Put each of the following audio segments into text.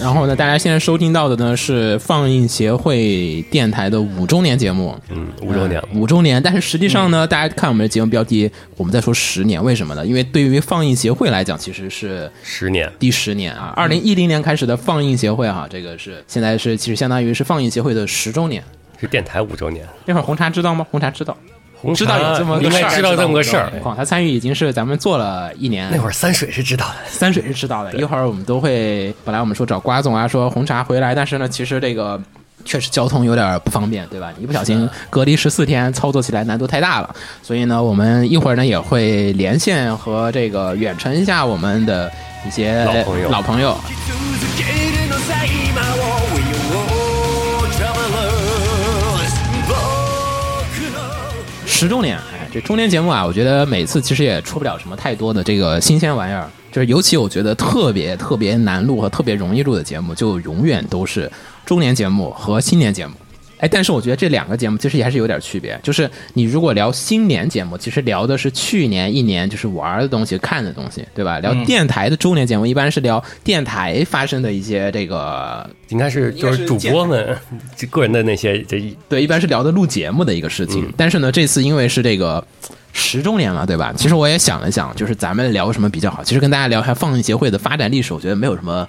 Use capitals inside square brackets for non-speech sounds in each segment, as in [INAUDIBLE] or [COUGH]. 然后呢，大家现在收听到的呢是放映协会电台的五周年节目，嗯，五周年，五周年。但是实际上呢，大家看我们的节目标题，我们在说十年，为什么呢？因为对于放映协会来讲，其实是十年，第十年啊，二零一零年开始的放映协会哈、这个是现在是其实相当于是放映协会的十周年。是电台五周年。那会儿红茶知道吗？红茶知道，红知道有这么你个应事该儿，知道这么个事儿。广他参与已经是咱们做了一年，那会儿三水是知道的，三水是知道的，一会儿我们都会，本来我们说找瓜总啊，说红茶回来，但是呢，其实这个确实交通有点不方便，对吧？一不小心隔离十四天，操作起来难度太大了，所以呢，我们一会儿呢也会连线和这个远程一下我们的一些老朋友老朋友，生き続けるのさ今を We will travelers 僕の十周年，哎，这中间节目啊，我觉得每次其实也出不了什么太多的这个新鲜玩意儿，就是尤其我觉得特别特别难录和特别容易录的节目，就永远都是中年节目和新年节目。哎，但是我觉得这两个节目其实还是有点区别，就是你如果聊新年节目，其实聊的是去年一年就是玩的东西、看的东西，对吧？聊电台的周年节目，一般是聊电台发生的一些这个应该是就是主播们 [LAUGHS] 这个人的那些这一对，一般是聊的录节目的一个事情。但是呢，这次因为是这个十周年嘛，对吧？其实我也想了想，就是咱们聊什么比较好。其实跟大家聊一下放映协会的发展历史，我觉得没有什么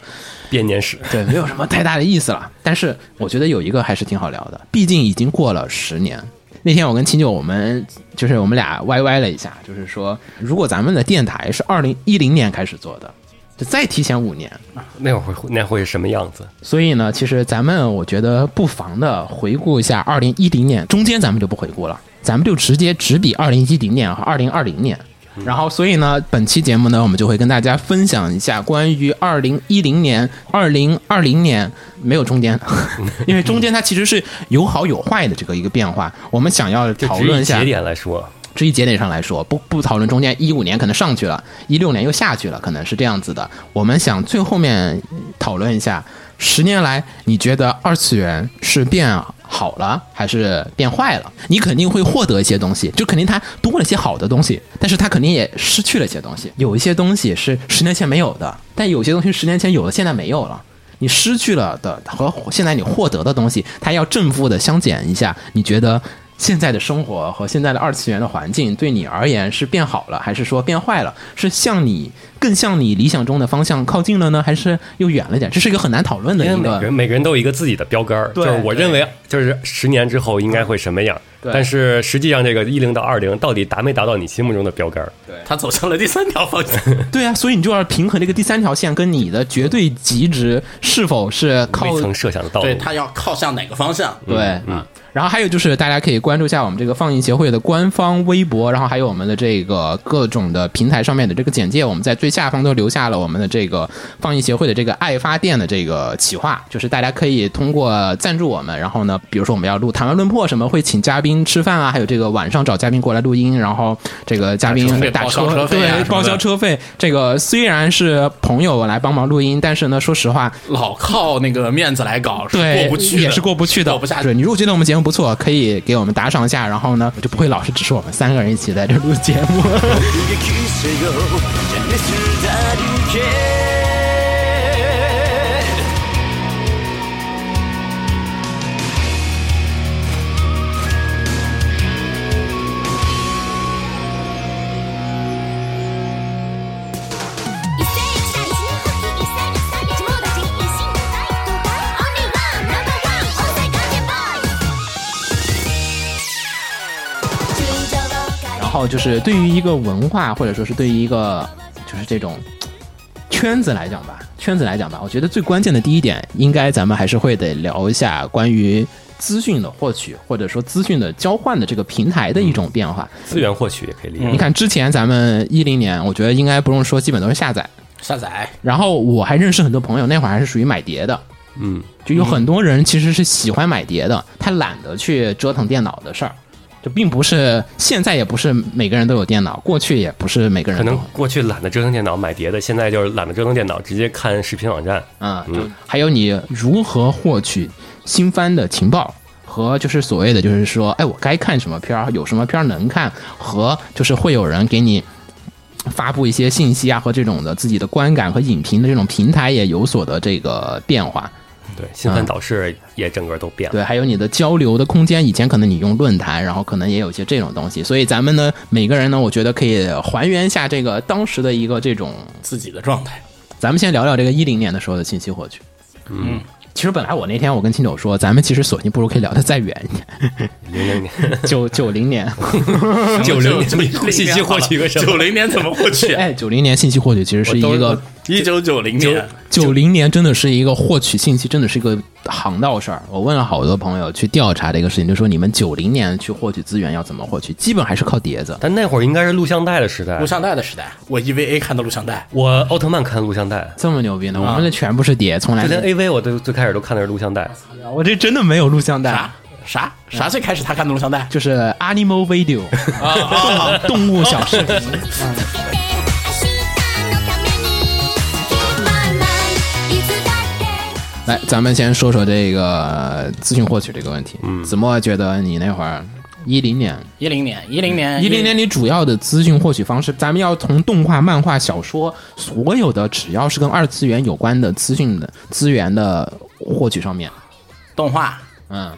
编年史。对，没有什么太大的意思了。但是我觉得有一个还是挺好聊的，毕竟已经过了十年。那天我跟秦九，我们就是我们俩 YY 了一下，就是说，如果咱们的电台是二零一零年开始做的，就再提前五年，那会儿那会是什么样子？所以呢，其实咱们我觉得不妨的回顾一下二零一零年，中间咱们就不回顾了，咱们就直接只比二零一零年和二零二零年。然后，所以呢，本期节目呢，我们就会跟大家分享一下关于二零一零年、二零二零年没有中间， [LAUGHS] 因为中间它其实是有好有坏的这个一个变化。我们想要就讨只论以一下节点来说，这一节点上来说，不不讨论中间一五年可能上去了，一六年又下去了，可能是这样子的。我们想最后面讨论一下，十年来你觉得二次元是变好了还是变坏了？你肯定会获得一些东西，就肯定它多了一些好的东西，但是它肯定也失去了一些东西。有一些东西是十年前没有的，但有些东西十年前有的，现在没有了。你失去了的和现在你获得的东西，它要正负的相减一下。你觉得现在的生活和现在的二次元的环境对你而言是变好了，还是说变坏了？是向你更向你理想中的方向靠近了呢，还是又远了一点？这是一个很难讨论的因为一每个个人每个人都有一个自己的标杆儿，对就是我对认为就是十年之后应该会什么样，对但是实际上这个一零到二零到底达没达到你心目中的标杆儿？他走向了第三条方向。对啊，所以你就要平衡这个第三条线跟你的绝对极值是否是 [LAUGHS] 靠未曾设想的道对路。他要靠向哪个方向？对，嗯。然后还有就是，大家可以关注一下我们这个放映协会的官方微博，然后还有我们的这个各种的平台上面的这个简介，我们在最下方都留下了我们的这个放映协会的这个爱发电的这个企划，就是大家可以通过赞助我们，然后呢，比如说我们要录谈完论破什么，会请嘉宾吃饭啊，还有这个晚上找嘉宾过来录音，然后这个嘉宾对打报销车费啊对什么的报销车费，这个虽然是朋友来帮忙录音，但是呢，说实话，老靠那个面子来搞，是对，过不去的，也是过不去的，过不下对，去。你如果觉得我们节目不错，可以给我们打赏一下，然后呢，就不会老是只是我们三个人一起在这录节 [LAUGHS] 目。刺激せよジェネスだりけ一斉一斉一心一心一斉一斉一友達一心と体と体 Only one ナンバーワン音声ガチボーイ純情を借り然后就是对于一个文化，或者说是对于一个就是这种圈子来讲吧，圈子来讲吧，我觉得最关键的第一点，应该咱们还是会得聊一下关于资讯的获取，或者说资讯的交换的这个平台的一种变化。嗯资源获取也可以利嗯你用。看之前咱们一零年，我觉得应该不用说，基本都是下载。下载然后我还认识很多朋友，那会儿还是属于买碟的，嗯，就有很多人其实是喜欢买碟的，他懒得去折腾电脑的事儿，就并不是现在也不是每个人都有电脑，过去也不是每个人可都能过去懒得折腾电脑买碟的，现在就是懒得折腾电脑，直接看视频网站。啊、嗯，就还有你如何获取新番的情报。和就是所谓的，就是说，哎，我该看什么片儿，有什么片儿能看，和就是会有人给你发布一些信息啊和这种的自己的观感和影评的这种平台也有所的这个变化。对，新嗯番导视也整个都变了。对，还有你的交流的空间，以前可能你用论坛，然后可能也有一些这种东西，所以咱们呢，每个人呢，我觉得可以还原一下这个当时的一个这种，自己的状 [LAUGHS] 态，咱们先聊聊这个一零年的时候的信息获取。嗯，其实本来我那天我跟青九说，咱们其实索性不如可以聊得再远一点，零零年 [LAUGHS] 九九零年，九零年 [LAUGHS] 90信息获取个什九么？零年怎么获取？哎，九零年信息获取其实是一个， [LAUGHS] 一九九零年，九零年真的是一个获取信息真的是一个行道事儿。我问了好多朋友去调查这个事情，就说你们九零年去获取资源要怎么获取，基本还是靠碟子。但那会儿应该是录像带的时代录。像带的时代，我 EVA 看到录像带，我奥特曼看录像带，这么牛逼呢？我啊们这全部是碟，从来就没连 AV 我都最开始都看的是录像啊带。我这真的没有录像带啥啥啥最开始他看的录像带？就是 Animal Video，动物小视频。 「明日のために」「Keep my mind いつだって」 [LAUGHS] 来，咱们先说说这个呃资讯获取这个问题。嗯，子墨觉得你那会儿一零年，一零年，一零年，一零年你主要的资讯获取方式，咱们要从动画、漫画、小说，所有的只要是跟二次元有关的资讯的资源的获取上面，动画。嗯，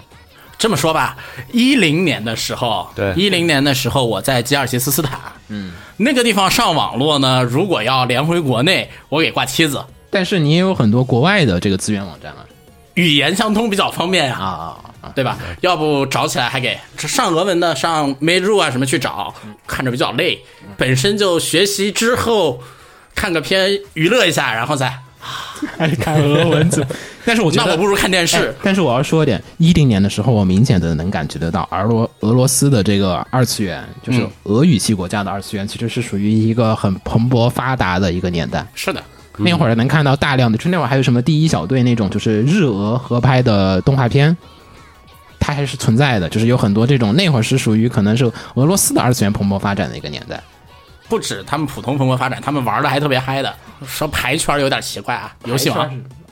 这么说吧，一零年的时候，对一零年的时候我在吉尔吉斯斯坦，嗯，那个地方上网络呢，如果要连回国内，我给挂梯子，但是你也有很多国外的这个资源网站啊了语言相通比较方便呀、啊啊啊！对吧？要不找起来还给上俄文的、上 m a j 啊什么去找，看着比较累。嗯本身就学习之后看个片娱乐一下，然后再还是哎看俄文字， [LAUGHS] 但是我觉那得我不如看电视哎。但是我要说一点，一零年的时候，我明显的能感觉得到，俄罗俄罗斯的这个二次元，就是俄语系国家的二次元，其实是属于一个很蓬勃发达的一个年代。是的，那会儿能看到大量的，就那会儿还有什么第一小队那种，就是日俄合拍的动画片。它还是存在的，就是有很多这种那会儿是属于可能是俄罗斯的二次元蓬勃发展的一个年代。不止他们普通蓬勃发展，他们玩的还特别嗨的。说牌圈有点奇怪啊，游戏王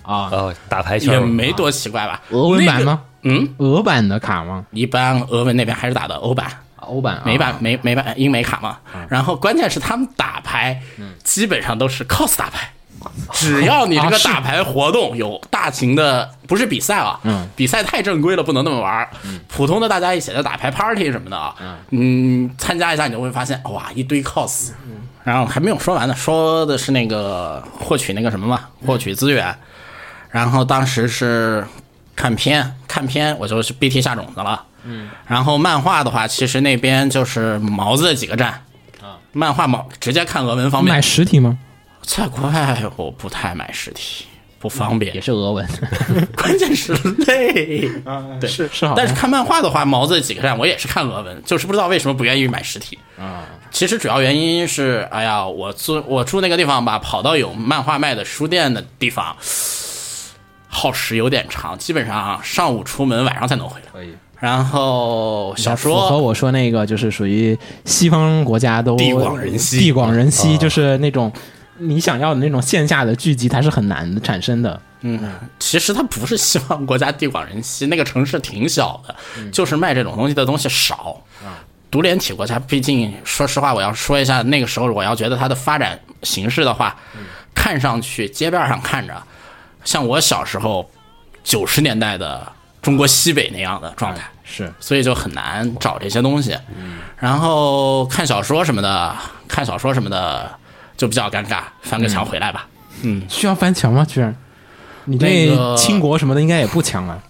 啊，哦，打排也球没多奇怪吧？俄文版那个？吗？嗯，俄版的卡吗？一般俄文那边还是打的欧版。欧版、啊、啊美版美美版英美卡嘛，然后关键是他们打牌，基本上都是 cos 打牌，只要你这啊个是打牌活动有大型的，不是比赛啊嗯，比赛太正规了，不能那么玩儿。普通的大家一起的打牌 party 什么的啊，嗯，参加一下你就会发现，哇，一堆 cos。嗯然后还没有说完呢，说的是那个获取那个什么嘛，获取资源。然后当时是看片，看片我就是 BT 下种子了。嗯，然后漫画的话，其实那边就是毛子的几个站。啊，漫画毛直接看俄文方买面，啊实体吗？在国外我不太买实体，不方 [LAUGHS] 便，也是俄文，关键是累。对，是是好但是看漫画的话，毛子的几个站我也是看俄文，就是不知道为什么不愿意买实体。啊，其实主要原因是，哎呀，我住我住那个地方吧，跑到有漫画卖的书店的地方，耗时有点长，基本上上午出门，晚上才能回来。可以。然后小符合说，我说那个就是属于西方国家都地广人稀啊地广人稀就是那种你想要的那种线下的聚集，它是很难产生的。其实它不是西方国家地广人稀，那个城市挺小的，就是卖这种东西的东西少。独联体国家，毕竟说实话，我要说一下，那个时候我要觉得它的发展形式的话，看上去街边上看着，像我小时候九十年代的中国西北那样的状态，是所以就很难找这些东西。然后看小说什么的，看小说什么的就比较尴尬，翻个墙回来吧。需要翻墙吗？居然，你那这个清国什么的应该也不强啊。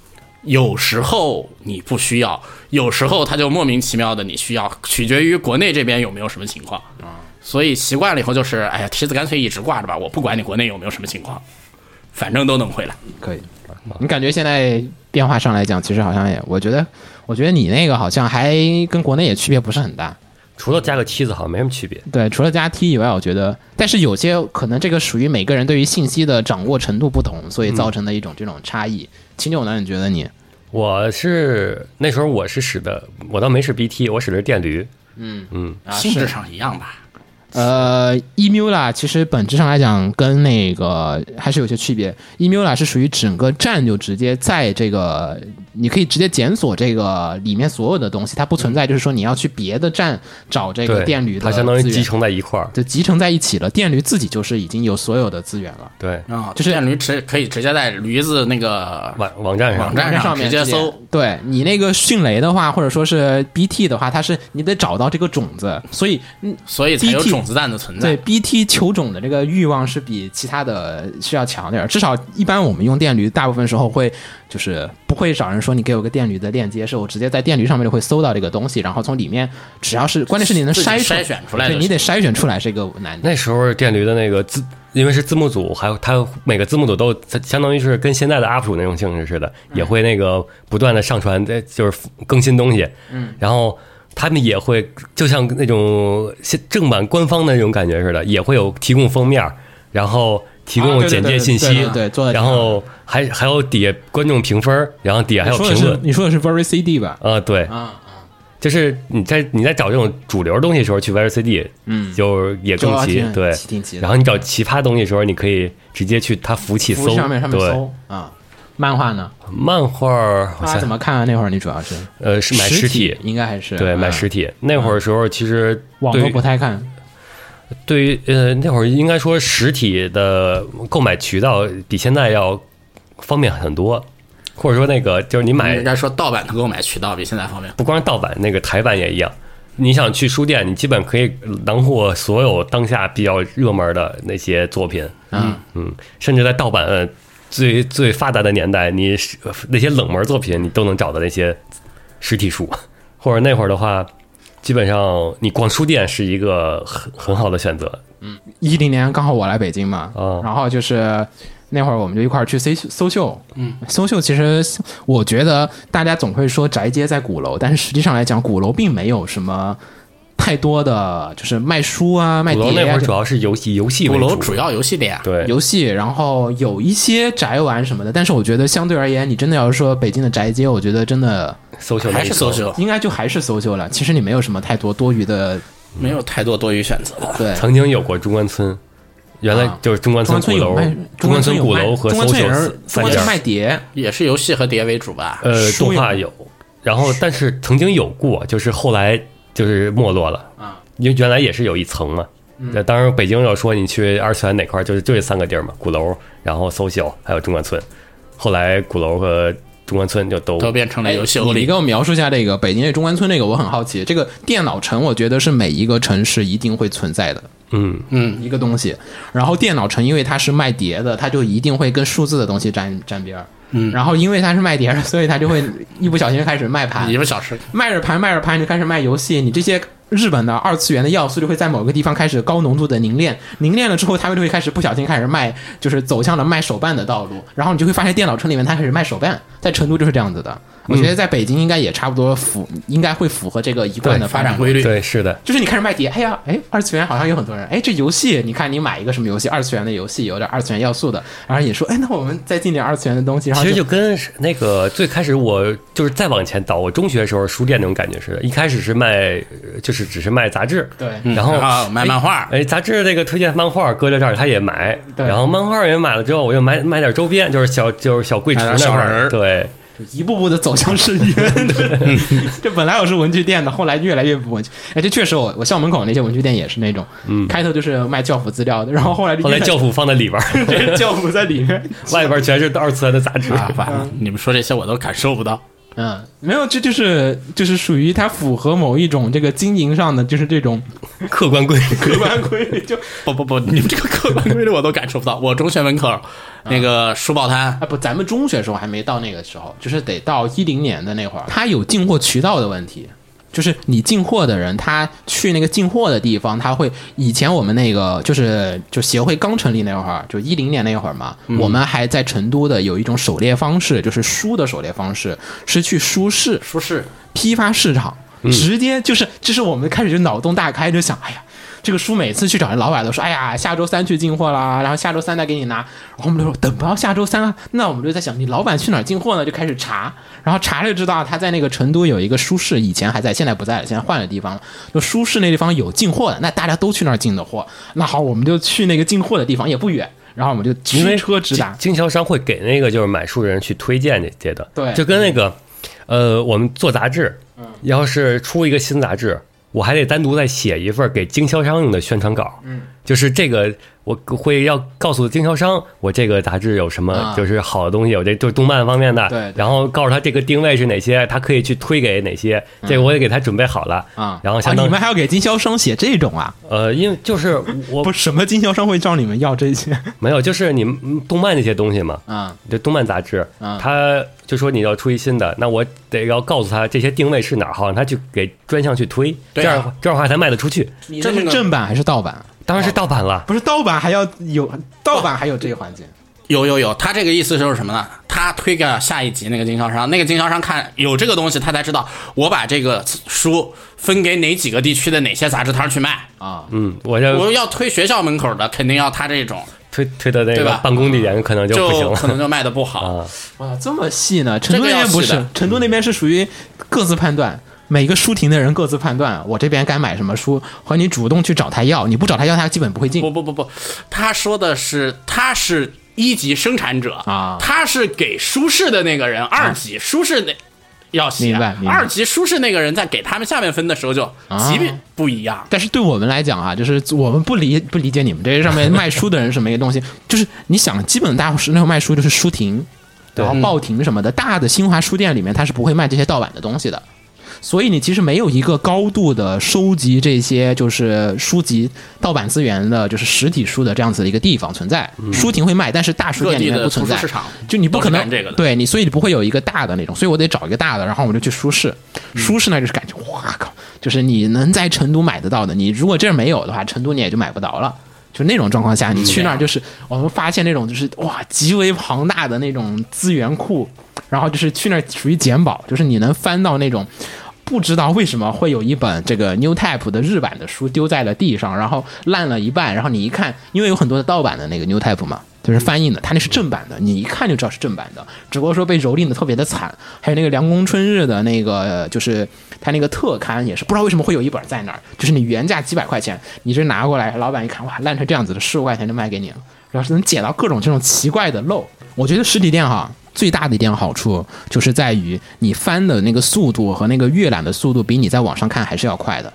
有时候你不需要，有时候它就莫名其妙的你需要，取决于国内这边有没有什么情况。所以习惯了以后就是，哎呀，梯子干脆一直挂着吧，我不管你国内有没有什么情况，反正都能回来。可以，你感觉现在变化上来讲，其实好像也，我觉得，我觉得你那个好像还跟国内也区别不是很大。除了加个梯子好像没什么区别。对，除了加 T 以外，我觉得，但是有些可能这个属于每个人对于信息的掌握程度不同，所以嗯造成的一种这种差异。秦九呢？你觉得你？我是那时候啊我是使的，我倒没使 BT，我使的是电驴。性质上一样吧，呃，Emula 其实本质上来讲跟那个还是有些区别。Emula 是属于整个站就直接在这个，你可以直接检索这个里面所有的东西，它不存在就是说你要去别的站找这个对，电驴的它相当于资源集成在一块儿。就集成在一起了。电驴自己就是已经有所有的资源了。对，啊，就是电驴直可以直接在驴子那个网网站上网站上上面直接搜，对你那个迅雷的话，或者说是 BT 的话，它是你得找到这个种子，所以嗯，所以才有 BT 种子弹的存对在。 BT 求种的这个欲望是比其他的是要强点儿，至少一般我们用电驴，大部分时候会就是不会找人说你给我个电驴的链接，是我直接在电驴上面就会搜到这个东西，然后从里面只要是关键是你能自己筛筛选出来就对你得筛选出来这个难点。那时候电驴的那个字，因为是字幕组，还有它每个字幕组都它相当于是跟现在的 UP 主那种性质似的，嗯也会那个不断的上传，呃就是更新东西。嗯，然后他们也会就像那种现正版官方的那种感觉似的，也会有提供封面儿，然后提啊供对对简介对信息，对对对做得挺然后还还有底下观众评分儿，然后底下还有你说的评是论。你说的是 Very CD 吧？啊、对，啊，就是你在你在找这种主流东西的时候去 VCD，嗯，就是也更就齐要，挺对挺齐，的然后你找奇葩东西的时候，你可以直接去它服务器服务搜，上面上面对，搜啊。漫画呢？漫画儿好他像怎么看啊？那会儿你主要是呃是买实体，应该还是对，买嗯实体。那会儿时候其实网对络于不太看，对于呃那会儿应该说实体的购买渠道比现在要方便很多，或者说那个就是你买应该说盗版的购买渠道比现在方便。不光是盗版，那个台版也一样。你想去书店，你基本可以囊获所有当下比较热门的那些作品。啊嗯嗯，甚至在盗版呃最最发达的年代，你是呃那些冷门作品你都能找到那些实体书， [LAUGHS] 或者那会儿的话，基本上你逛书店是一个很很好的选择。一零年刚好我来北京嘛，哦然后就是那会儿我们就一块儿去搜搜秀，嗯，搜秀其实我觉得大家总会说宅街在鼓楼，但是实际上来讲，鼓楼并没有什么太多的就是卖书啊、哎卖鼓碟楼那会啊儿主要是游戏游戏鼓为楼主主，要游戏店，对，游戏，然后有一些宅玩什么的，但是我觉得相对而言，你真的要是说北京的宅街，我觉得真的搜秀还是搜秀，应该就还是搜秀了。其实你没有什么太多多余的，没有太多多余选择。对，曾经有过中关村，原来啊就是中关中村鼓关村有楼卖，，中关关村村有鼓卖楼和中搜关秀村有人，中三关家村卖碟，也是游戏和碟为主吧？呃，书动有画有，然后但是曾经有过，就是后来就是没落了啊，因为原来也是有一层嘛。那当然，北京要说你去二次元哪块儿，就是就这三个地儿嘛，鼓楼，然后搜秀，还有中关村。后来鼓楼和中关村就都都变成了游戏哎欧你里给。我描述一下这个北京的中关村这个，我很好奇。这个电脑城，我觉得是每一个城市一定会存在的嗯，一个东西。然后电脑城，因为它是卖碟的，它就一定会跟数字的东西沾沾边儿。嗯，然后因为它是卖碟的，所以它就会一不小心就开始卖盘啊一，个小时，卖着盘卖着盘就开始卖游戏。你这些日本的二次元的要素就会在某个地方开始高浓度的凝练，凝练了之后，他们就会开始不小心开始卖，就是走向了卖手办的道路。然后你就会发现电脑城里面它开始卖手办，在成都就是这样子的。嗯我觉得在北京应该也差不多符，应该会符合这个一贯的发发展展。规律。对，是的，就是你开始卖碟，哎呀，哎，二次元好像有很多人，哎，这游戏，你看你买一个什么游戏，二次元的游戏有点二次元要素的，然后也说，哎，那我们再进点二次元的东西，然后其实就就跟是那个最开始我就是再往前倒，我中学的时候书店那种感觉似的，一开始是卖呃就是只是卖杂志，对然后然后卖漫画哎，杂志这个推荐漫画搁在这儿，他也买。对然后漫画也买了之后，我又买买点周边，就是小就是小柜橱买点那小会人儿，儿对，一步步的走向深嗯渊。 [LAUGHS] 这本来我是文具店的，后来越来越不文具。哎，这确实我，我校门口那些文具店也是那种，开头就是卖教辅资料的，然后后来嗯就后来教辅放在里边儿， [LAUGHS] 这 [LAUGHS] 教辅在 [LAUGHS] 里面。外边全是二次元的杂志。啊，完了，你们说这些我都感受不到。嗯，没有，这就是就是属于它符合某一种这个经营上的，就是这种客观规律，客观规律。就不不不，你们这个客观规律我都感受不到。我中学门口那个书报摊啊，不，咱们中学时候还没到那个时候，就是得到一零年的那会儿，它有进货渠道的问题。就是你进货的人，他去那个进货的地方，他会以前我们那个就是就协会刚成立那会儿，就一零年那会儿嘛，我们还在成都的有一种狩猎方式，就是书的狩猎方式，是去书市、书市，嗯批发市场，直接就是这是我们开始就脑洞大开，就想，哎呀，这个书每次去找人老板都说，哎呀，下周三去进货啦，然后下周三再给你拿。然后我们就说等不到下周三啊，那我们就在想你老板去哪儿进货呢？就开始查，然后查了就知道他在那个成都有一个书市，以前还在，现在不在了，现在换了地方了。就书市那地方有进货的，那大家都去那儿进的货。那好，我们就去那个进货的地方，也不远。然后我们就因为驱车直达，经经销商会给那个就是买书的人去推荐这些的，对嗯就跟那个，呃，我们做杂志，要是出一个新杂志，我还得单独再写一份给经销商用的宣传稿，嗯，就是这个我会要告诉经销商，我这个杂志有什么啊就是好的东西，有这就是动漫方面的，对对然后告诉他这个定位是哪些，他可以去推给哪些，这个我也给他准备好了嗯啊，然后啊相当你们还要给经销商写这种啊？呃，因为就是我不，什么经销商会找你们要 [LAUGHS] 这些？没有，就是你们嗯动漫这些东西嘛，啊这动漫杂志，嗯他就说你要出一新的，那我得要告诉他这些定位是哪儿，好让他去给专项去推，这对啊样这样的话才卖得出去。这这是个正版还是盗版？哦当哦然是盗版了，不是盗版还要有盗版还有这一环节。有有有，他这个意思就是什么呢？他推给下一级那个经销商，那个经销商看有这个东西，他才知道我把这个书分给哪几个地区的哪些杂志摊儿去卖。啊，嗯，我这我要推学校门口的，肯定要他这种，推推到那对个吧办公地点可能就不行就可了。能就卖的不 [LAUGHS] 好。啊哇，这么细呢？成都那这个边要不细是的，成都那边是属于各自判断，每个书亭的人各自判断，我这边该买什么书，和你主动去找他要，你不找他要，他基本不会进不。不不不，他说的是他是一级生产者啊他是给舒适的那个人，二级舒适那要写，明白明啊白二级舒适那个人在给他们下面分的时候就级别不一样。但是对我们来讲啊，就是我们不理不理解你们这上面卖书的人什么一个东西， [LAUGHS] 就是你想，基本大是那种卖书就是书亭，然后报亭什么的，大的新华书店里面它是不会卖这些盗版的东西的。所以你其实没有一个高度的收集这些就是书籍盗版资源的，就是实体书的这样子的一个地方存在。书亭会卖，但是大书店里面不存在。各地的图书市场就你不可能都是干这个的对你，所以你不会有一个大的那种，所以我得找一个大的，然后我们就去书市。嗯书市呢就是感觉，哇靠，就是你能在成都买得到的，你如果这儿没有的话，成都你也就买不着了。就那种状况下，你去那儿就是我们发现那种就是哇极为庞大的那种资源库，然后就是去那儿属于捡宝，就是你能翻到那种不知道为什么会有一本这个 New Type 的日版的书丢在了地上，然后烂了一半，然后你一看，因为有很多的盗版的那个 New Type 嘛，就是翻译的，它那是正版的，你一看就知道是正版的，只不过说被蹂躏的特别的惨。还有那个凉宫春日的那个，就是它那个特刊也是，不知道为什么会有一本在那儿，就是你原价几百块钱，你这拿过来，老板一看，哇，烂成这样子的，十五块钱就卖给你了，然后是能捡到各种这种奇怪的漏。我觉得实体店哈，最大的一点好处就是在于你翻的那个速度和那个阅览的速度比你在网上看还是要快的。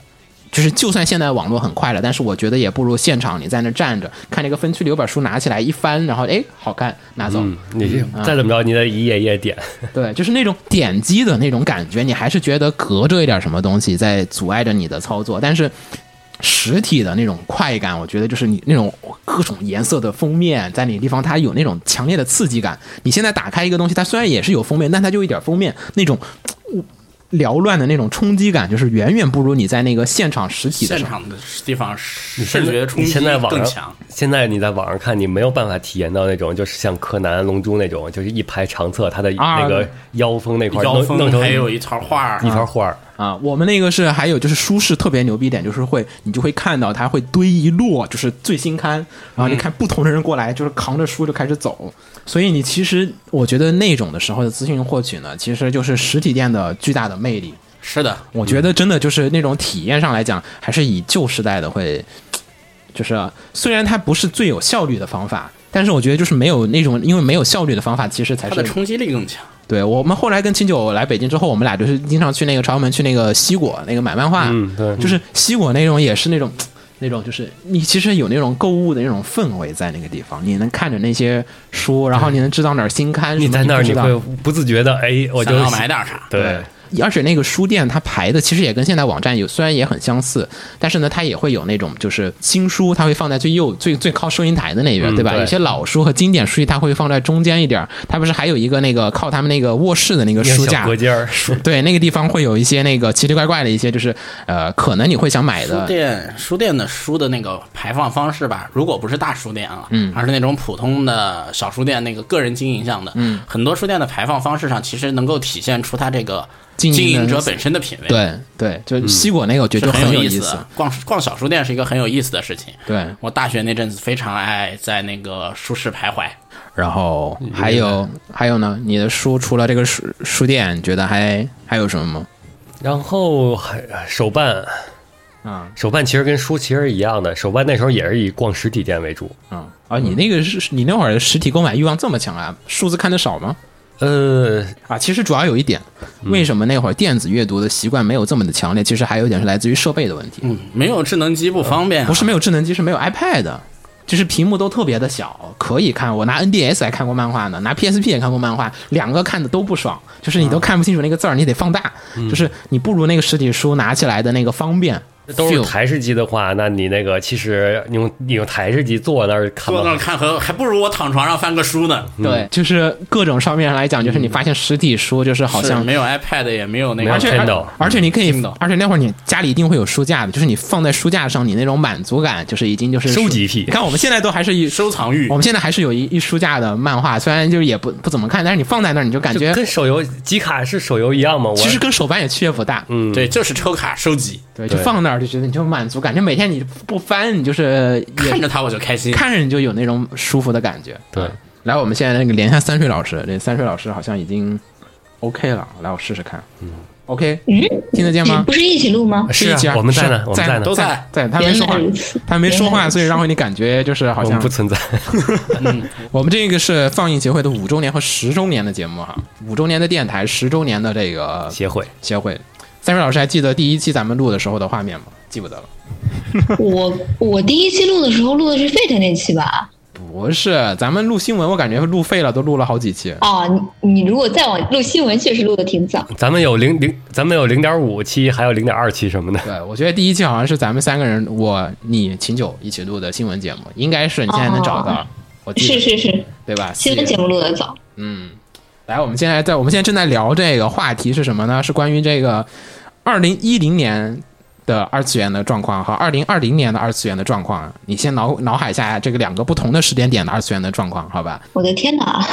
就是就算现在网络很快了，但是我觉得也不如现场你在那站着看那个分区里有本书拿起来一翻，然后哎好看拿走。嗯，你这再怎么着，你得一页一页点。 [LAUGHS] 对，就是那种点击的那种感觉，你还是觉得隔着一点什么东西在阻碍着你的操作，但是。实体的那种快感，我觉得就是你那种各种颜色的封面，在哪个地方它有那种强烈的刺激感。你现在打开一个东西，它虽然也是有封面，但它就一点封面那种嘖缭乱的那种冲击感，就是远远不如你在那个现场实体的现时候。场的地方视觉冲你击现在网更上强。，现在你在网上看，你没有办法体验到那种，就是像柯南、龙珠那种，就是一排长册，它的啊那个腰封那块儿腰弄弄封成还有一套画儿一，条画儿。啊，我们那个是还有就是舒适特别牛逼一点，就是会你就会看到它会堆一摞，就是最新刊，嗯然后你看不同的人过来，就是扛着书就开始走。所以你其实我觉得那种的时候的资讯获取呢，其实就是实体店的巨大的魅力。是的，我觉得真的就是那种体验上来讲，还是以旧时代的会，就是呃虽然它不是最有效率的方法，但是我觉得就是没有那种因为没有效率的方法，其实才它是的冲击力更强。对我们后来跟清九来北京之后，我们俩就是经常去那个朝阳门去那个西果那个买漫画，嗯对就是西果那种也是那种。那种就是你其实有那种购物的那种氛围在那个地方，你能看着那些书，然后你能知道哪儿新刊什么你在那儿不知你道会不自觉的，哎，我就想要买点啥？对，而且那个书店它排的其实也跟现在网站有虽然也很相似，但是呢，它也会有那种就是新书，它会放在最右最最靠收银台的那边，嗯对吧？对有些老书和经典书籍它会放在中间一点儿，它不是还有一个那个靠他们那个卧室的那个一个书小架隔间儿，对，那个地方会有一些那个奇奇怪怪的一些，就是呃，可能你会想买书的，店书店的书的那个排放方式吧，如果不是大书店啊，嗯，而是那种普通的小书店，那个个人经营项的，嗯，很多书店的排放方式上，其实能够体现出它这个经经营营的者本身的品味，，对对，就西果那个我觉得就就很有意思。的逛逛小书店是一个很有意思的事情。对我大学那阵子非常爱在那个书市徘徊，然后还有嗯还有呢，你的书除了这个书书店，你觉得还还有什么吗？然后还呃手办，啊手办其实跟书其实一样的，手办那时候也是以逛实体店为主。啊啊！你那个是你那会儿的实体购买欲望这么强啊？数字看得少吗？呃，啊，其实主要有一点，为什么那会儿电子阅读的习惯没有这么的强烈？其实还有一点是来自于设备的问题，嗯，没有智能机不方便、啊不是没有智能机，是没有 iPad 的，就是屏幕都特别的小，可以看。我拿 NDS 还看过漫画呢，拿 PSP 也看过漫画，两个看的都不爽，就是你都嗯看不清楚那个字儿，你得放大，就是你不如那个实体书拿起来的那个方便。都是 feel 台式机的话，那你那个其实你用你用台式机坐那儿看坐那儿吧，看和还不如我躺床上翻个书呢。嗯对，就是各种上面来讲，就是嗯你发现实体书就是好是像没有 iPad 也没有那没有个而且而 Kindle 而且你可以嗯，Kindle 而且那会儿你家里一定会有书架的，就是你放在书架上，你那种满足感就是已经就是收集癖你看我们现在都还是一，收藏欲我，们现在还是有一一书架的漫画，虽然就是也不不怎么看，但是你放在那儿你就感就觉啊跟手游集卡是手游一样吗？我其实跟手办也区别不大，嗯，对，就是抽卡收集，对，就对放那儿就觉得你就满足感，就每天你不翻，你就是也看着它我就开心。看着你就有那种舒服的感觉。对，来，我们现在那个连一下三水老师，这三水老师好像已经 OK 了，来我试试看，嗯，OK，听得见吗？不是一起录吗？是一起啊啊，我们在呢，是我们在呢呢都，在在在，他没说话原来如此，他没说原来话，如此所以让你感觉就是好我们像不存在。我们这个是放映协会的五周年和十周年的节目哈，五周年的电台，十周年的这个协会协会。三水老师还记得第一期咱们录的时候的画面吗？记不得了，我我第一期录的时候录的是 Fate 那期吧？不是，咱们录新闻，我感觉录废了，都录了好几期。哦，你你如果再往录新闻，确实录的挺早。咱们有零零，咱们有零点五期，还有零点二期什么的。对，我觉得第一期好像是咱们三个人，我、你、秦九一起录的新闻节目，应该是你现在能找到，我记哦是得是是，对吧？新闻节目录的早。来，我们现在在我们现在正在聊这个话题是什么呢？是关于这个二零一零年的二次元的状况和二零二零年的二次元的状况。你先脑脑海下这个两个不同的时间点的二次元的状况，好吧？我的天哪，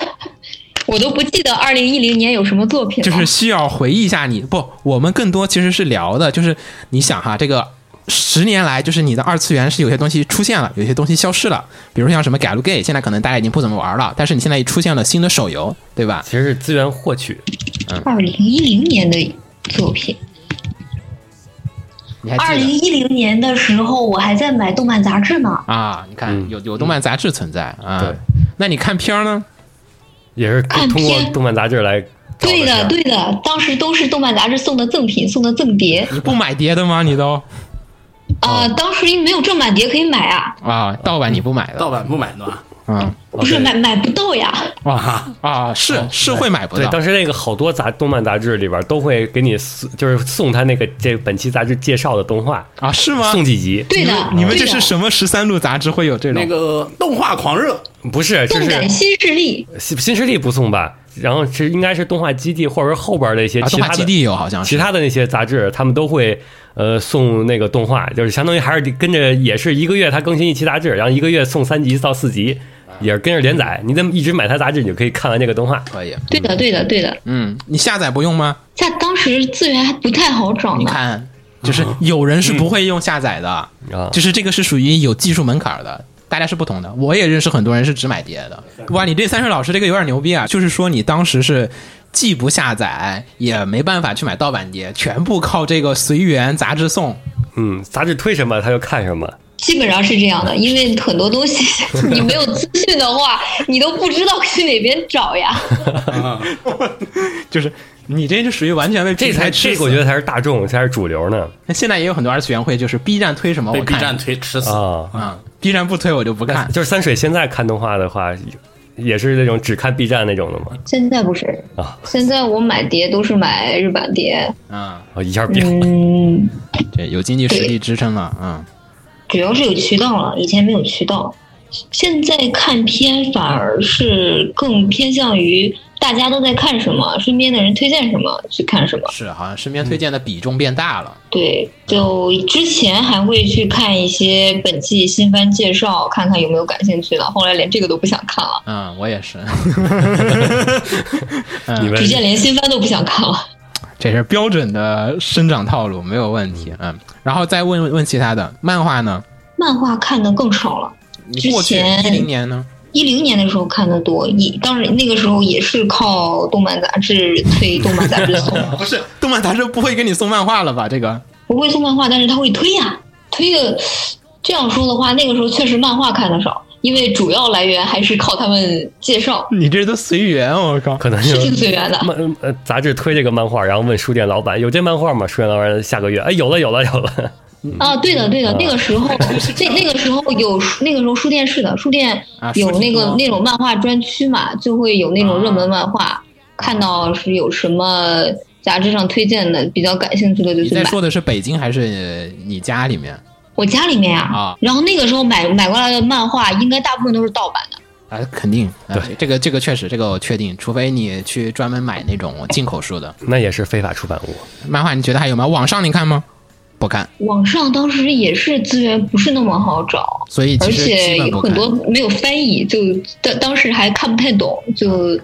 我都不记得二零一零年有什么作品就了。是需要回忆一下你不，我们更多其实是聊的，就是你想哈，这个十年来，就是你的二次元是有些东西出现了，有些东西消失了，比如像什么 g a l g a y 现在可能大家已经不怎么玩了，但是你现在出现了新的手游，对吧？其实是资源获取，二零一零年的作品。你还二记零得？一零年的时候，我还在买动漫杂志呢。啊，你看嗯有有动漫杂志存在啊，对，那你看片儿呢？也是看通过片动漫杂志来找对的的，片儿。对的，当时都是动漫杂志送的赠品，送的赠碟你不买碟的吗？你都啊、哦当时没有正版碟可以买啊，啊，盗版你不买的盗版不买的吧？啊不是哦对买买不到呀。啊啊，是是会买不哦对，到当时那个好多杂动漫杂志里边都会给你送，就是送他那个这本期杂志介绍的动画，啊，是吗？送几集。对的，你们对这的是什么十三路杂志会有这种那个动画狂热，不是，就动是感新势力，新新势力不送吧？然后是应该是动画基地，或者是后边的一些啊？其动画他基的、地有好像是其他的那些杂志，他们都会呃送那个动画，就是相当于还是跟着也是一个月它更新一期杂志，然后一个月送三集到四集，啊也是跟着连载。你怎么一直买它杂志，你就可以看完这个动画。可以，对的，对的，对的。嗯，你下载不用吗？在当时资源还不太好嗯找你呢。看，就是有人是不会用下载的，啊就是这个是属于有技术门槛的。大家是不同的，我也认识很多人是只买碟的。哇，你这三水老师这个有点牛逼啊！就是说你当时是既不下载，也没办法去买盗版碟，全部靠这个随缘杂志送。嗯，杂志推什么他就看什么。基本上是嗯这样的，因为很多 [LAUGHS] 东西你没有资讯的话，你都不知道去哪边 [LAUGHS] 找呀。就是你这就属于完全被这平台才吃这死个我觉得才是大众，才是主流呢那现在也有很多二次元会，就是 B 站推什么被我 B 看站推吃死。啊。啊、b 站不推我就不看。 [LAUGHS] 就是三水现在看动画的话，也是那种只看 B 站那种的嘛现在不是，啊，现在我买碟都是买日 [LAUGHS] 版碟，啊，我哦一下变 [LAUGHS] 嗯，这有经济实力支撑了啊、主要是有渠道了，以前没有渠道。现在看片反而是更偏向于大家都在看什么，身边的人推荐什么去看什么。是好像身边推荐的比重变大了。对，就之前还会去看一些本季新番介绍，看看有没有感兴趣的，后来连这个都不想看了，啊嗯，我也是。你们直接连新番都不想看了。这是标准的生长套路，没有问题。嗯，然后再问问其他的漫画呢？漫画看的更少了。你过去之前一零年呢？一零年的时候看的多，一当然那个时候也是靠动漫杂志推动漫杂志送，不是动漫杂志不会给你送漫画了吧？这个不会送漫画，但是他会推呀、推的。这样说的话，那个时候确实漫画看的少，因为主要来源还是靠他们介绍， [LAUGHS] 你这都随缘，我靠！可能是就挺随缘的。漫呃杂志推这个漫画，然后问书店老板有这漫画吗？书店老板下个月哎有了有了有了， [LAUGHS] 啊，对的，对的，那个时啊候， [LAUGHS] 那那个时候有那个时候书店是的，书店啊书有籍那个、多那种漫画专区嘛，就会有那种热门漫画，啊看到是有什么杂志上推荐的，比较感兴趣的就你去在买。说的是北京还是你家里面我家里面呀、啊然后那个时候买买过来的漫画，应该大部分都是盗版的。啊？肯定，啊、对这个这个确实，这个我确定，除非你去专门买那种进口书的那也是非法出版物。漫画，你觉得还有吗？网上你看吗？不看，网上当时也是资源不是那么好找，所以而其实且基本有不很看。多没有翻译，就当当时还看不太懂，就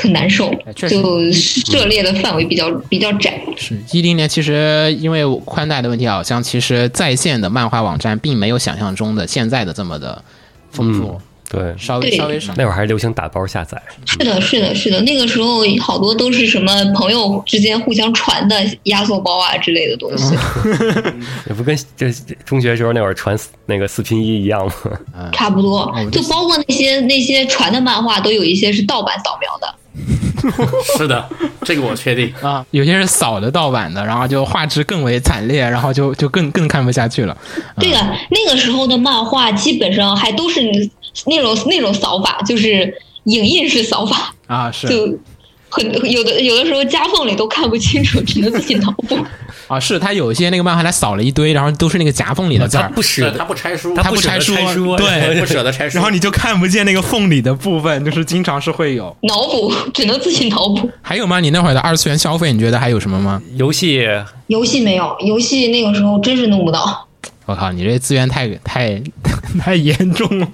很难受哎，确实就涉猎的范围比较比较窄。是一零年，其实因为宽带的问题，啊好像其实在线的漫画网站并没有想象中的现在的这么的丰富，对，稍微对稍微少。那会儿还流行打包下载，是的，是的，是的，那个时候好多都是什么朋友之间互相传的压缩包啊之类的东西，也不跟这这中学时候那会儿传四那个四拼一一样 [LAUGHS] 吗？差不多我。就包括那些那些传的漫画，都有一些是盗版扫描的。是的，这个我确定。啊，有些是扫的盗版的，然后就画质更为惨烈，然后就就更更看不下去了。对的，那个时候的漫画基本上还都是那种那种扫法，就是影印式扫法，啊，是就很有的有的时候夹缝里都看不清楚，只能自己脑补。 [LAUGHS] 啊，是他有一些那个漫画，他扫了一堆，然后都是那个夹缝里的字他儿，不使对他不拆书，啊他不舍拆得书，拆书啊对，不舍得拆书 [LAUGHS] 然后你就看不见那个缝里的部分，就是经常是会有。脑补只能自己脑补，还有吗？你那会儿的二次元消费，你觉得还有什么吗？游戏游戏没有，游戏那个时候真是弄不到。我靠，你这资源太太 [LAUGHS] 太严重了。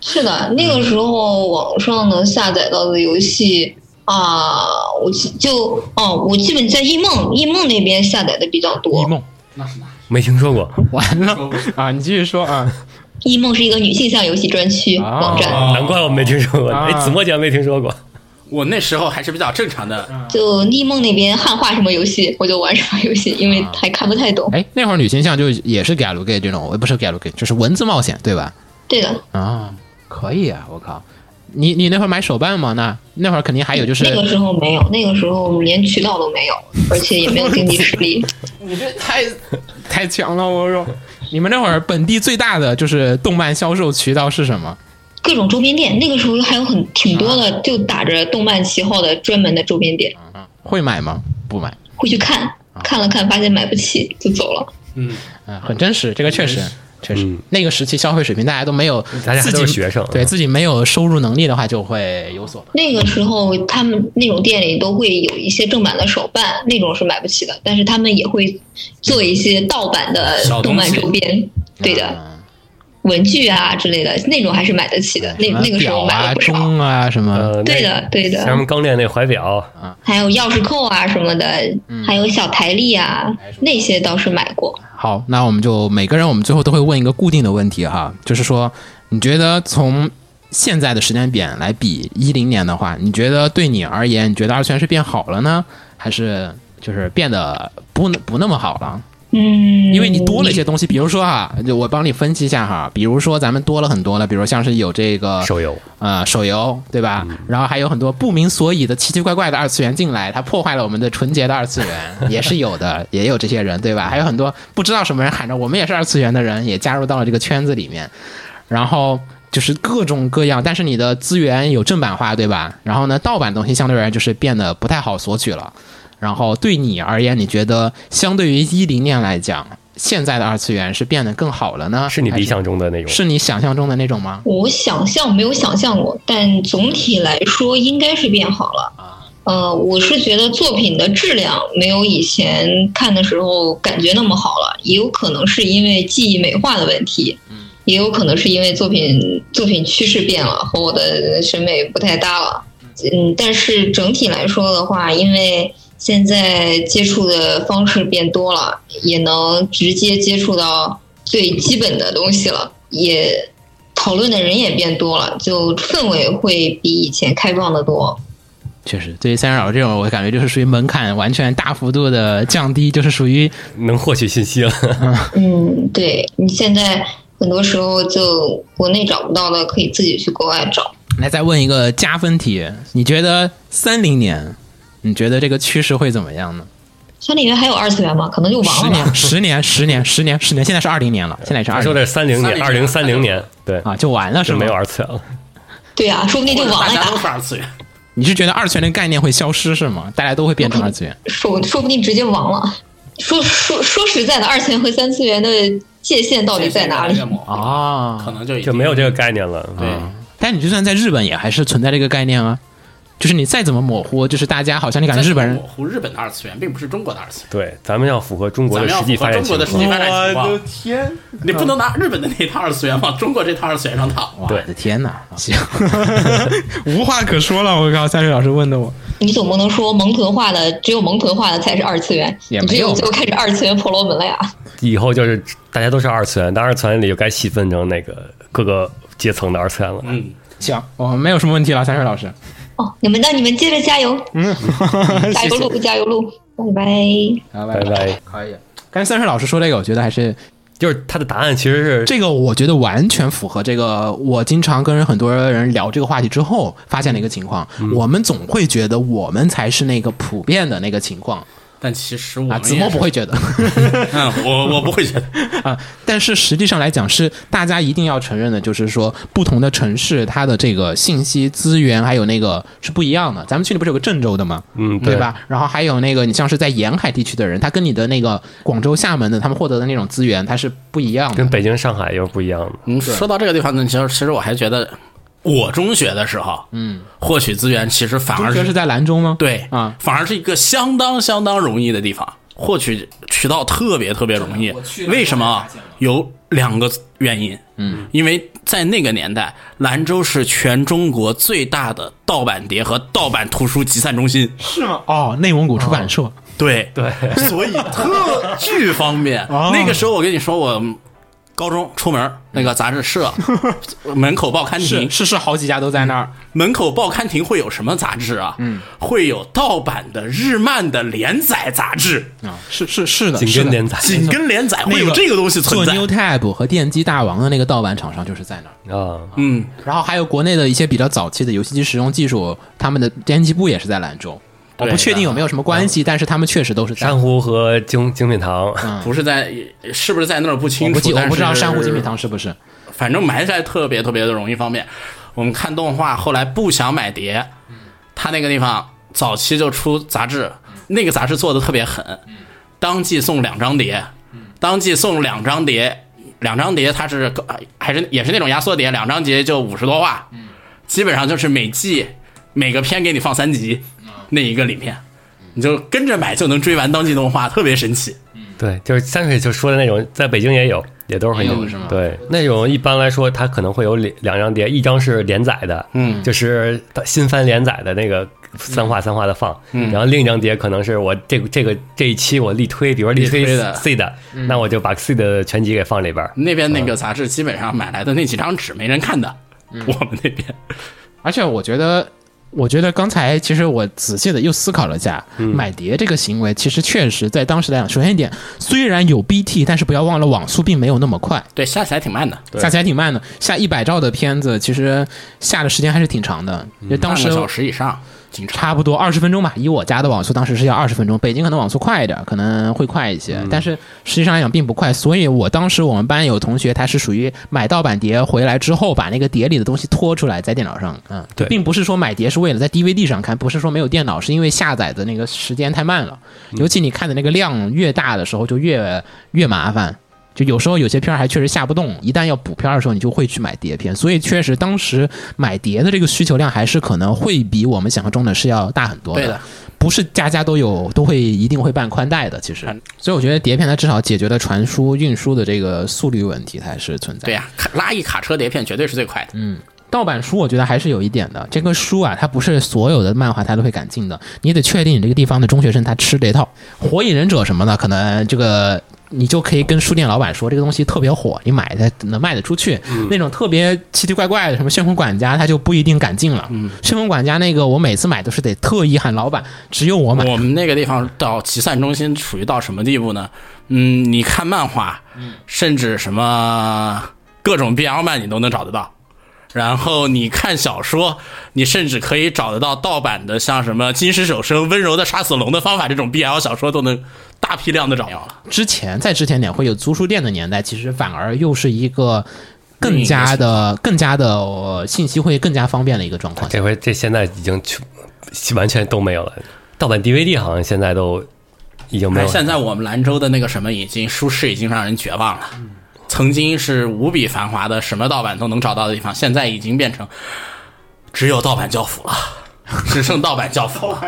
是的，那个时候网上能下载到的游戏啊，我记就哦，我基本在易梦易梦那边下载的比 [LAUGHS] 较一多。E 梦没听说过，完了啊！你继续说啊易 E 梦是一个女性向游戏专区啊网站，哦难怪我没听说过。啊哎，子墨姐没听说过，我那时候还是比较正常嗯的，就易梦那边汉化什么游戏，我就玩什么游戏，因为还看不太懂。啊哎，那会儿女性向就也是 galgame 这种，呃不是 galgame，就是文字冒险，对吧？对的，啊，可以啊，我靠！你你那会儿买手办吗？那那会儿肯定还有就是那个时候没有，那个时候连渠道都没有，而且也没有经济实力。你这太太强了，我说！ [LAUGHS] 你们那会儿本地最大的就是动漫销售渠道是什么？各种周边店，那个时候还有很挺多的，就打着动漫旗号的专门的周边店，会买吗？不买，会去看，啊看了看，发现买不起就走了。嗯、很真实，这个确实确实、嗯那个时期消费水平大家都没有，大家还自都己是学生对嗯自己没有收入能力的话，就会有所那个时候，他们那种店里都会有一些正版的手办，那种是买不起的，但是他们也会做一些盗版的小动东漫西周边，对的，嗯文具啊之类的，那种还是买得起的。那什么那个时候表买啊、了不少，钟啊什么。呃，那对的，对像什的，么钢链那怀表，还有钥匙扣啊什么的，嗯还有小台历啊，那些倒是买过。好，那我们就每个人，我们最后都会问一个固定的问题哈，就是说，你觉得从现在的时间点来比一零年的话，你觉得对你而言，你觉得二次元是变好了呢，还是就是变得不不那么好了？嗯，因为你多了一些东西，比如说哈，就我帮你分析一下哈，比如说咱们多了很多了，比如像是有这个手游呃手游对吧？嗯然后还有很多不明所以的奇奇怪怪的二次元进来，它破坏了我们的纯洁的二次元，也是有的，也有这些人对吧？还有很多不知道什么人喊着我们也是二次元的人，也加入到了这个圈子里面，然后。就是各种各样，但是你的资源有正版化，对吧？然后呢，盗版东西相对而言就是变得不太好索取了。然后对你而言，你觉得相对于一零年来讲，现在的二次元是变得更好了呢？是你还理想中的那种，是你想象中的那种吗？我想象没有想象过，但总体来说应该是变好了。呃，我是觉得作品的质量没有以前看的时候感觉那么好了，也有可能是因为记忆美化的问题，也有可能是因为作品作品趋势变了，和我的审美不太搭了。嗯，但是整体来说的话，因为现在接触的方式变多了，也能直接接触到最基本的东西了，也讨论的人也变多了，就氛围会比以前开放的多。确实，对于三十老这种，我感觉就是属于门槛完全大幅度的降低，就是属于能获取信息了。嗯，对你现在很多时候就国内找不到的，可以自己去国外找。来再问一个加分题，你觉得三零年，你觉得这个趋势会怎么样呢？三里园还有二次元吗？可能就十亡了年，。十年，十年，十年，十年，现在是二零年了，现在是他二说的是三零年，二零三零年，对，啊，就完了是就吗？没有二次元了。对呀、说不定就或者亡大了家都呀，是二次元，你是觉得二次元的概念会消失是吗？大家都会变成二次元？说说不定直接亡了。说说说实在的，二次元和三次元的界限到底在哪里这？么可啊，能就已就经没有这个啊概念了。对，啊但你就算在日本也还是存在这个概念啊，就是你再怎么模糊，就是大家好像你感觉日本人模糊日本的二次元，并不是中国的二次元。对，咱们要符合中国咱的们要实符际发合展中国情的实际况。发展情况，天！你不能拿日本的那套二次元往中国这套二次元上套。哇，我对的天哪，行， [LAUGHS] 无话可说了，我靠，三水老师问的我，你总不能说蒙豚化的只有蒙豚化的才是二次元，也你没这有种吧就开始二次元婆罗门了呀。以后就是大家都是二次元，但二次元里又该细分成那个各个阶层的二次元了。嗯，行，我们哦没有什么问题了，三水老师，哦，你们那你们接着加油， [LAUGHS] 加谢油嗯谢，路，加油路，拜拜。好拜拜。可以。刚才三水老师说这个，我觉得还是就是他的答案其实是这个我觉得完全符合这个我经常跟很多人聊这个话题之后发现的一个情况，我们总会觉得我们才是那个普遍的那个情况但其实我啊，们子也墨是不会，觉得嗯，我我不会觉得，啊， [LAUGHS] 但是实际上来讲是大家一定要承认的，就是说不同的城市它的这个信息资源还有那个是不一样的。咱们去年不是有个郑州的吗？嗯对对？吧？然后还有那个，你像是在沿海地区的人，他跟你的那个广州、厦门的，他们获得的那种资源，它是不一样的跟。北京、上海又是不一样的。嗯，说到这个地方呢，其实其实我还觉得，我中学的时候，嗯，获取资源其实反而中学是是在兰州吗？对啊，反而是一个相当相当容易的地方，获取渠道特别特别容易哎我去。了为什么我啊才发现了？有两个原因，嗯，因为在那个年代，兰州是全中国最大的盗版碟和盗版图书集散中心，是吗？哦，内蒙古出版社。对对，所以特巨方 [LAUGHS] 便。啊那个时候我跟你说，我高中出门那个杂 [LAUGHS] 志社门口报刊亭是是是，好几家都在那儿。门口报刊亭会有什么杂志啊？嗯，会有盗版的日漫的连载杂 [LAUGHS] 志，啊，是是是的，紧是的跟连载紧跟连载那会有这个东西存做。在 New Tab 和电击大王的那个盗版厂商就是在那儿。啊，嗯，然后还有国内的一些比较早期的游戏机使用技术，他们的编辑部也是在兰州。我对不确定有没有什么关系，但是他们确实都是在。珊瑚和精精品堂，不是在是不是在那儿不我清不楚，记，我但不知道是珊瑚精品，堂是不是。反正埋在特别特别的容易方便。我们看动画，后来不想买碟，他那个地方早期就出杂志，那个杂志做的特别狠，当季送两张碟，当季送两张碟，两张碟它是还是也是那种压缩碟，两张碟就五十多话，基本上就是每季每个片给你放三集，那一个里面你就跟着买就能追完当季动画，特别神奇。对，就是山水就说的那种，在北京也有，也都是很有，对，那种一般来说，它可能会有两两张碟，一张是连载的，嗯，就是它新番连载的那个三话三话的放，嗯，然后另一张碟可能是我这个这个这一期我力推，比如说力推力推的 C 的，嗯那我就把 C 的全集给放里边儿，那边那个杂志基本上买来的那几张纸没人看的，我们那边而且我觉得，我觉得刚才其实我仔细的又思考了一下，买碟这个行为，其实确实在当时来讲，首先一点，虽然有 BT，但是不要忘了网速并没有那么快，对下起来挺慢的，下起来挺慢的。下一百兆的片子，其实下的时间还是挺长的，就当半时个小时以上，经常。差不多二十分钟吧。以我家的网速，当时是要二十分钟，北京可能网速快一点，可能会快一些，但是实际上来讲并不快。所以我当时我们班有同学，他是属于买盗版碟回来之后，把那个碟里的东西拖出来在电脑上，嗯，对并不是说买碟是为了在 DVD 上看，不是说没有电脑，是因为下载的那个时间太慢了。尤其你看的那个量越大的时候，就越越麻烦。就有时候有些片儿还确实下不动，一旦要补片儿的时候，你就会去买碟片。所以确实当时买碟的这个需求量还是可能会比我们想象中的是要大很多对的不是家家都有都会一定会办宽带的，其实嗯。所以我觉得碟片它至少解决了传输运输的这个速率问题，它还是存在。对呀、卡拉一卡车碟片绝对是最快的。嗯，盗版书我觉得还是有一点的，这个书啊，它不是所有的漫画它都会敢进的，你得确定你这个地方的中学生他吃这套。火影忍者什么的，可能这个你就可以跟书店老板说这个东西特别火，你买它能卖得出去。那种特别奇奇怪怪的，什么旋风管家，他就不一定敢进了。旋风管家那个，我每次买都是得特意喊老板，只有我买。我们那个地方到集散中心处于到什么地步呢？嗯，你看漫画，嗯甚至什么各种 BL 漫你都能找得到。然后你看小说，你甚至可以找得到盗版的，像什么《金石手生》《温柔的杀死龙的方法》这种 BL 小说都能大批量的找到。之前在之前点会有租书店的年代，其实反而又是一个更加的、更加的、呃信息会更加方便的一个状况。这回这现在已经去完全都没有了，盗版 DVD 好像现在都已经没有了。现在我们兰州的那个什么已经舒适已经让人绝望了，嗯曾经是无比繁华的，什么盗版都能找到的地方，现在已经变成只有盗版教辅了，只剩盗版教辅 [LAUGHS] 了，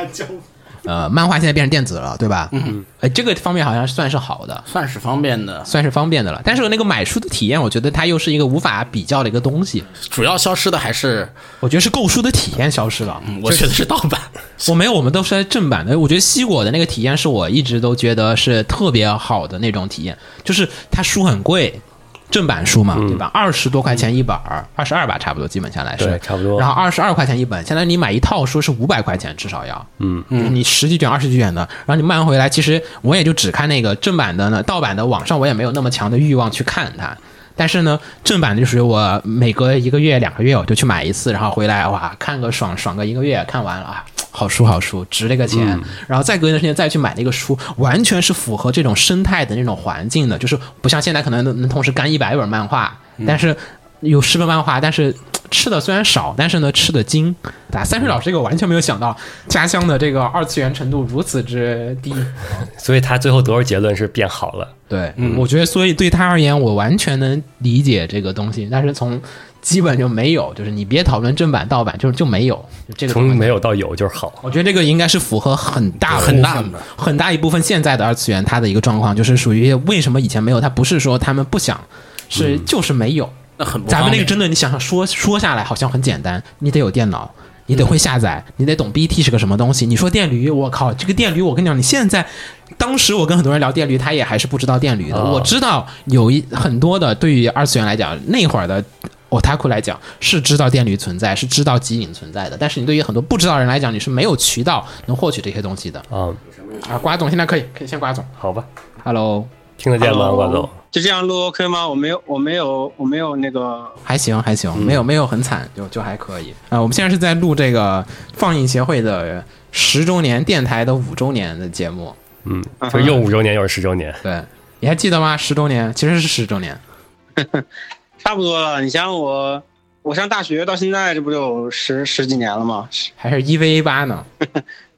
呃，漫画现在变成电子了，对吧？嗯，呃，这个方面好像算是好的，算是方便的。算是方便的了。但是那个买书的体验，我觉得它又是一个无法比较的一个东西。主要消失的还是，我觉得是购书的体验消失了。我觉得是盗版。我没有，我们都是在正版的。我觉得西果的那个体验是我一直都觉得是特别好的那种体验，就是它书很贵，正版书嘛，对吧？二十多块钱一本儿，二十二吧，差不多，基本下来是对差不多然后二十二块钱一本，相当于你买一套书是五百块钱至少要，嗯嗯，你十几卷、二十几卷的，然后你漫回来，其实我也就只看那个正版的呢，盗版的网上我也没有那么强的欲望去看它。但是呢，正版的就属于我每隔一个月、两个月我就去买一次，然后回来哇看个爽爽个一个月，看完了啊，好书好书，值这个钱。然后再隔一段时间再去买那个书，完全是符合这种生态的那种环境的，就是不像现在可能能能同时干一百本漫画，但是有十本漫画，但是。吃的虽然少，但是呢，吃的精。啊，三水老师这个我完全没有想到，家乡的这个二次元程度如此之低。所以他最后得出结论是变好了。对，嗯我觉得所以对他而言，我完全能理解这个东西，但是从基本就没有，就是你别讨论正版盗版，就是就没有就这个东从西没有到有就是好，我觉得这个应该是符合很大部分很大的很大一部分现在的二次元它的一个状况，就是属于为什么以前没有，它不是说他们不想，是就是没有。那很不咱方们那便个真的，你想想说说下来好像很简单，你得有电脑，你得会下载，你得懂 BT 是个什么东西。你说电驴，我靠，这个电驴，我跟你讲，你现在。当时我跟很多人聊电驴，他也还是不知道电驴的。哦我知道有一很多的，对于二次元来讲，那会儿的 otaku 来讲是知道电驴存在，是知道极影存在的。但是你对于很多不知道的人来讲，你是没有渠道能获取这些东西的。啊，啊，瓜总现在可以，可以先瓜总好吧， ，Hello，听得见吗， Hello 瓜总？就这样录 OK 吗？我没有，我没有，我没有那个还行还行，没有没有很惨，就就还可以嗯啊、我们现在是在录这个放映协会的十周年电台的五周年的节目，嗯，就又五周年又是十周年，对，你还记得吗？十周年其实是十周年，差不多了。你像我，我上大学到现在，这不就有十十几年了吗？还是 EVA 八呢？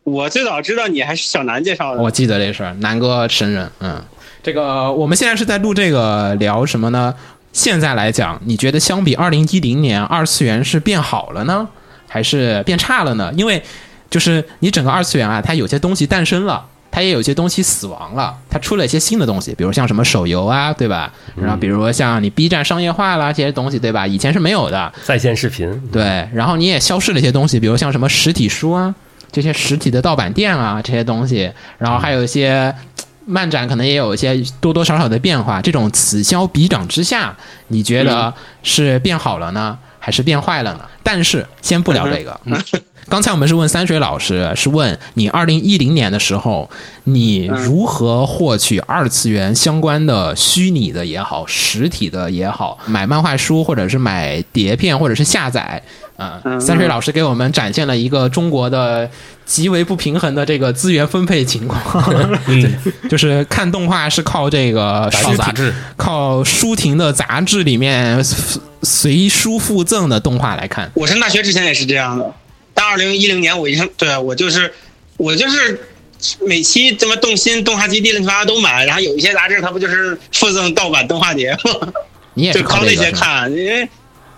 我最早知道你还是小南介绍的。我记得这事儿，南哥神人，嗯，这个我们现在是在录这个聊什么呢？现在来讲，你觉得相比二零一零年，二次元是变好了呢，还是变差了呢？因为就是你整个二次元啊，它有些东西诞生了。它也有些东西死亡了，它出了一些新的东西，比如像什么手游啊，对吧？然后比如说像你 B 站商业化啦这些东西，对吧？以前是没有的，在线视频，对，然后你也消失了一些东西，比如像什么实体书啊，这些实体的盗版店啊，这些东西，然后还有一些嘖漫展，可能也有一些多多少少的变化。这种此消彼长之下，你觉得是变好了呢，还是变坏了呢？但是先不聊这个。刚才我们是问三水老师，是问你二零一零年的时候，你如何获取二次元相关的虚拟的也好，实体的也好，买漫画书或者是买碟片或者是下载。啊、嗯三水老师给我们展现了一个中国的极为不平衡的这个资源分配情 [LAUGHS] 况，就是看动画是靠这个靠实体嗯杂志， [LAUGHS] 靠书亭的杂志里面随随书附赠的动画来看。我上大学之前也是这样的，但二零一零年我已经对我就是我就是每期他妈动心、动画基地、乱七八糟都买，然后有一些杂志它不就是附赠盗版动画碟吗？你也就是靠这那个些是吧？看，因为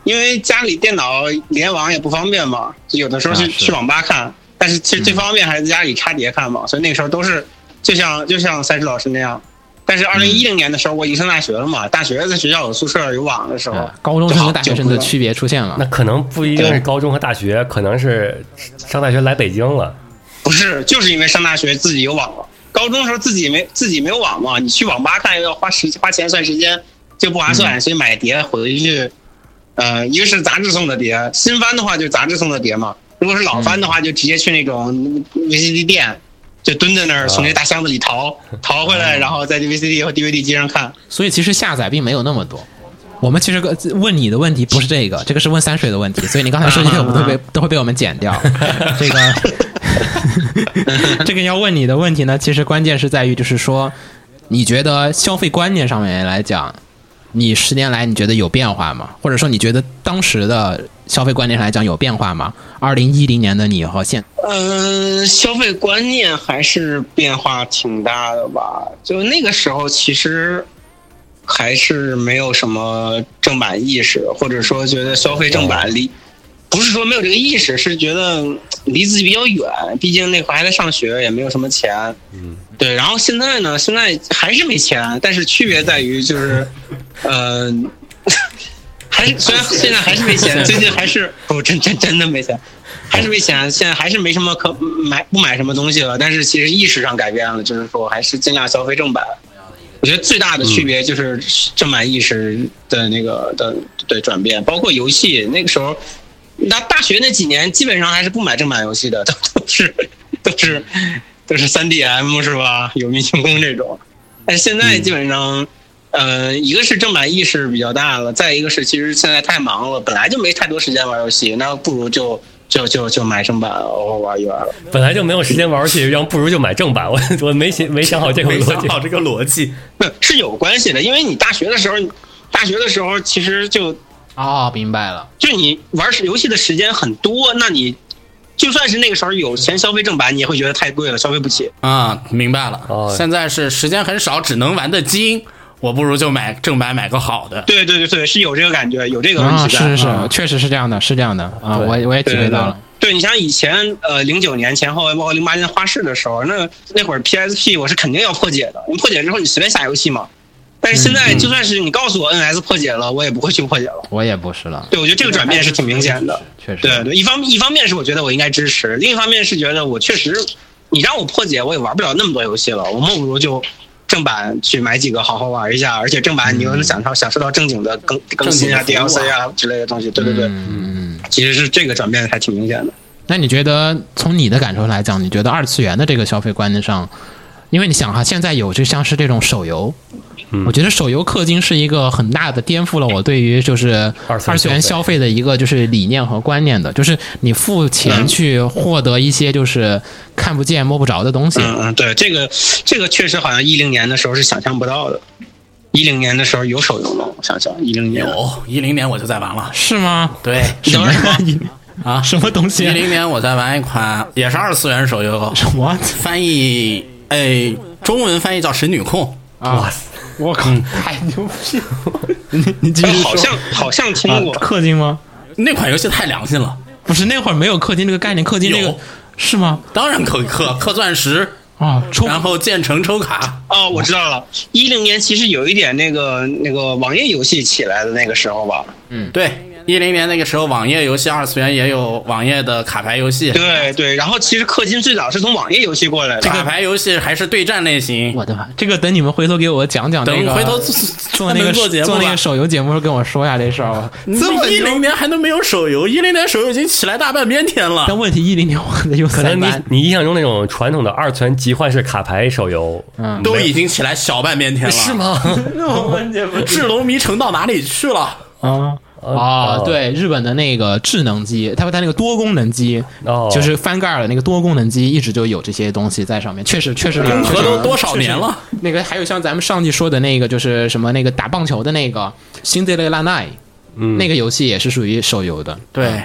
因为家里电脑联网也不方便嘛，就有的时候去、啊是嗯去网吧看，但是其实最方便还是在家里插碟看嘛，所以那个时候都是就像就像三石老师那样，但是二嗯零一零年的时候，我已经上大学了嘛，大学在学校有宿舍有网的时候啊，高中生和大学生的区。区别出现了那。可能不一定对是高中和大学，可能是上大学来北京了。不是，就是因为上大学自己有网了。高中的时候自己没自己没有网嘛，你去网吧看要花时花钱算时间，就不划算，所以买碟回去。呃，一个是杂志送的碟，新番的话就杂志送的碟嘛。如果是老番的话，就直接去那种 VCD 店，就蹲在那儿从那大箱子里淘淘回来，然后在 VCD 和 DVD 机上看。所以其实下载并没有那么多。我们其实个问你的问题不是这个，这个是问三水的问题，所以你刚才说这些我们都 [LAUGHS] 被都会被我们剪掉。这个 [LAUGHS] 这个要问你的问题呢，其实关键是在于就是说，你觉得消费观念上面来讲，你十年来你觉得有变化吗？或者说你觉得当时的消费观念上来讲有变化吗？二零一零年的你和现嗯、消费观念还是变化挺大的吧。就那个时候，其实还是没有什么正版意识，或者说觉得消费正版离，不是说没有这个意识，是觉得嗯离自己比较远。毕竟那会儿还在上学，也没有什么钱。嗯，对。然后现在呢，现在还是没钱，但是区别在于就是，嗯、 [LAUGHS] 还是虽然现在还是没钱，最近还是不真真真的没钱，还是没钱，现在还是没什么可买不买什么东西了。但是其实意识上改变了，就是说还是尽量消费正版。我觉得最大的区别就是正版意识的那个的对转变，包括游戏那个时候，那大学那几年基本上还是不买正版游戏的，都都是都是都是 3DM 是吧？有命星空这种，但是现在基本上。呃，一个是正版意识比较大了，再一个是其实现在太忙了，本来就没太多时间玩游戏，那不如就就就就买正版偶尔玩一玩了。本来就没有时间玩游戏，然后不如就买正版。我我没想没想好这个没逻想辑。好这个逻辑，不是有关系的，因为你大学的时候，你大学的时候其实就哦，明白了，就你玩游戏的时间很多，那你就算是那个时候有钱消费正版，你也会觉得太贵了，消费不起。啊，明白了。哦现在是时间很少，只能玩的精，我不如就买正版，买个好的。对对对对，是有这个感觉，有这个啊，问题是在。是是啊，确实是这样的，是这样的啊，对我也我也体对会对对到了。对你像以前呃零九年前后，包括零八年花市的时候，那那会儿 PSP 我是肯定要破解的。你破解之后，你随便下游戏嘛。但是现在就算是你告诉我 NS 破解了，我也不会去破解了。我也不是了，对，我觉得这个转变是挺明显的。确实。对对，一方一方面是我觉得我应该支持，另一方面是觉得我确实，你让我破解我也玩不了那么多游戏了，我莫不如就正版去买几个好好玩一下，而且正版你又能享受享受到正经的更更新啊、正经的服务 DLC 啊之类的东西。对对对，嗯，嗯嗯其实是这个转变还挺明显的。那你觉得从你的感受来讲，你觉得二次元的这个消费观念上，因为你想哈，现在有就像是这种手游，我觉得手游氪金是一个很大的颠覆了我对于就是二次元二次元消消费的一个就是理念和观念的，就是你付钱去获得一些就是看不见摸不着的东西。嗯嗯，对，这个这个确实好像一零年的时候是想象不到的。一零年的时候有手游吗？我想想，一零年有一零年我就在玩了，是吗？对什 [LAUGHS] 么啊，什么东西一零年我在玩一款也是二次元手游， ？What？翻译哎，中文翻译叫《神女控哇塞！我靠！太牛逼了！你你继哎续好说。像好像听啊过，氪金吗？》，那款游戏太良心了，不是那会儿没有氪金这个概念，氪金这个有是吗？当然可以氪氪钻石，啊，抽然后建成抽卡，哦，我知道了。一零年其实有一点那个那个网页游戏起来的那个时候吧。对。一零年那个时候，网页游戏二次元也有网页的卡牌游戏，对对，然后其实氪金最早是从网页游戏过来的。卡牌游戏还是对战类型，我的妈！这个等你们回头给我讲讲那等个，回头做那个做节目做那个吧手游节目时候跟我说呀这事 [LAUGHS] 儿。这么一零年还能没有手游？一零年手游已经起来大半边天了但。问题一零年我还在用 [LAUGHS] 可三能你班，你印象中那种传统的二次元集幻式卡牌手游，嗯都已经起来小半 [LAUGHS] 边天了，是吗？智龙迷城到哪里去了？啊呃哦啊！对，日本的那个智能机，它它那个多功能机，哦就是翻盖儿的那个多功能机，一直就有这些东西在上面，确实确实有。合都多少年了？那个还有像咱们上季说的那个，就是什么那个打棒球的那个《辛德勒拉奈》，嗯，那个游戏也是属于手游的。对，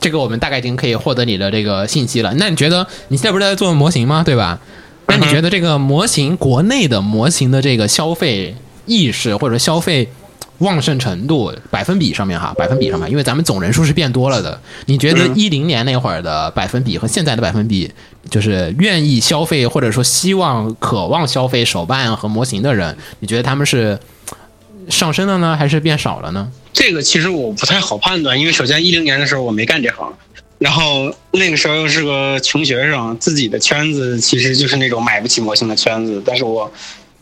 这个我们大概已经可以获得你的这个信息了。那你觉得你现在不是在做模型吗？对吧？那你觉得这个模型国内的模型的这个消费意识或者消费旺盛程度百分比上面哈，百分比上面，因为咱们总人数是变多了的。你觉得一零年那会儿的百分比和现在的百分比，就是愿意消费或者说希望、渴望消费手办和模型的人，你觉得他们是上升了呢，还是变少了呢？这个其实我不太好判断，因为首先一零年的时候我没干这行，然后那个时候又是个穷学生，自己的圈子其实就是那种买不起模型的圈子。但是我，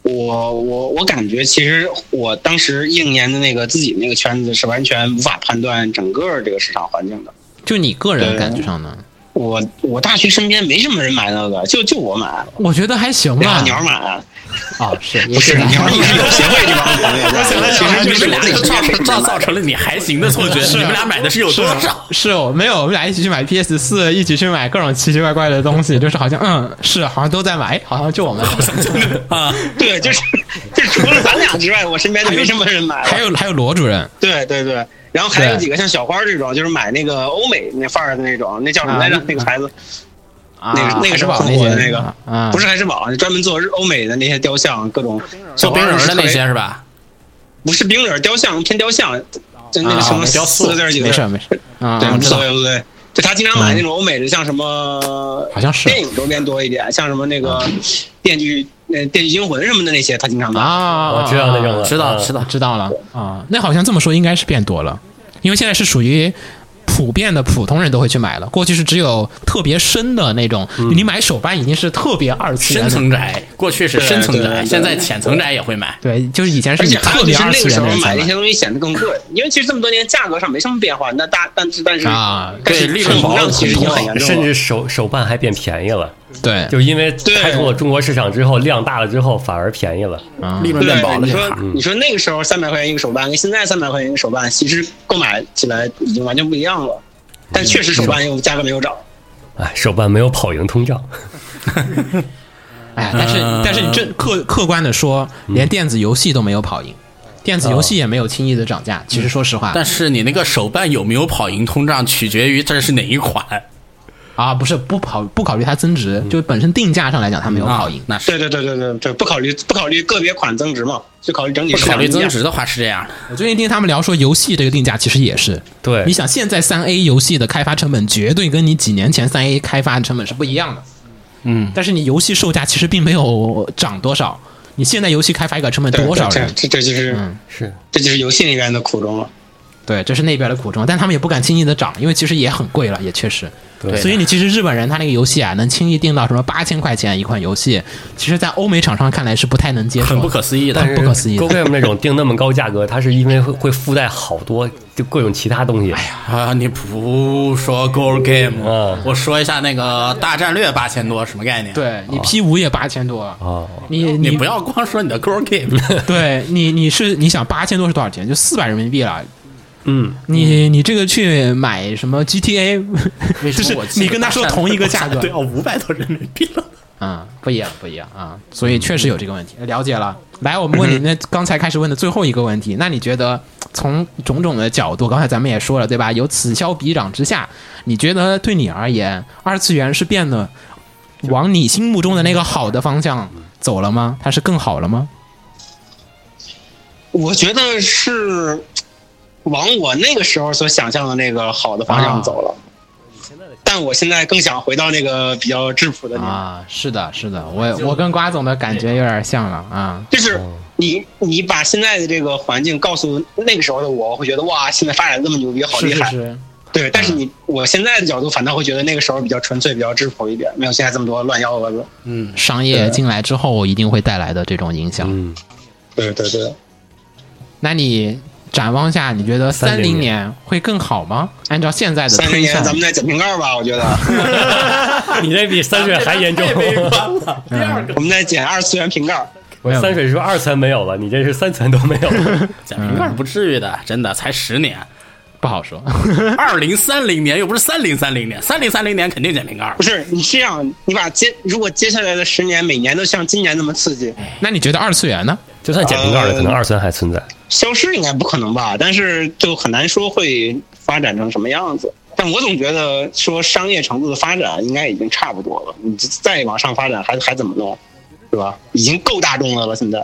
我，我，我感觉其实我当时一零年的那个自己那个圈子是完全无法判断整个这个市场环境的。就你个人感觉上呢？我我大学身边没什么人买那个，就就我买，我觉得还行然吧后。鸟儿买，啊，是不是鸟儿也是有协会这帮朋友在，你其实就是们俩我自就己造也没成什么造买造成了你还行的错觉，啊你们俩买的是有多少？ [LAUGHS] 是我没有，我们俩一起去买 PS 四，一起去买各种奇奇怪怪的东西，就是好像嗯是，好像都在买，好像就 [LAUGHS] 我们。 [LAUGHS] 啊，对， [LAUGHS] 就是就除了咱俩之外，我身边就没什么人买还了。有还有罗主任，对对对，然后还有对几个像小花这种，就是买那个欧美那范儿的那种，那叫什么来着啊？那个牌子啊那个那个是是吧？很火些的那个啊，不是海之宝，专门做日欧美的那些雕像，各种做冰人小的花是特那别些是吧？不是冰人雕像，偏雕像，就那啊个什么雕塑四个字儿几个没字事儿，没事啊，对，我无知所道嗯谓无所谓。就他经常买那种欧美的，像什么好像是电影周边多一点，像什么那个电锯呃电锯惊魂什么的那些，他经常买。啊，我知道那种了，知道知道。道，知道了啊，那好像这么说应该是变多了，因为现在是属于。普遍的普通人都会去买了，过去是只有特别深的那种，嗯你买手办已经是特别二次元的，深层宅，过去是对深层对宅，对现在浅层宅也会买。对，就是以前是而你且还特有就别是二那次个时元的候人才买那些东西显得更贵，因为其实这么多年价格上没什么变化，那大但是但是啊但是对利润通保证胀其实已经很严重甚了。至手手办还变便宜了，对，就因为对开拓了中国市场之后，量大了之后反而便宜了。啊利润变薄对，了你这说行，你说那个时候三百块钱一个手办，跟现在三百块钱一个手办，其实购买起来已经完全不一样了。但确实手办又价格没有涨，哎，手办没有跑赢通胀，哎，但是嗯但是你这客客观的说，连电子游戏都没有跑赢，电子游戏也没有轻易的涨价。其实说实话，但是你那个手办有没有跑赢通胀，取决于这是哪一款啊，不是不考不考虑它增值，就本身定价上来讲，它没有啊跑赢。那是对对对对对对，不考虑不考虑个别款增值嘛，就考虑整体不市考场虑增定价值的话是这样的。我最近听他们聊说，游戏这个定价其实也是，对你想现在三 A 游戏的开发成本绝对跟你几年前三 A 开发成本是不一样的。嗯，但是你游戏售价其实并没有涨多少，你现在游戏开发一个成本对多少对人？这这这就是嗯是这就是游戏那边的苦衷了。对，这是那边的苦衷，但他们也不敢轻易的涨，因为其实也很贵了，也确实。对所以你其实日本人他那个游戏啊，能轻易定到什么八千块钱一款游戏，其实，在欧美厂商看来是不太能接受的，很不可思议的但是不可思议 g o 的 g a m 那种定那么高价格，它是因为会会附带好多就各种其他东哎西。啊！你不说 Go Game，、嗯我说一下那个大战略八千多什么概念？，对你 P 五也八千多，哦，你你不要光说你的 Go Game，对你你是你想八千多是多少钱？就四百人民币了。嗯，你你这个去买什么 GTA，为就什是么我记得你跟他说大战同一个略价格，对哦，五百多人民币了。啊、不一样，不一样啊！所以确实有这个问嗯题，了解了。来，我们问你那刚才开始问的最后一个问嗯题，那你觉得从种种的角度，刚才咱们也说了，对吧？有此消彼长之下，你觉得对你而言，二次元是变得往你心目中的那个好的方向走了吗？它是更好了吗？我觉得是往我那个时候所想象的那个好的方向啊走了。但我现在更想回到那个比较质朴的地方，啊，是的，是的，我我跟瓜总的感觉有点像了啊。就是你你把现在的这我环境告诉那个时候的我，我会觉得哇，现在发展这么牛逼，好是厉是啊害。是，对，但是你我现在的角度反倒会觉得那个时候比较纯粹，比较质朴一点，没有现在这么多乱幺蛾子。商业进来之后一定会带来的这种影响。嗯，对对对，那你展望下，你觉得三30零年会更好吗？按照现在的三零推年算咱，们再捡瓶盖吧，我觉 [LAUGHS] 得 [LAUGHS] 你这比三水还严重。 [LAUGHS] 第二个我们再捡二次元瓶盖。没有三水是二层没有了，你这是三层都没 [LAUGHS] 有了。贾平盖不至于的，真的才十年，不好说。 [LAUGHS] 二零三零年又不是三零三零年，三零三零年肯定贾平盖不。是你这样，你把接如果接下来的十年每年都像今年那么刺激，那你觉得二次元呢？就算捡瓶盖了，可能二层还存在。消失应该不可能吧？但是就很难说会发展成什么样子。但我总觉得说商业程度的发展应该已经差不多了，你再往上发展还还怎么弄，是吧？已经够大众的了，现在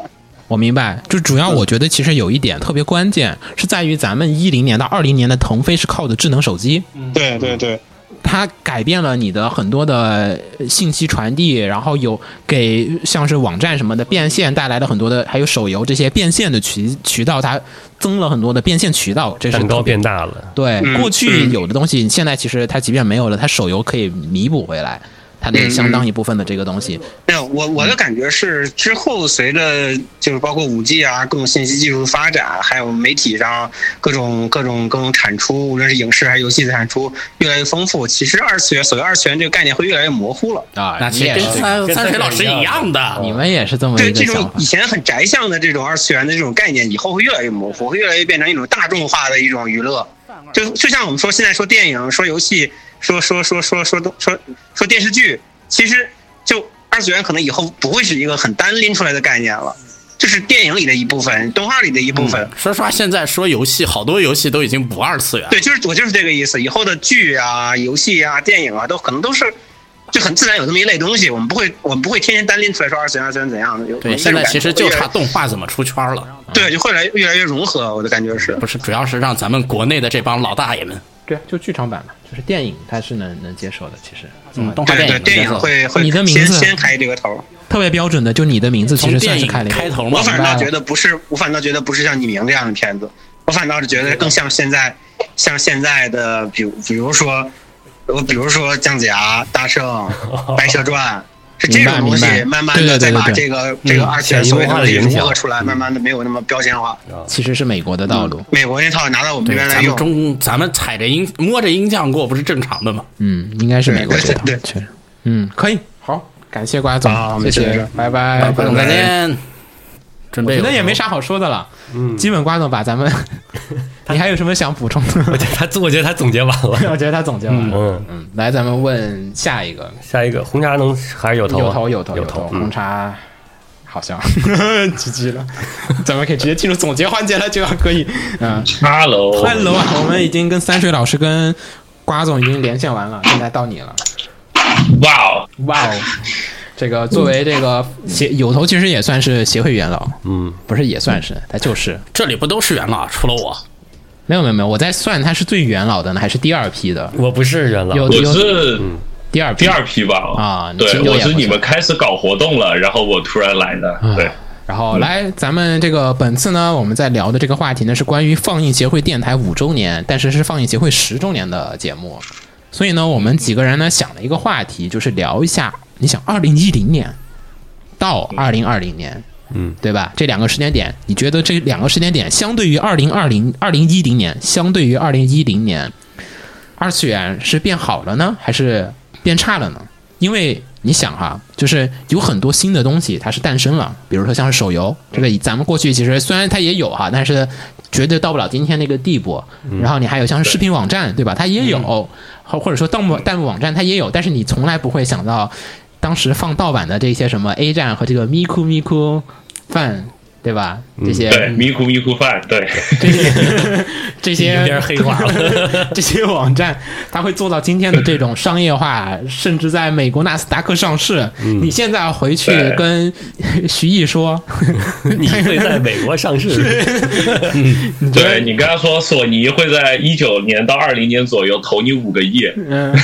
我明白，就主要我觉得其实有一点特别关键，是在于咱们一零年到二零年的腾飞是靠的智能手机，对对对，它改变了你的很多的呃信息传递，然后有给像是网站什么的变现带来了很多的，还有手游这些变现的渠渠道，它增了很多的变现渠道，这是蛋特糕别变大了，对，嗯过去嗯有的东西，现在其实它即便没有了，它手游可以弥补回来它的嗯相当一部分的这个东西。没有，我我的感觉是，之后随着就是包括五 G 啊，各种信息技术发展，还有媒体上各种各种各种产出，无论是影视还是游戏的产出越来越丰富，其实二次元所谓二次元这个概念会越来越模糊了。啊，那你其实也跟是，三跟三水三老师水一一样样的，你们也是这么对一个这想种法以。前很宅向的这种二次元的这种概念，以后会越来越模糊，会越来越变成一种大众化的一种娱乐。就就像我们说现在说电影、说游戏、说说说说说说说说电视剧，其实就二次元可能以后不会是一个很单拎出来的概念了，就是电影里的一部分，动画里的一部分。说实话，现在说游戏，好多游戏都已经不二次元了。对，就是我就是这个意思。以后的剧啊、游戏啊、电影啊，都可能都是。就很自然有这么一类东西，我们不会，我们不会天天单拎出来说二次元、二次元怎样的。有对，有这现种在感其觉实会就越来差动画怎么出圈了，啊对，就会来越来越融合，我的感觉嗯是。不是，主要是让咱们国内的这帮老大爷们，对，就剧场版嘛，就是电影，它是能能接受的。其实，嗯，动画对对，影电接影受，会会你的名先字先开这个头儿，特别标准的，就你的名字其从实电算是影开了一个开头嘛我，反明白倒了觉得不是，我反倒觉得不是像你明这样的片子，我反倒是觉得更像现在，像现在的，比如比如说，我比如说姜子牙、大圣、白蛇传。 [LAUGHS] 是这种东西明白明白，慢慢对的对对再把对对这个这个嗯二次元潜移所谓默化的东西影融响合出来，慢慢的没有那么标签化。其实是美国的嗯道路。美国那套拿到我们这边来咱们用，中咱们踩着鹰摸着鹰酱过，不是正常的吗？嗯，应该是美国对这套，对对确实。嗯，可以，好，感谢瓜总啊，谢没事没谢事，拜拜。拜总再见，准备觉得也没啥好说的了，嗯，基本瓜总把咱 [LAUGHS] 们，你还有什么想补充我的？觉得他我觉得他总结完了。我觉得他总结完 [LAUGHS] 了。嗯，嗯，来，咱们问下一个，下一个红茶能还是有头啊？有头有头有头，红嗯，茶好像 [LAUGHS] GG 了，咱们可以直接进入总结环节了，就要可以，嗯 Hello， ，Hello 啊，我们已经跟三水老师跟瓜总已经连线完了，现在到你了，哇哦，哇哦！这个作为这个协有头，其实也算是协会元老，嗯，不是也算是，他就是这里不都是元老，除了我，没有没有没有，我在算他是最元老的呢，还是第二批的？我不是元老，有我有是第二批第二批吧？嗯啊你对听，着我也是不你们错开始搞活动了，然后我突然来的啊，对。然后来，咱们这个本次呢，我们在聊的这个话题呢，是关于放映协会电台五周年，但是是放映协会十周年的节目。所以呢，我们几个人呢想了一个话题，就是聊一下，你想二零一零年到二零二零年，嗯，对吧？这两个时间点，你觉得这两个时间点相对于二零二零、二零一零年，相对于二零一零年，二次元是变好了呢，还是变差了呢？因为你想哈，就是有很多新的东西它是诞生了，比如说像是手游，这个以咱们过去其实虽然它也有哈，但是绝对到不了今天那个地步。然后你还有像是视频网站，对吧？它也有，或或者说弹幕弹幕网站它也有，但是你从来不会想到当时放盗版的这些什么 A 站和这个咪咕咪咕饭，对吧？这些、嗯对，迷糊迷糊饭，对，这些 [LAUGHS] 这些有点黑化了。 [LAUGHS] 这些网站，它会做到今天的这种商业化，甚至在美国纳斯达克上市。你现在回去嗯对跟 [LAUGHS] 徐毅说， [LAUGHS] [LAUGHS] 你会在美国上市？对你刚刚说索尼会在一九年到二零年左右投你五个亿，嗯，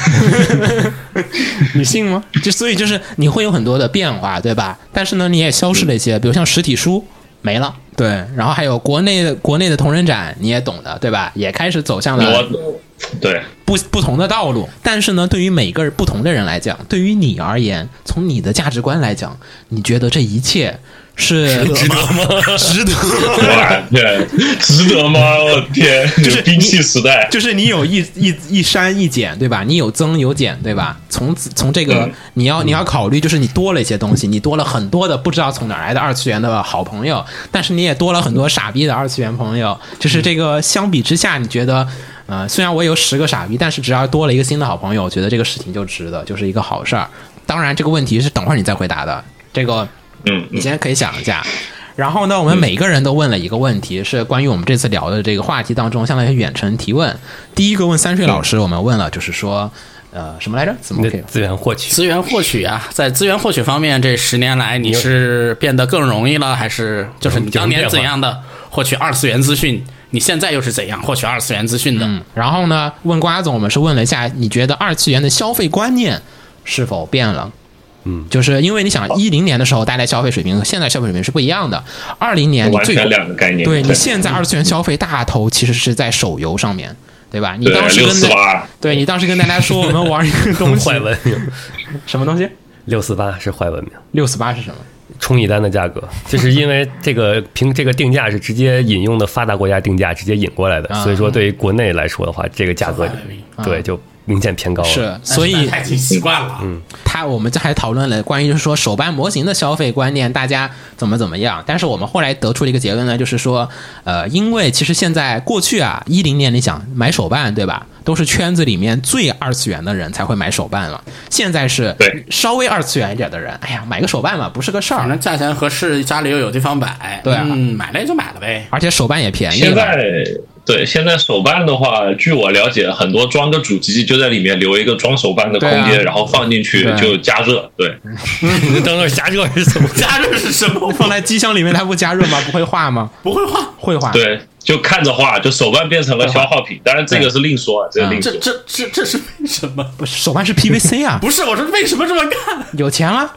你信吗？就所以就是你会有很多的变化，对吧？但是呢，你也消失了一些，比如像实体书没了，对，然后还有国内的国内的同人展，你也懂的，对吧？也开始走向了我，对，不不同的道路。但是呢，对于每个不同的人来讲，对于你而言，从你的价值观来讲，你觉得这一切是值得吗？值得，哇，对，值得吗？我天，是兵器时代，就是你有一一一删一减，对吧？你有增有减，对吧？从此从这个嗯你要你要考虑，就是你多了一些东西，你多了很多的不知道从哪儿来的二次元的好朋友，但是你也多了很多傻逼的二次元朋友。就是这个相比之下，你觉得，呃，虽然我有十个傻逼，但是只要多了一个新的好朋友，我觉得这个事情就值得，就是一个好事儿。当然，这个问题是等会儿你再回答的。这个嗯，你先可以想一下。然后呢，我们每个人都问了一个问题，是关于我们这次聊的这个话题当中，相当于远程提问。第一个问三水老师，我们问了，就是说，呃什么来着？怎么你可的以？资源获取。资源获取啊，在资源获取方面，这十年来你是变得更容易了，还是就是你当年怎样的获取二次元资讯，你现在又是怎样获取二次元资讯的？嗯然后呢，问瓜总，我们是问了一下，你觉得二次元的消费观念是否变了？嗯，就是因为你想，一零年的时候，大家消费水平和现在消费水平是不一样的。二零年你完最全两个概念。对对你现在二次元消费大头其实是在手游上面，对吧？你对当时六跟四大八，对你当时跟大家说我们玩一个东 [LAUGHS] 西坏，文明，什么东西？六四八是坏文明，六四八是什么？充一单的价 [LAUGHS] 格，就是因为这个凭这个定价是直接引用的发达国家定价直接引过来的，啊所以说对于国内来说的话，这个价格对就明显偏哦高了。是，所以已经习惯了。嗯，他我们这还讨论了关于就是说手办模型的消费观念，大家怎么怎么样。但是我们后来得出了一个结论呢，就是说，呃，因为其实现在过去啊，一零年你想买手办对吧，都是圈子里面最二次元的人才会买手办了。现在是对稍微二次元一点的人，哎呀，买个手办嘛不是个事反儿，正价钱合适，家里又有地方摆，对啊嗯，买了也就买 [LAUGHS] 了呗。而且手办也便宜了。现在对现在手办的话，据我了解，很多装个主机就在里面留一个装手办的空对啊嗯间，然后放进去对就加热。对，你等等加热是怎么？加热是什么？放在机箱里面，它不加热吗？不会化吗？不会画，会化。对，就看着画，就手办变成了消耗品。当然这个是另说，啊，这个嗯另说这。这这这是为什么？不是，手办是 PVC 啊，不是，我说为什么这么干？有钱了，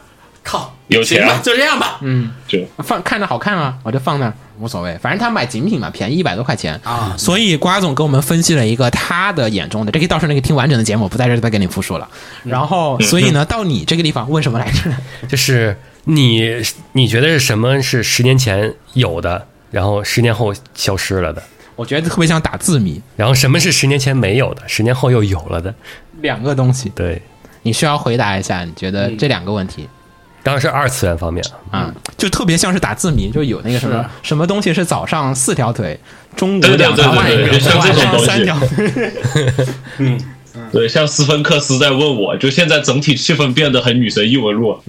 靠，有钱啊行吧就这样吧。嗯。就放看着好看啊，我就放那儿无所谓，反正他买精品嘛，便宜一百多块钱啊所以瓜总给我们分析了一个他的眼中的，这个到时候那个听完整的节目，我不在这儿再给你复述了。然后，嗯所以呢，到你这个地方问什么来着？就是你你觉得是什么是十年前有的，然后十年后消失了的？我觉得特别像打字谜，然后什么是十年前没有的，十年后又有了的？两个东西，对，你需要回答一下，你觉得这两个问题当然是二次元方面了。啊、就特别像是打字谜，就有那个什么什么东西是早上四条腿，中午对对两条对半对对腿，像这晚种上东西三 [LAUGHS] 条腿，对，像斯芬克斯在问我，就现在整体气氛变得很女神异闻录。啊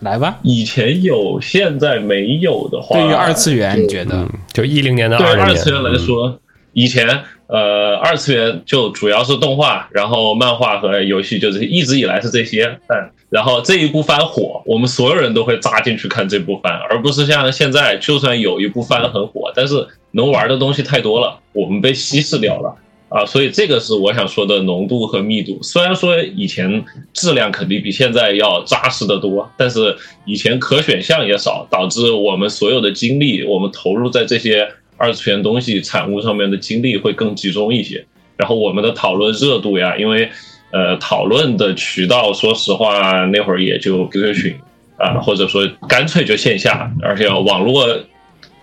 来吧。以前有，现在没有的话，对于二次元，你觉得？就一零年到对二零二年，嗯次元来说，以前呃二次元就主要是动画，然后漫画和游戏，就是一直以来是这些。嗯，然后这一部番火，我们所有人都会扎进去看这部番，而不是像现在，就算有一部番很火，但是能玩的东西太多了，我们被稀释掉了。啊，所以这个是我想说的浓度和密度。虽然说以前质量肯定比现在要扎实的多，但是以前可选项也少，导致我们所有的精力，我们投入在这些二次元东西产物上面的精力会更集中一些。然后我们的讨论热度呀，因为呃讨论的渠道，说实话那会儿也就 QQ 群啊，或者说干脆就线下，而且网络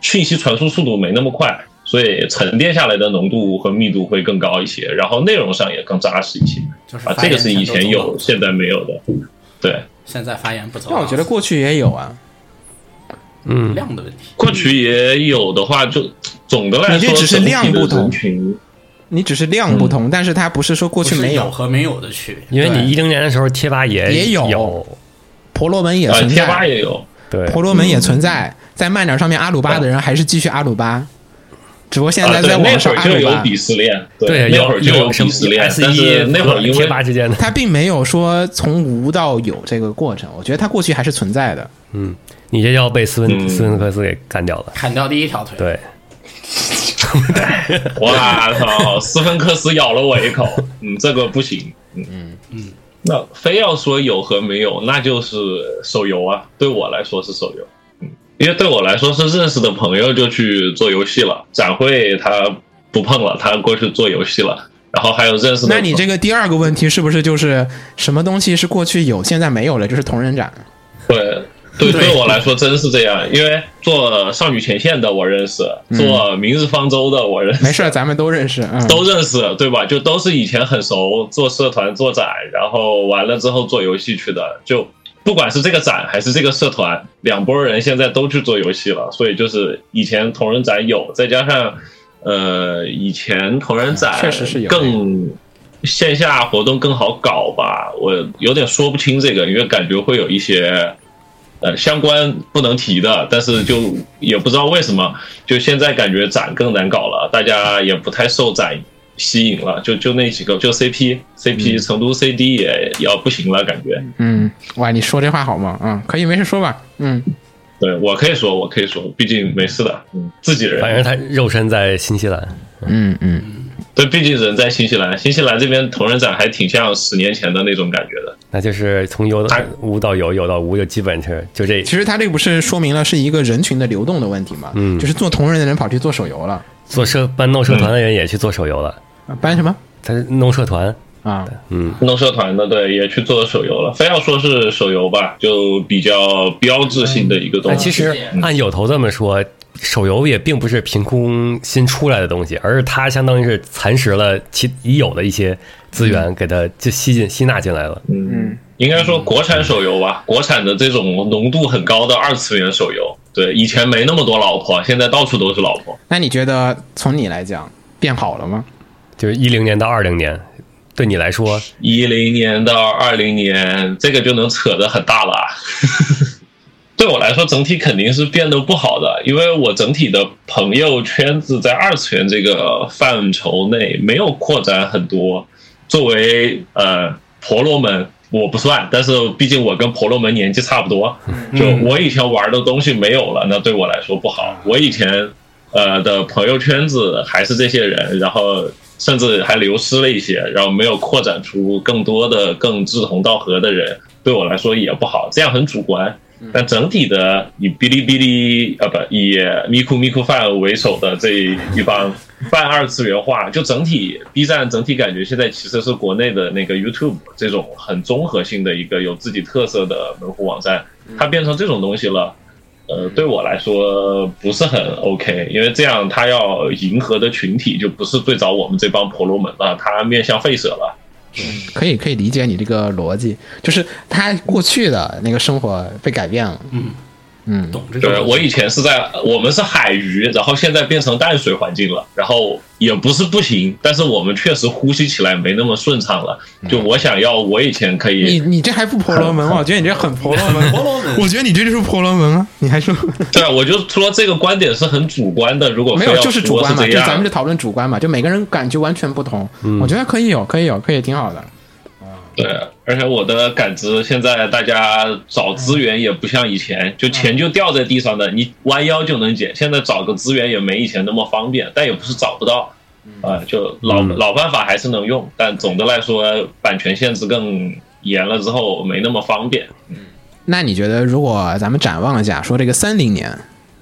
讯息传输速度没那么快，所以沉淀下来的浓度和密度会更高一些，然后内容上也更扎实一些就是啊，发这言个是以全前都有走了现在没有的，对。现在发言不走了。但我觉得过去也有啊，嗯，量的问题，过去也有的话，就总的来你说，这只是整体量不的同人群你只是量不同，但是它不是说过不去是没有有，和没有的区别。因为对你一零年的时候贴吧也也有有婆罗门也啊，存贴吧在，也有，对，婆罗门也存在，在漫展上面阿鲁巴的人还是继续阿鲁巴，只不过现在在啊、对网那上会阿儿就鲁有巴，鄙视链，对，那会儿就有什鄙么视链， S 但一是那会儿因贴为吧之间的，他并没有说从无到有这个过程，我觉得他过去还是存在的。你这要被斯文嗯斯文克斯给干掉了。砍掉第一条腿，对， [LAUGHS] 哇操，斯芬克斯咬了我一口，嗯，这个不行，嗯嗯嗯。那非要说有和没有，那就是手游啊，对我来说是手游，嗯，因为对我来说是认识的朋友就去做游戏了，展会他不碰了，他过去做游戏了，然后还有认识的，那你这个第二个问题是不是就是什么东西是过去有，现在没有了？就是同人展，对。对，对对我来说真是这样，因为做少女前线的我认识，嗯做明日方舟的我认识，没事儿，咱们都认识，嗯，都认识，对吧？就都是以前很熟，做社团、做展，然后完了之后做游戏去的。就不管是这个展还是这个社团，两拨人现在都去做游戏了。所以就是以前同人展有，再加上呃，以前同人展啊确实是有更线下活动更好搞吧。我有点说不清这个，因为感觉会有一些。呃，相关不能提的，但是就也不知道为什么，就现在感觉展更难搞了，大家也不太受展吸引了，就就那几个，就 CP、CP 成都 CD 也要不行了，感觉。嗯，哇，你说这话好吗？嗯，可以，没事说吧。嗯，对我可以说，我可以说，毕竟没事的，嗯，自己人。反正他肉身在新西兰，嗯嗯，对，毕竟人在新西兰，新西兰这边同人展还挺像十年前的那种感觉的。那就是从有他无到有，有到无，就基本是就这其实他这不是说明了是一个人群的流动的问题吗？嗯就是做同人的人跑去做手游了，做社办弄嗯社团的人也去做手游了，啊搬什么他是弄社团，啊？嗯，弄社团的，对，也去做手游了。非要说是手游吧，就比较标志性的一个东但西。嗯哎其实按有头这么说，手游也并不是凭空新出来的东西，而是它相当于是蚕食了其已有的一些资源，给它就吸进吸纳进来了。嗯，应该说国产手游吧，国产的这种浓度很高的二次元手游，对，以前没那么多老婆，现在到处都是老婆。那你觉得从你来讲变好了吗？就是一零年到二零年，对你来说，一零年到二零年，这个就能扯得很大了啊。 [LAUGHS] 对我来说，整体肯定是变得不好的，因为我整体的朋友圈子在二次元这个范畴内没有扩展很多。作为呃婆罗门，我不算，但是毕竟我跟婆罗门年纪差不多，就我以前玩的东西没有了，那对我来说不好。我以前呃的朋友圈子还是这些人，然后甚至还流失了一些，然后没有扩展出更多的更志同道合的人，对我来说也不好，这样很主观。但整体的以哔哩哔哩啊不以咪咕咪咕饭为首的这一帮泛二次元化，就整体 B 站整体感觉现在其实是国内的那个 YouTube 这种很综合性的一个有自己特色的门户网站，它变成这种东西了。呃，对我来说不是很 OK，因为这样他要迎合的群体就不是最早我们这帮婆罗门了，他面向费舍了。可以可以理解你这个逻辑，就是他过去的那个生活被改变了。嗯懂这对个？我以前是在我们是海鱼，然后现在变成淡水环境了，然后也不是不行，但是我们确实呼吸起来没那么顺畅了。就我想要，我以前可嗯你以，你这还不婆罗门吗？我觉得你这很婆罗门，罗 [LAUGHS] 门我觉得你这就是婆罗门啊！你还说对，我就说这个观点是很主观的。如果没非有，要就是主观嘛，说是就这咱们样就，讨论主观嘛，就每个人感觉完全不同。我觉得可以有，可以有，可以挺好的。对，啊而且我的感知，现在大家找资源也不像以前，就钱就掉在地上的，你弯腰就能捡。现在找个资源也没以前那么方便，但也不是找不到，啊、就老、嗯老办法还是能用，但总的来说，版权限制更严了之后，没那么方便。那你觉得，如果咱们展望一下，说这个三零年，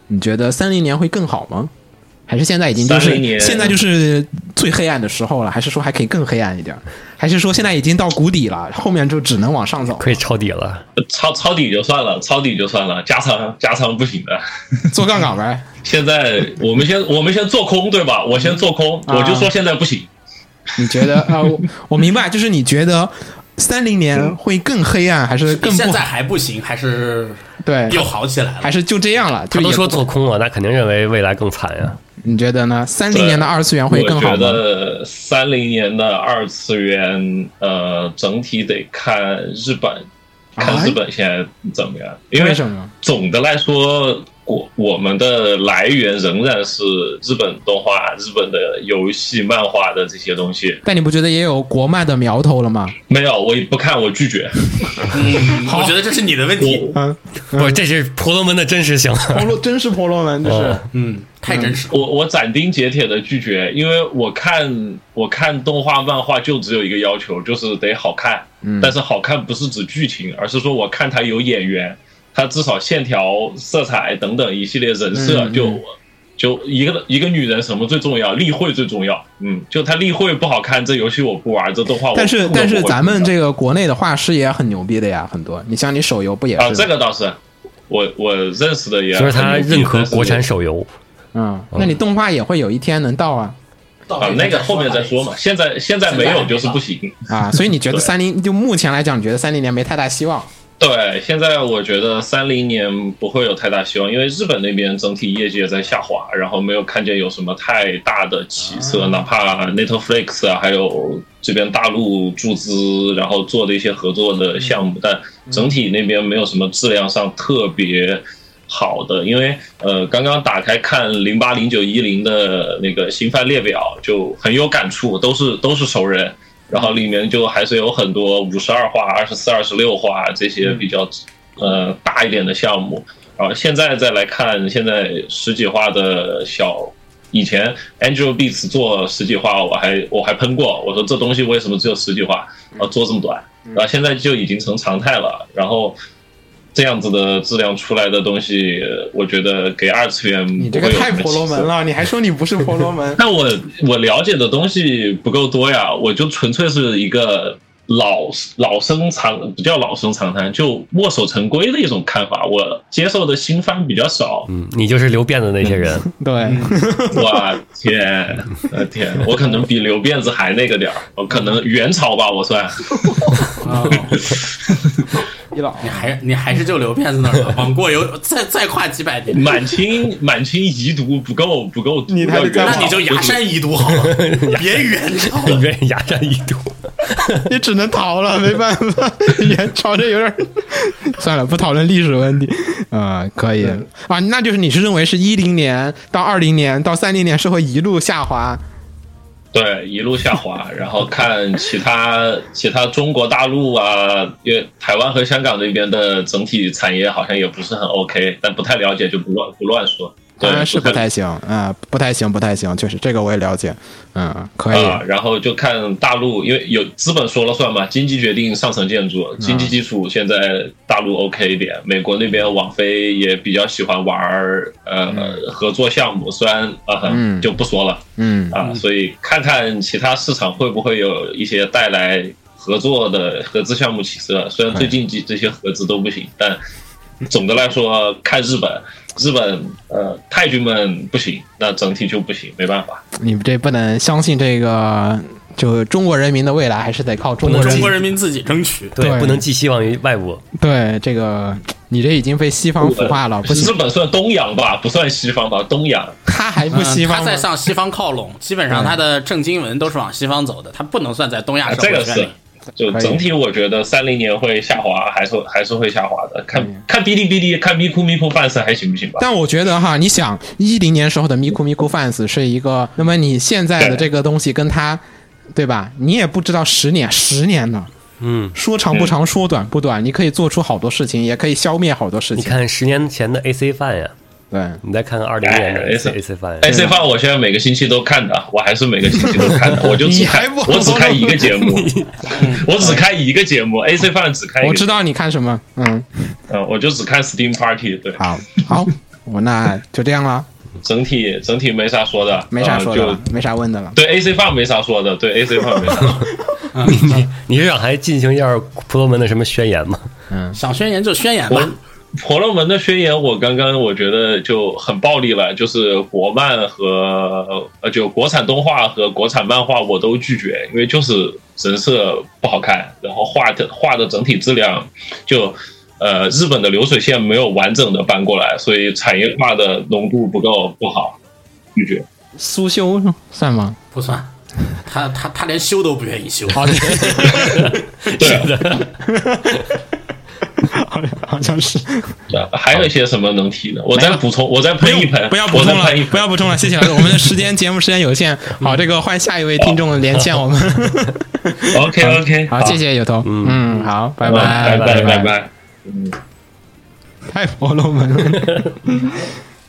你觉得三零年会更好吗？还是现在已经就30是年现在就是最黑暗的时候了？还是说还可以更黑暗一点？还是说现在已经到谷底了，后面就只能往 [LAUGHS] 上走？可以抄底了。抄抄底就算了，抄底就算了，加仓加仓不行的。做杠杆呗。现在我们先我们先做空，对吧？我先做空，啊我就说现在不行。你觉得啊、呃我我明白，就是你觉得三零年会更黑暗，还是更现不在还不行，还是对？又好起来了。还是就这样了？就他都也说不做空了，那肯定认为未来更惨呀、你觉得呢？三零年的二次元会更好我觉吗？得三零年的二次元，呃，整体得看日本，看哎日本现在怎么样。因为为什么总的来说，我我们的来源仍然是日本动画、日本的游戏、漫画的这些东西。但你不觉得也有国漫的苗头了吗？没有，我也不看，我拒绝。嗯 [LAUGHS] 我觉得这是你的问题，我嗯，不是，这是婆罗门的真实性。 [LAUGHS] 哦婆罗真是婆罗门，就是嗯，太真实了。我我斩钉截铁的拒绝，因为我看我看动画漫画就只有一个要求，就是得好看。嗯但是好看不是指剧情，而是说我看它有演员，它至少线条、色彩等等一系列人设嗯就。就一个一个女人什么最重要？例会最重要。嗯，就她例会不好看，这游戏我不玩，这动画我但是但是咱们个这个国内的画师也很牛逼的呀，很多。你像你手游不也是？啊，这个倒是我我认识的也就是他很牛逼认可国产但是手游，嗯，那你动画也会有一天能到啊啊，那个后面再说嘛。现在现在没有就是不行。 [LAUGHS] 啊！所以你觉得对三零就目前来讲，你觉得三零年没太大希望？对，现在我觉得三零年不会有太大希望，因为日本那边整体业界在下滑，然后没有看见有什么太大的起色，哪怕 Netflix 啊，还有这边大陆注资，然后做的一些合作的项目，但整体那边没有什么质量上特别好的，因为呃，刚刚打开看零八、零九、一零的那个新番列表，就很有感触，都是都是熟人，然后里面就还是有很多五十二话、二十四、二十六话这些比较呃大一点的项目，然后现在再来看现在十几话的小以前 Angel Beats 做十几话，我还我还喷过，我说这东西为什么只有十几话，然后啊做这么短，然后现在就已经成常态了。然后这样子的质量出来的东西，我觉得给二次元你这不个会有太什么婆罗起色？门。了，你还说你不是婆罗门 [LAUGHS] 但我我了解的东西不够多呀，我就纯粹是一个老老生常不叫老生常谈，就墨守成规的一种看法。我接受的新番比较少，嗯，你就是留辫子那些 [LAUGHS] 人，对，我天，我天，我可能比刘辫子还那个点儿，我可能元朝吧，我算。 [LAUGHS] 你嗯老你还你还是就留辫子那儿吧，往过游 [LAUGHS] 再再跨几百年，满清满清遗毒不够不够毒，你还要得元再那朝你就崖山遗毒好 [LAUGHS] 了，别元朝了。你愿意牙山一堵。你只能逃了，没办法， [LAUGHS] 元朝这有点儿 [LAUGHS] 算了，不讨论历史问题，啊、可以啊，那就是你是认为是一零年到二零年到三零年是会一路下滑，对，一路下 [LAUGHS] 滑，然后看其他其他中国大陆啊，因为台湾和香港那边的整体产业好像也不是很 OK，但不太了解就不乱不乱说。对当，然是不不太行啊、不太行，不太行，确实这个我也了解，嗯，可以，啊，然后就看大陆，因为有资本说了算嘛，经济决定上层建嗯筑，经济基础现在大陆 OK 一点，美国那边网飞也比较喜欢玩儿呃、合作项目，虽然呃、嗯就不说了嗯啊，所以看看其他市场会不会有一些带来合作的合资项目起色，虽然最近几这些合资都不行，但总的来说看日本。日本呃，泰剧们不行，那整体就不行，没办法。你们这不能相信这个，就中国人民的未来还是得靠中国人中民国。人民自己争取。对， [LAUGHS] 对不能寄希望于外部。对这个，你这已经被西方腐化了，不日 [LAUGHS] 行，本算东洋吧，不算西方吧，东洋。他还不西嗯方他吗嗯在向西方靠拢，基本上他的正经文都是往西方走的，他不能算在东亚啊社这会个圈是里。，就整体我觉得三零年会下滑，还是还是会下滑的。看看哔哩哔哩，看咪咕咪咕办事还行不行吧？但我觉得哈，你想一零年时候的咪咕咪咕 fans 是一个，那么你现在的这个东西跟他，对吧？你也不知道十年十年呢，嗯，说长不长，说短不短，你可以做出好多事情，也可以消灭好多事你情。看十年前的 AC 饭呀，对，你再看看二零年的哎 AC AC AC 饭呀，哎，这番我现在每个星期都看的，我还是每个星期都看的，我 [LAUGHS] 就只你还看不我只看一个节目，我只看一个节目，AC 饭只看一我个知节目，道你看什么，嗯，嗯，我就只看 Steam Party，对，好，好，我那就这样了，整体整体没啥说的，没啥呃说的就了，没啥问的了。对 AC 饭没啥说的，对 AC 饭没啥说的。你是想还进行一下婆罗门的什么宣言吗？想宣言就宣言吧我，婆罗门的宣言，我刚刚我觉得就很暴力了，就是国漫和呃，就国产动画和国产漫画我都拒绝，因为就是人设不好看，然后画的画的整体质量就呃日本的流水线没有完整的搬过来，所以产业化的浓度不够不好，拒绝。苏修算吗？不算。他他他连修都不愿意修，对啊，好像好像是。对啊还有一些什么能提的？我再补充，我再不喷一用，喷，不要补我再充了喷一，喷不要补充了， [LAUGHS] 谢谢老师。我们的时间节目时间有限，好，这个换下一位听众连线我们。嗯 OK OK，好，谢，谢有头，嗯，好，拜嗯拜，拜拜拜。拜。太婆罗门了。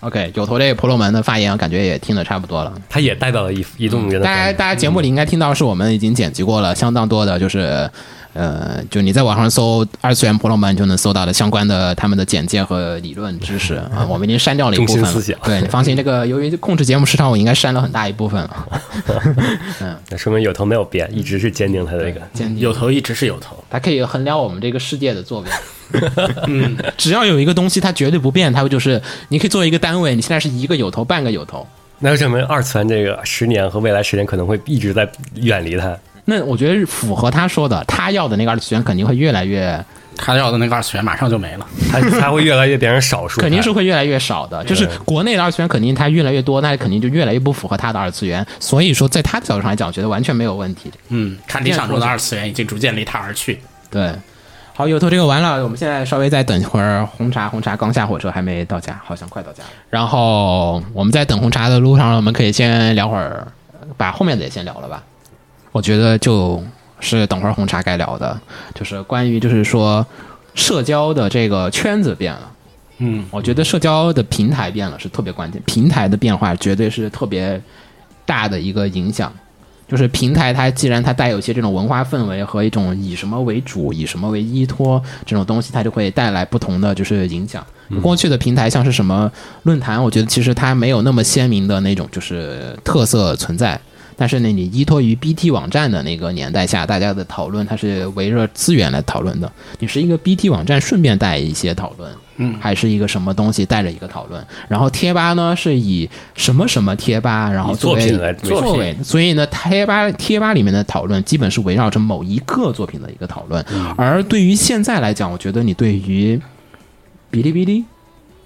OK，有头这个婆罗门的发言，感觉也听得差不多了。 [LAUGHS] 他也代表了一一众人的嗯大家观点。大家节目里应该听到，是我们已经剪辑过了相当多的，就是呃，就你在网上搜二次元婆罗门，就能搜到的相关的他们的简介和理论知 [LAUGHS] 识啊。我们已经删掉了一部分了。中心思想对你 [LAUGHS] 放心，这个由于控制节目时长，我应该删了很大一部分了。那说明有头没有变，一直是坚定他的一个。剪辑有头一直是有头。它可以衡量我们这个世界的坐标。嗯， [LAUGHS] 只要有一个东西它绝对不变，它就是你可以作为一个单位，你现在是一个有头半个有头。那就证明二次元这个十年和未来十年可能会一直在远离他。那我觉得符合他说的，他要的那个二次元肯定会越来越，他要的那个二次元马上就没了，他他会越来越变成少数派，肯定是会越来越少的。就是国内的二次元肯定它越来越多，那肯定就越来越不符合他的二次元。所以说，在他的角度上来讲，我觉得完全没有问题。嗯，他理想中的二次元已经逐渐离他而去。对，好，有头这个完了，我们现在稍微再等一会儿。红茶，红茶刚下火车，还没到家，好像快到家了。然后我们在等红茶的路上，我们可以先聊会儿，把后面的也先聊了吧。我觉得就是等会儿红茶该聊的，就是关于就是说社交的这个圈子变了。嗯，我觉得社交的平台变了是特别关键，平台的变化绝对是特别大的一个影响。就是平台，它既然它带有一些这种文化氛围和一种以什么为主、以什么为依托这种东西，它就会带来不同的就是影响。嗯过去的平台像是什么论坛，我觉得其实它没有那么鲜明的那种就是特色存在。但是呢，你依托于 BT 网站的那个年代下，大家的讨论它是围绕资源来讨论的。你是一嗯个 BT 网站，顺便带一些讨论，嗯，还是一个什么东西带着一个讨论。然后贴吧呢，是以什么什么贴吧，然后以作作为品来作作为，所以呢，贴吧贴吧里面的讨论基本是围绕着某一个作品的一个讨论。嗯而对于现在来讲，我觉得你对于哔哩哔哩，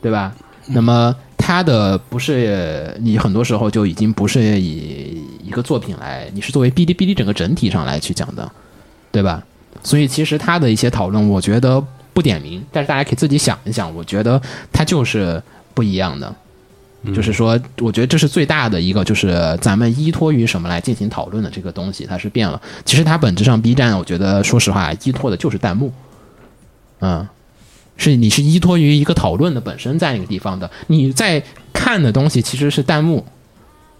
对吧？那么它的不是你很多时候就已经不是以一个作品来，你是作为哔哩哔哩整个整体上来去讲的，对吧？所以其实它的一些讨论，我觉得不点名，但是大家可以自己想一想，我觉得它就是不一样的。就是说，我觉得这是最大的一个，就是咱们依托于什么来进行讨论的这个东西，它是变了。其实它本质上，B 站，我觉得说实话，依托的就是弹幕，嗯，是你是依托于一个讨论的本身在那个地方的，你在看的东西其实是弹幕，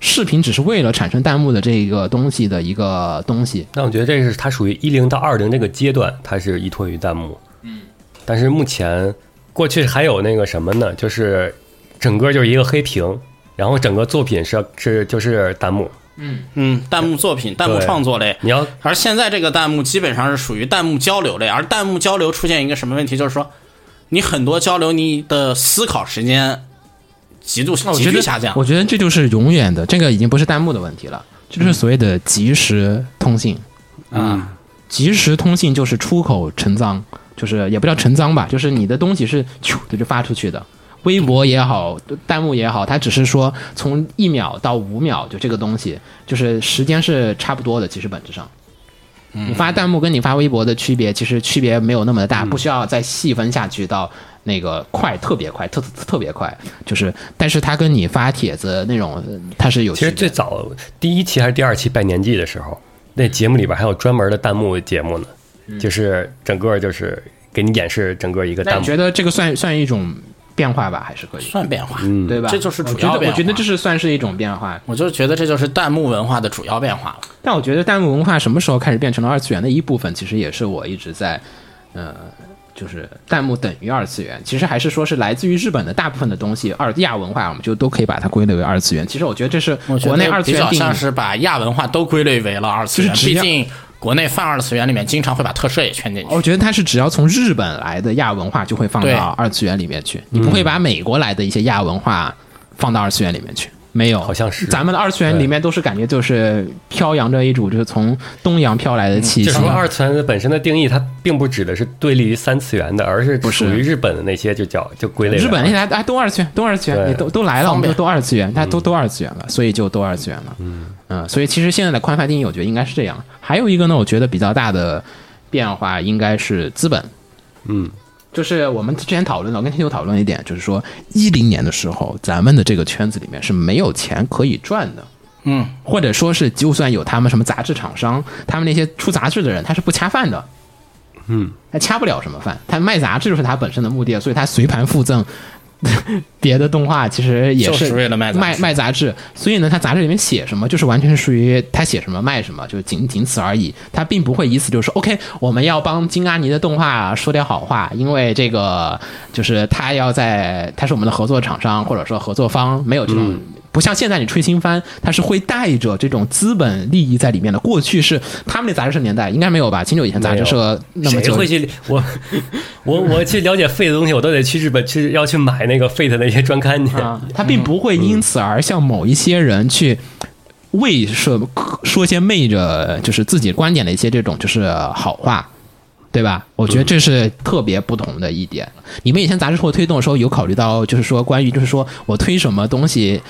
视频只是为了产生弹幕的这个东西的一个东西。但我觉得这是它属于一零到二零这个阶段，它是依托于弹幕。嗯，但是目前过去还有那个什么呢？就是整个就是一个黑屏，然后整个作品是是就是弹幕。嗯，弹幕作品、弹幕对创作类，你要而现在这个弹幕基本上是属于弹幕交流类，而弹幕交流出现一个什么问题，就是说你很多交流，你的思考时间极度我急觉剧得下降。我觉得这就是永远的，这个已经不是弹幕的问题了，这就是所谓的即时通信。嗯，即时通信就是出口成脏，就是也不叫成脏吧，就是你的东西是咻的就发出去的。微博也好，弹幕也好，它只是说从一秒到五秒，就这个东西，就是时间是差不多的。其实本质上，嗯你发弹幕跟你发微博的区别，其实区别没有那么的大，不需要再细分下去到那个快，特别快，特特特别快，就是，但是它跟你发帖子那种，呃它是有其实区别最早第一期还是第二期拜年祭的时候，那节目里边还有专门的弹幕节目呢，就是整个就是给你演示整个一个那弹你幕觉。得这个算算一种变化吧，还是可以？算变嗯化，对吧？这就是主我觉要得变我化觉得这是算是一种变化，我就觉得这就是弹幕文化的主要变化了。但我觉得弹幕文化什么时候开始变成了二次元的一部分，其实也是我一直在，呃，就是弹幕等于二次元，其实还是说是来自于日本的大部分的东西，二亚文化我们就都可以把它归类为二次元。其实我觉得这是我觉国内得二次比元较定像义。是把亚文化都归类为了二次元，就是只毕要哦竟国内泛二次元里面经常会把特摄也圈进去。我觉得它是只要从日本来的亚文化就会放对到二次元里面去，你不会把美国来的一些亚文化放到二次元里面去。没有，好像是咱们的二次元里面都是感觉就是飘扬着一种就是从东洋飘来的气息。嗯就是说，二次元的本身的定义，它并不指的是对立于三次元的，而是不属是于日本的那些就叫就归类为啊日本二现在哎都二次元，都二次元，对嗯也都都来了，我方们便就都二次元，它都都二次元了，所以就都二次元了。嗯所以其实现在的宽泛定义，我觉得应该是这样。还有一个呢，我觉得比较大的变化应该是资本。嗯，就是我们之前讨论的，我跟天佑讨论一点，就是说一零年的时候，咱们的这个圈子里面是没有钱可以赚的。嗯，或者说是，就算有他们什么杂志厂商，他们那些出杂志的人，他是不掐饭的。嗯，他掐不了什么饭，他卖杂志就是他本身的目的，所以他随盘附赠 [LAUGHS] 别的动画，其实也就是为了卖杂志卖卖杂志。所以呢，他杂志里面写什么，就是完全是属于他写什么卖什么，就仅仅此而已。他并不会以此就说 OK，我们要帮金阿尼的动画说点好话，因为这个就是他要在他是我们的合作厂商或者说合作方，没有这嗯种。不像现在你吹新番，它是会带着这种资本利益在里面的。过去是他们那杂志社年代，应该没有吧？秦九以前杂志社那谁么久，会去我 [LAUGHS] 我我去了解 Fate 的东西，我都得去日本去要去买那个 Fate 的那些专刊去。啊，他并不会因此而向某一些人去为说说些昧着就是自己观点的一些这种就是好话，对吧？我觉得这是特别不同的一点。你们以前杂志社推动的时候，有考虑到就是说关于就是说我推什么东西。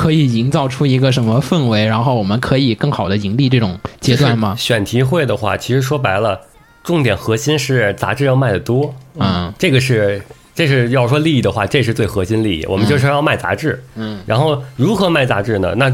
可以营造出一个什么氛围，然后我们可以更好的盈利这种阶段吗？选题会的话，其实说白了，重点核心是杂志要卖的多，嗯这个是这是要说利益的话，这是最核心利益。我们就是要卖杂志，嗯，然后如何卖杂志呢？那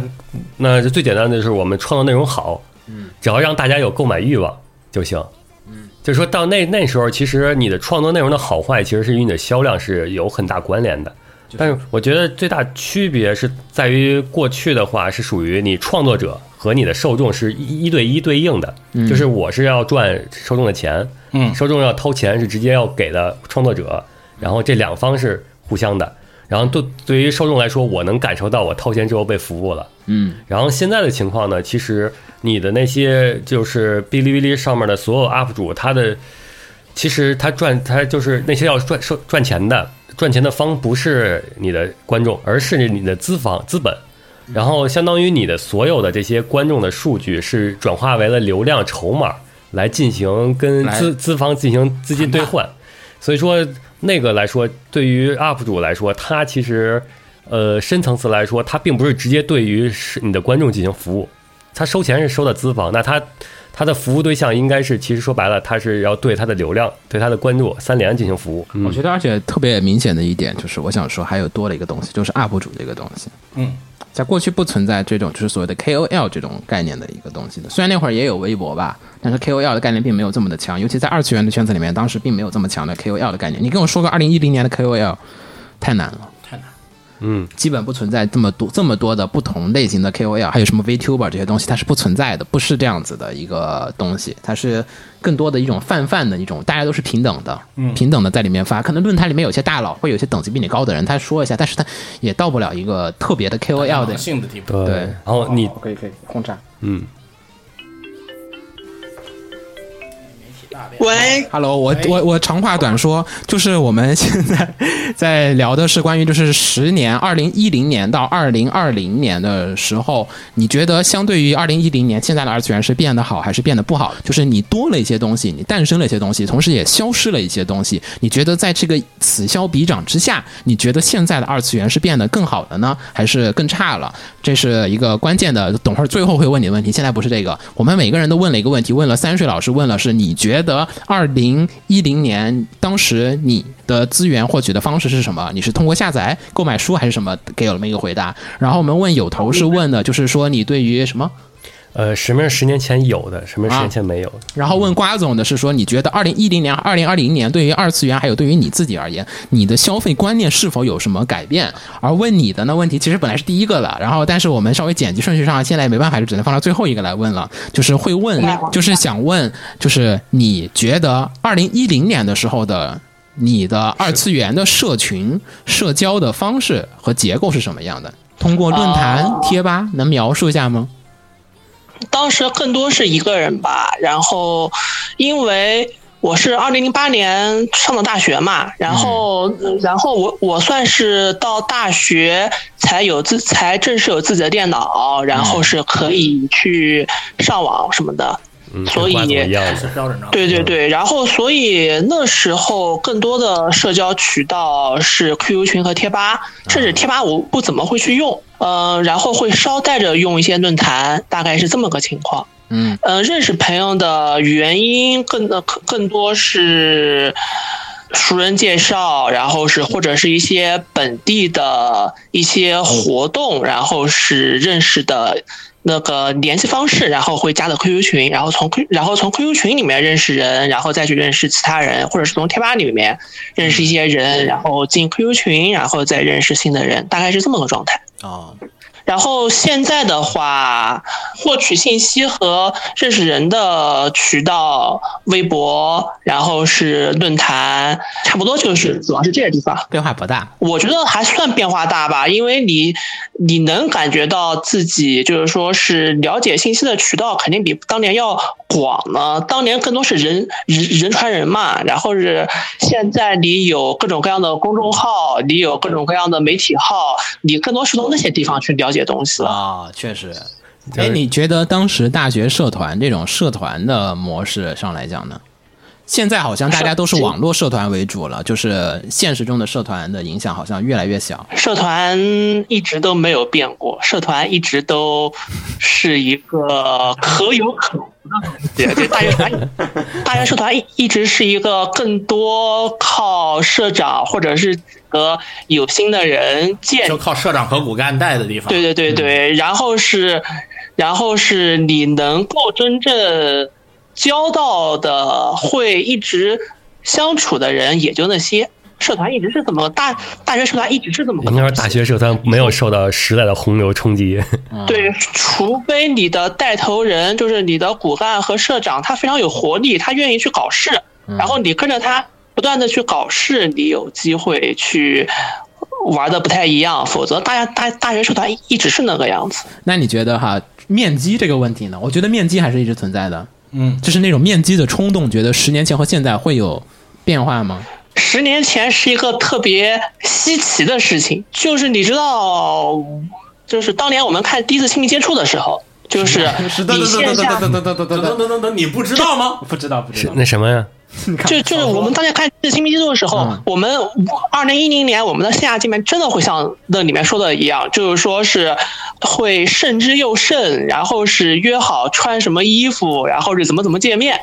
那就最简单的就是我们创造内容好，嗯，只要让大家有购买欲望就行，嗯，就是说到那那时候，其实你的创作内容的好坏，其实是与你的销量是有很大关联的。但是我觉得最大区别是在于过去的话是属于你创作者和你的受众是一一对一对应的，就是我是要赚受众的钱，嗯受众要掏钱是直接要给的创作者，然后这两方是互相的。然后对对于受众来说，我能感受到我掏钱之后被服务了，嗯然后现在的情况呢，其实你的那些就是哔哩哔哩上面的所有 UP 主，他的其实他赚他就是那些要赚收赚钱的，赚钱的方不是你的观众，而是你的资方资本。然后相当于你的所有的这些观众的数据是转化为了流量筹码来进行跟来资资方进行资金兑换，所以说那个来说，对于 UP 主来说，他其实呃深层次来说，他并不是直接对于是你的观众进行服务，他收钱是收的资方，那他他的服务对象应该是，其实说白了，他是要对他的流量、对他的关注三连进行服务。我觉得而且特别明显的一点就是，我想说还有多了一个东西，就是 UP 主这个东西。嗯，在过去不存在这种就是所谓的 KOL 这种概念的一个东西的，虽然那会儿也有微博吧，但是 KOL 的概念并没有这么的强，尤其在二次元的圈子里面，当时并没有这么强的 KOL 的概念。你跟我说个二零一零年的 KOL，太难了。太难了。嗯，基本不存在这么多这么多的不同类型的 KOL，还有什么 VTuber 这些东西，它是不存在的，不是这样子的一个东西，它是更多的一种泛泛的一种，大家都是平等的，平等的在里面发。可能论坛里面有些大佬会有些等级比你高的人，他说一下，但是他也到不了一个特别的 KOL 的。性的地步，对对然后你可以可以轰炸。嗯，喂， Hello，我我我长话短说，就是我们现在在聊的是关于就是十年，二零一零年到二零二零年的时候，你觉得相对于二零一零年现在的二次元是变得好还是变得不好？就是你多了一些东西，你诞生了一些东西，同时也消失了一些东西。你觉得在这个此消彼长之下，你觉得现在的二次元是变得更好了呢，还是更差了？这是一个关键的，等会儿最后会问你的问题。现在不是这个，我们每个人都问了一个问题，问了三水老师，问了是你觉得二零一零年当时你的资源获取的方式是什么？你是通过下载、购买书还是什么？给了我们一个回答。然后我们问有头是问的，就是说你对于什么？呃，什么是十年前有的，什么是十年前没有的？然后问瓜总的是说，你觉得二零一零年、二零二零年对于二次元，还有对于你自己而言，你的消费观念是否有什么改变？而问你的呢问题，其实本来是第一个了，然后但是我们稍微剪辑顺序上，现在没办法，就只能放到最后一个来问了。就是会问，就是想问，就是你觉得二零一零年的时候的你的二次元的社群社交的方式和结构是什么样的？通过论坛、贴吧能描述一下吗？当时更多是一个人吧，然后因为我是二零零八年上的大学嘛，然后、然后我我算是到大学才有自才正式有自己的电脑，然后是可以去上网什么的，嗯，所以跟瓜总一样是啊的。标准状态。对对对，然后所以那时候更多的社交渠道是 QQ 群和贴吧，甚至贴吧我不怎么会去用，嗯、然后会捎带着用一些论坛，大概是这么个情况。嗯呃，认识朋友的原因更的更更多是熟人介绍，然后是或者是一些本地的一些活动，然后是认识的那个联系方式，然后会加的 QQ 群，然后从 Q 然后从 QQ 群里面认识人，然后再去认识其他人，或者是从贴吧里面认识一些人，然后进 QQ 群，然后再认识新的人，大概是这么个状态。哦啊，然后现在的话，获取信息和认识人的渠道，微博，然后是论坛，差不多就是主要是这些地方。变化不大。我觉得还算变化大吧，因为你你能感觉到自己就是说是了解信息的渠道肯定比当年要广呢。当年更多是人人人传人嘛，然后是现在你有各种各样的公众号，你有各种各样的媒体号，你更多是从那些地方去了解东西了。啊、确实。就是哎，你觉得当时大学社团这种社团的模式上来讲呢？现在好像大家都是网络社团为主了，就是现实中的社团的影响好像越来越小。社团一直都没有变过，社团一直都是一个可有可无对 [LAUGHS] 对，大学团，大学社团一一直是一个更多靠社长或者是和有心的人建就靠社长和骨干带的地方。对对对嗯对，然后是，然后是你能够真正交到的，会一直相处的人也就那些。社团一直是这么大，大学社团一直是这么个应该说东西大学社团没有受到时代的洪流冲击，对，除非你的带头人就是你的骨干和社长，他非常有活力，他愿意去搞事，然后你跟着他不断的去搞事，你有机会去玩的不太一样，否则大家大大学社团一一直是那个样子。那你觉得哈面基这个问题呢？我觉得面基还是一直存在的，嗯，就是那种面基的冲动，觉得十年前和现在会有变化吗？十年前是一个特别稀奇的事情，就是你知道，就是当年我们看第一次亲密接触的时候， [LAUGHS] 就是你线下等等等等等等等等等，你不知道吗？不知道，不知是道。那什么呀？就就是我们当年看《致亲密接触》的时候，嗯我们二零一零年我们的线下见面真的会像那里面说的一样，就是说是会慎之又慎，然后是约好穿什么衣服，然后是怎么怎么见面。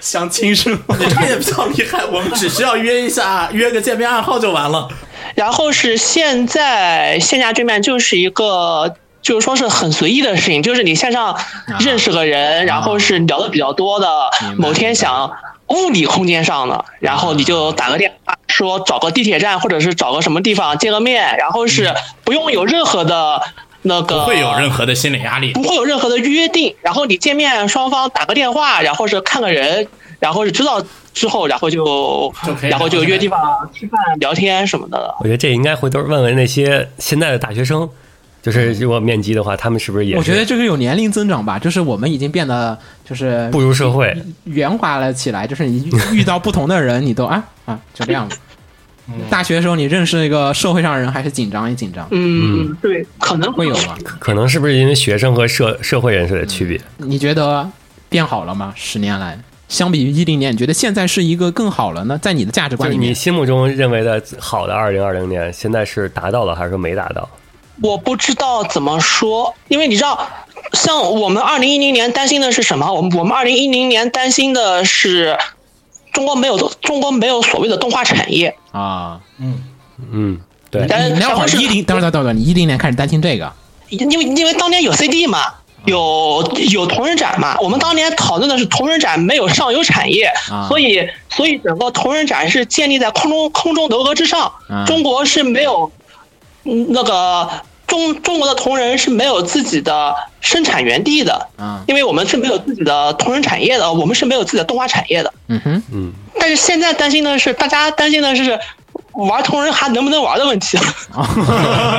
想清楚，你 [LAUGHS] 这个也比较厉害，我们只需要约一下，约个见面暗号就完了。然后是现在线下见面就是一个。就是说是很随意的事情，就是你线上认识个啊人，然后是聊的比较多的，明白某天想物理空间上的，然后你就打个电话说找个地铁站或者是找个什么地方见个面，然后是不用有任何的那个嗯不会有任何的心理压力不。会有任何的约定，然后你见面双方打个电话，然后是看个人，然后是知道之后，然后就就可以然后就聊约地方吃饭聊天什么的了。我觉得这应该回头问问那些现在的大学生，就是如果面基的话，他们是不是也是我觉得这个有年龄增长吧，就是我们已经变得就是步入社会？圆滑了起来，就是你遇遇到不同的人，你都啊啊就这样子。大学的时候，你认识一个社会上的人，还是紧张一紧张，嗯，对，可能会有啊吗？可能是不是因为学生和社社会人士的区别？你觉得变好了吗？十年来，相比于一零年，你觉得现在是一个更好了呢？在你的价值就观是里你面，心目中认为的好的二零二零年，现在是达到了还是说没达到？我不知道怎么说，因为你知道，像我们二零一零年担心的是什么？我们我们二零一零年担心的是中国没有中国没有所谓的动画产业，啊，嗯，对，但你是那会儿是一零，等会儿等会儿，你一零年开始担心这个，因为因为当年有 CD 啊嘛，有有同人展嘛，我们当年讨论的是同人展没有上游产业，啊所以所以整个同人展是建立在空中空中楼阁之上，啊中国是没有嗯那个中中国的同人是没有自己的生产园地的，啊，因为我们是没有自己的同人产业的，我们是没有自己的动画产业的。嗯哼，嗯，但是现在担心的是，大家担心的是玩同人还能不能玩的问题。 [LAUGHS]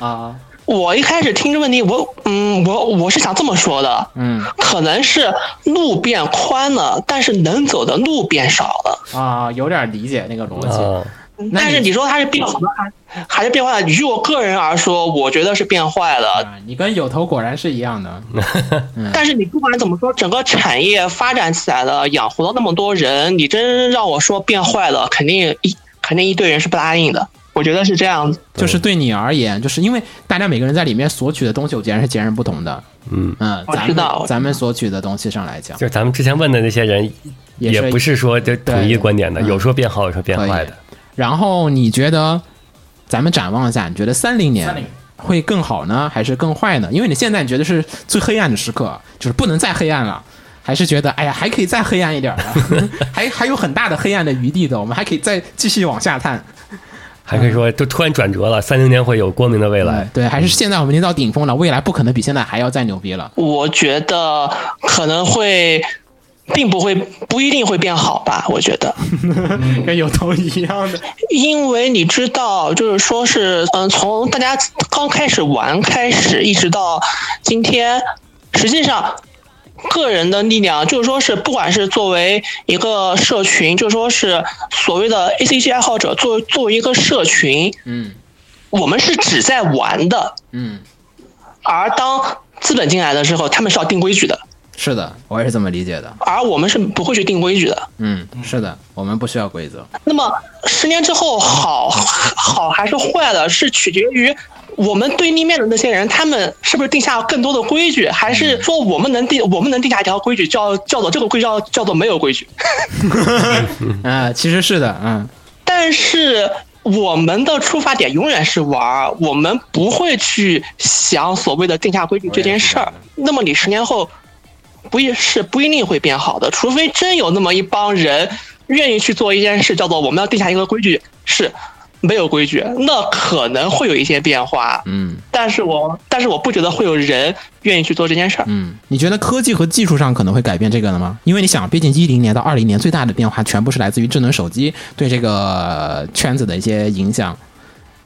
啊，我一开始听这问题，我嗯，我我是想这么说的，嗯可能是路变宽了，但是能走的路变少了。啊，有点理解那个逻辑，啊，那但是你你说它是变好了，还还是变坏了？与我个人而说，我觉得是变坏了。啊，你跟有头果然是一样的，但是你不管怎么说，整个产业发展起来了，养活了那么多人，你真让我说变坏了，肯定一肯定一堆人是不答应的。我觉得是这样子。就是对你而言，就是因为大家每个人在里面索取的东西，我觉得是截然不同的。嗯，嗯，我咱知们道我知咱们索取的东西上来讲就，是咱们之前问的那些人，也也是不是说就统一观点的，对嗯有说变好，有说变坏的。然后你觉得，咱们展望一下，你觉得三零30年会更好呢，还是更坏呢？因为你现在你觉得是最黑暗的时刻，就是不能再黑暗了，还是觉得哎呀还可以再黑暗一点儿 [LAUGHS] 的，还还有很大的黑暗的余地的，我们还可以再继续往下探。还可以说，就突然转折了，三零年会有光明的未来嗯。对，还是现在我们已经到顶峰了，未来不可能比现在还要再牛逼了。我觉得可能会，并不会不一定会变好吧？我觉得，跟有头一样的，因为你知道，就是说是，嗯，从大家刚开始玩开始，一直到今天，实际上。个人的力量，就是说是，不管是作为一个社群，就是说是所谓的 A C G 爱好者，作为作为一个社群，嗯我们是只在玩的。嗯，而当资本进来的时候，他们是要定规矩的，是的，我也是这么理解的。而我们是不会去定规矩的。嗯，是的，我们不需要规则。那么十年之后好好还是坏的，是取决于我们对立面的那些人，他们是不是定下更多的规矩，还是说我们能定我们能定下一条规矩，叫叫做这个规矩叫叫做没有规矩？啊，其实是的，嗯，但是我们的出发点永远是玩儿，我们不会去想所谓的定下规矩这件事儿。那么你十年后不也是不一定会变好的，除非真有那么一帮人愿意去做一件事，叫做我们要定下一个规矩，是没有规矩，那可能会有一些变化。嗯但是我但是我不觉得会有人愿意去做这件事儿。嗯，你觉得科技和技术上可能会改变这个了吗？因为你想，毕竟一零年到二零年最大的变化全部是来自于智能手机对这个圈子的一些影响。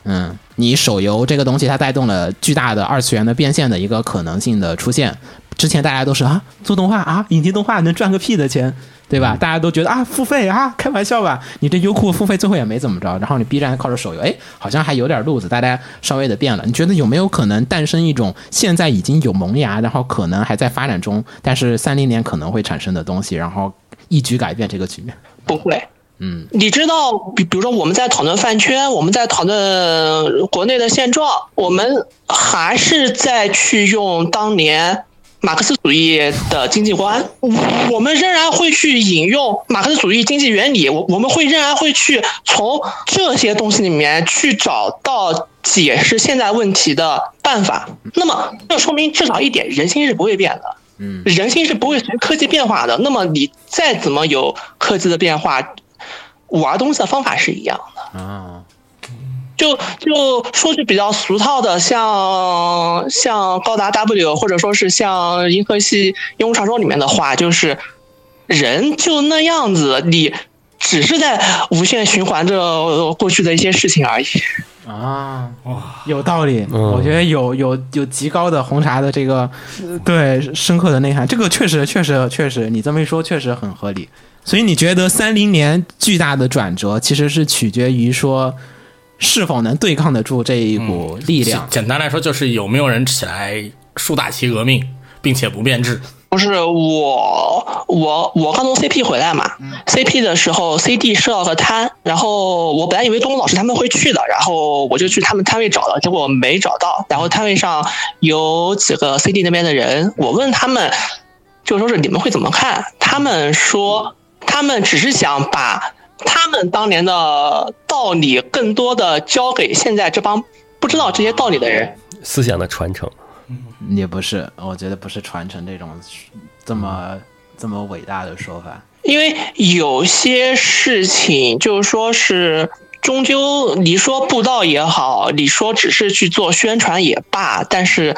嗯，你手游这个东西它带动了巨大的二次元的变现的一个可能性的出现。之前大家都是啊，做动画啊，引进动画能赚个屁的钱，对吧？大家都觉得啊，付费啊，开玩笑吧，你这优酷付费最后也没怎么着，然后你 B 站靠着手游，哎，好像还有点路子，大家稍微的变了。你觉得有没有可能诞生一种现在已经有萌芽，然后可能还在发展中，但是三零年可能会产生的东西，然后一举改变这个局面？不会。嗯，你知道，比比如说我们在讨论饭圈，我们在讨论国内的现状，我们还是在去用当年马克思主义的经济观，我我们仍然会去引用马克思主义经济原理，我我们会仍然会去从这些东西里面去找到解释现在问题的办法。那么，这说明至少一点，人心是不会变的。人心是不会随科技变化的。那么你再怎么有科技的变化，玩东西的方法是一样的。啊，就就说句比较俗套的，像像高达 W，或者说是像《银河系英雄传说》里面的话，就是人就那样子，你只是在无限循环着过去的一些事情而已。啊，有道理，嗯我觉得有有有极高的红茶的这个对深刻的内涵，这个确实确实确实，你这么一说确实很合理。所以你觉得三零年巨大的转折其实是取决于说是否能对抗得住这一股嗯力量？简单来说，就是有没有人起来树大旗革命，并且不变质。不是我，我我刚从 CP 回来嘛、c p 的时候，CD 设了个摊，然后我本来以为东东老师他们会去的，然后我就去他们摊位找了，结果没找到。然后摊位上有几个 CD 那边的人，我问他们，就说是你们会怎么看？他们说，他们只是想把他们当年的道理更多的教给现在这帮不知道这些道理的人。思想的传承。也不是，我觉得不是传承这种这么这么伟大的说法。因为有些事情就是说是。终究，你说布道也好，你说只是去做宣传也罢，但是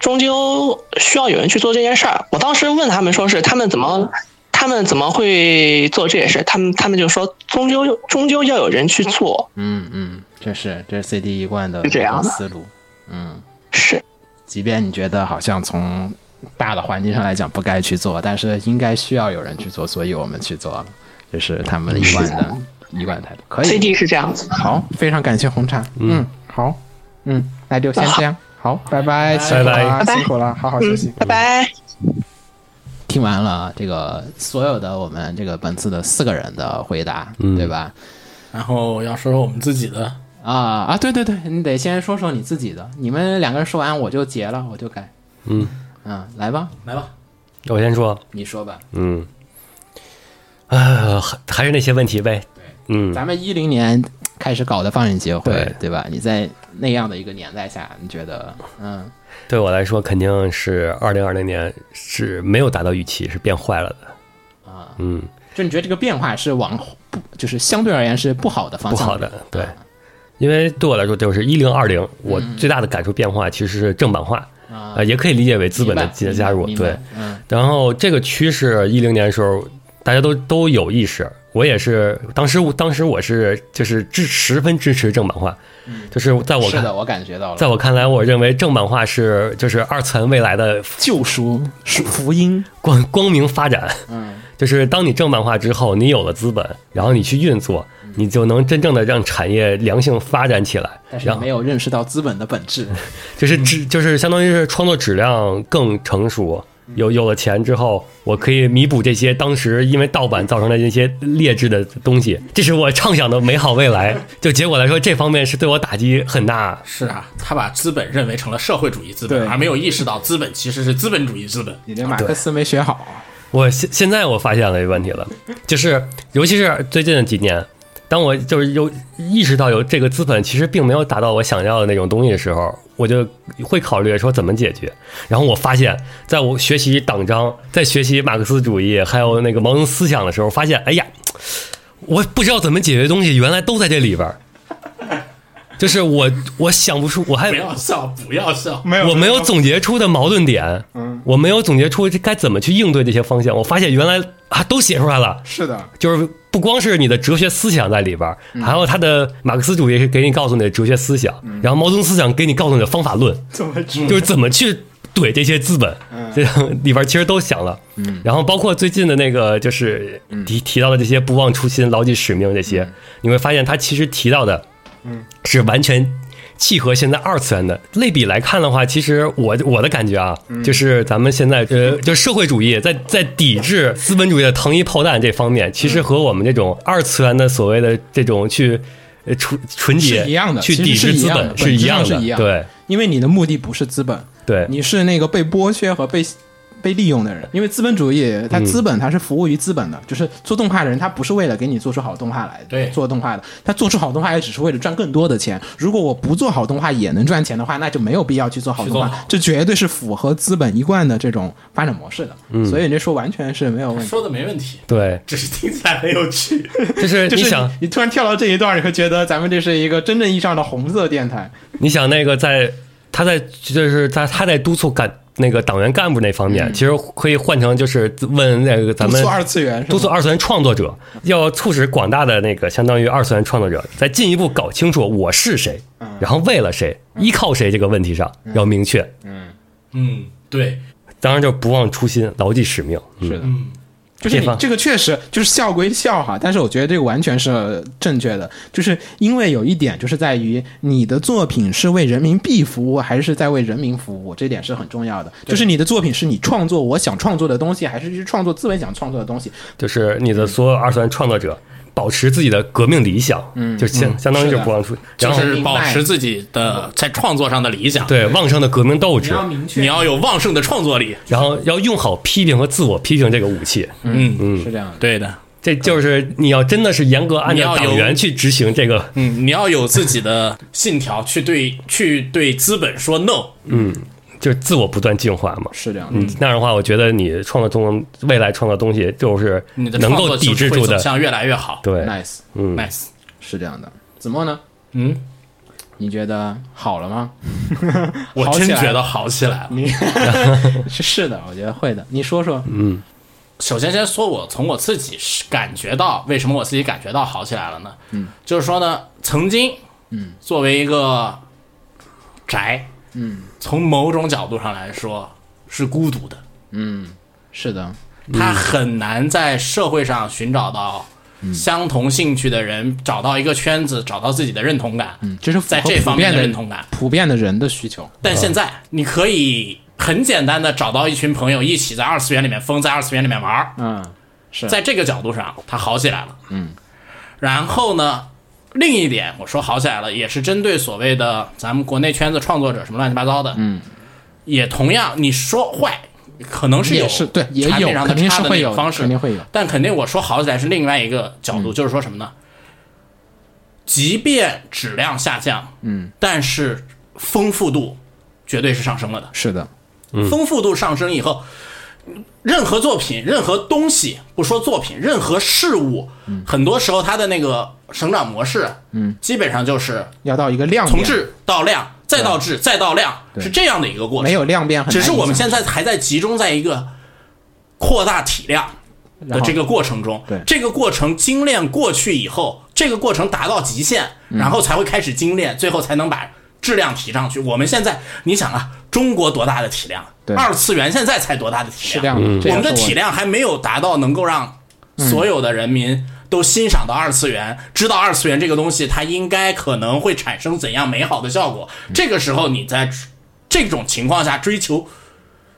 终究需要有人去做这件事儿。我当时问他们，说是他们怎么，他们怎么会做这件事？他们他们就说，终究终究要有人去做，嗯嗯，这是这是 CD 一贯的是这样的思路。嗯。是即便你觉得好像从大的环境上来讲不该去做，但是应该需要有人去做，所以我们去做了，这是他们的一贯的一贯态度。可以， CD 是这样子。好，非常感谢红茶，嗯，好，嗯，那就先这样，好，拜拜，辛苦拜了，拜辛苦了，好好休息嗯，。拜拜。听完了这个所有的我们这个本次的四个人的回答，对吧？然后要说说我们自己的，啊啊，对对对，你得先说说你自己的，你们两个人说完我就结了，我就改，嗯嗯，来吧，来吧，我先说，你说吧。嗯，啊，还还是那些问题呗。嗯，咱们一零年开始搞的放映协会，对对吧？你在那样的一个年代下，你觉得，嗯对我来说肯定是二零二零年是没有达到预期，是变坏了的。啊，嗯，就你觉得这个变化是往不，就是相对而言是不好的方不向，好的，对，因为对我来说就是一零二零，我最大的感受变化其实是正版化，嗯啊呃，也可以理解为资本的加加入，明白对。，嗯然后这个趋势，一零年的时候，大家都都有意识。我也是，当时当时我是就是支十分支持正版化，就是在我嗯是看的，我感觉到在了，我看来，我认为正版化是就是二次元未来的救赎是福音，光光明发展。嗯就是当你正版化之后，你有了资本，然后你去运作，嗯你就能真正的让产业良性发展起来 [LAUGHS] 但。是然后你没 [LAUGHS] 有认识到资本的本质，就是质，就是相当于是创作质量更成熟，嗯有有了钱之后，我可以弥补这些当时因为盗版造成的一些劣质的东西，这是我畅想的美好未来。就结果来说，这方面是对我打击很大。是啊，他把资本认为成了社会主义资本，对而没有意识到资本其实是资本主 [LAUGHS] 义资本。你这马克思没学好，我现现在我发现了一个问题了，就是尤其是最近的几年，当我就是有意识到有这个资本其实并没有达到我想要的那种东西的时候，我就会考虑说怎么解决。然后我发现，在我学习党章、在学习马克思主义还有那个毛泽东思想的时候，发现哎呀， [LAUGHS] 我不知道怎么解决的东西，原来都在这里边儿。就是我，我想不出，我还不要笑，不要笑。没我没有总结出的矛盾点，我没有总结出这该怎么去应对这些方向。我发现原来啊都写出来了，是的，就是不光是你的哲学思想在里边儿，还有他的马克思主义是给你告诉你的哲学思想，然后毛泽东思想给你告诉你的方法论，这么直就是怎么去怼这些资本，嗯 [LAUGHS] 这里边其实都想了。然后包括最近的那个，就是嗯提提到的这些不忘初心、牢记使命这些，你会发现他其实提到的，嗯是完全。契合现在二次元的类比来看的话，其实我我的感觉啊，嗯就是咱们现在呃，就社会主义在在抵制资本主义的糖衣炮弹这方面，其嗯实和我们这种二次元的所谓的这种去呃纯纯洁是一样的去其实抵是制一资样的本本是质一上样是一的，样的对因为你的目的不是资本，对。你是那个被剥削和被被利用的人。因为资本主义，它资本它是服务于资本的，就是做动画的人，他不是为了给你做出好动画来对做动画的，他做出好动画也只是为了赚更多的钱。如果我不做好动画也能赚钱的话，那就没有必要去做好动去做画好，这绝对是符合资本一贯的这种发展模式的。所以你这说完全是没有问题。说的没问题，对，只是听起来很有趣。 [LAUGHS] 就是就你是想，你突然跳到这一段，你会觉得咱们这是一个真正意义上的红色电台。你想那个在他在就是在他在督促干那个党员干部那方面，其实可以换成就是问那个咱们嗯督促二次元是吗督促二次元创作者，要促使广大的那个相当于二次元创作者，再进一步搞清楚我是谁，嗯然后为了谁，依靠谁这个问题上要明确。嗯，对，当然就不忘初心，牢记使命。嗯，是的，就是这你方这个确实就是笑归笑哈，但是我觉得这个完全是正确的，就是因为有一点就是在于你的作品是为人民币服务还是在为人民服务，这点是很重要的。就是你的作品是你创作我想创作的东西，还是去创作资本想创作的东西，就是你的所有二次元创作者。保持自己的革命理想，嗯，就相相当于是就的不忘初，然就后是保持自己的在创作上的理想。，对旺盛的革命斗志，明确你要有旺盛的创作力。然后要用好批评和自我批评这个武器，嗯是这样的。对的，这就是你要真的是严格按照你要有党员去执行这个，嗯，你要有自己的信条去对去对资本说 no。就是自我不断净化嘛。是这样的，嗯，那样的话，我觉得你创造中未来创造东西，就是你的能创够作抵就制是会住走的。嗯向越来越好。对 n i c e Nice，是这样的。子墨呢？嗯，你觉得好了 [LAUGHS] 吗？我好真起来觉得好起来了。是是的，我觉得会的。你说说，嗯首先先说我从我自己是感觉到，为什么我自己感觉到好起来了呢？嗯，就是说呢，曾经，嗯，作为一个宅，嗯，从某种角度上来说是孤独的，是的，嗯他很难在社会上寻找到相同兴趣的人，找到一个圈子，找到自己的认同感。嗯，这是符合在这方普遍面的的认同感普遍的人的需求。但现在你可以很简单的找到一群朋友，一起在二次元里面疯，在二次元里面玩儿。嗯，是在这个角度上，他好起来了。嗯，然后呢，另一点我说好起来了，也是针对所谓的咱们国内圈子创作者什么乱七八糟的。嗯，也同样你说坏，可能是有也是对，也产品有上的肯定差是的会那有个的，方式肯定会有。嗯但肯定我说好起来是另外一个角度，就是说什么呢？即便质量下降，嗯，但是丰富度绝对是上升了的。是的，丰富度上升以后，任何作品、任何东西，不说作品，任何事物，很多时候它的那个生长模式，嗯，基本上就是要到一个量从变，质到量，再到质，再到量，是这样的一个过程。没有量变很难只影响，是我们现在还在集中在一个扩大体量的这个过程中然后对，这个过程精炼过去以后，这个过程达到极限，嗯然后才会开始精炼，最后才能把质量提上去。我们现在，你想啊，中国多大的体量对？二次元现在才多大的体是量？量的，这嗯我也们的是体量还没有达到能够让所有的人民都欣赏到二次元，知道二次元这个东西它应该可能会产嗯生怎样美好的效果。这个时候你在这种情况下追求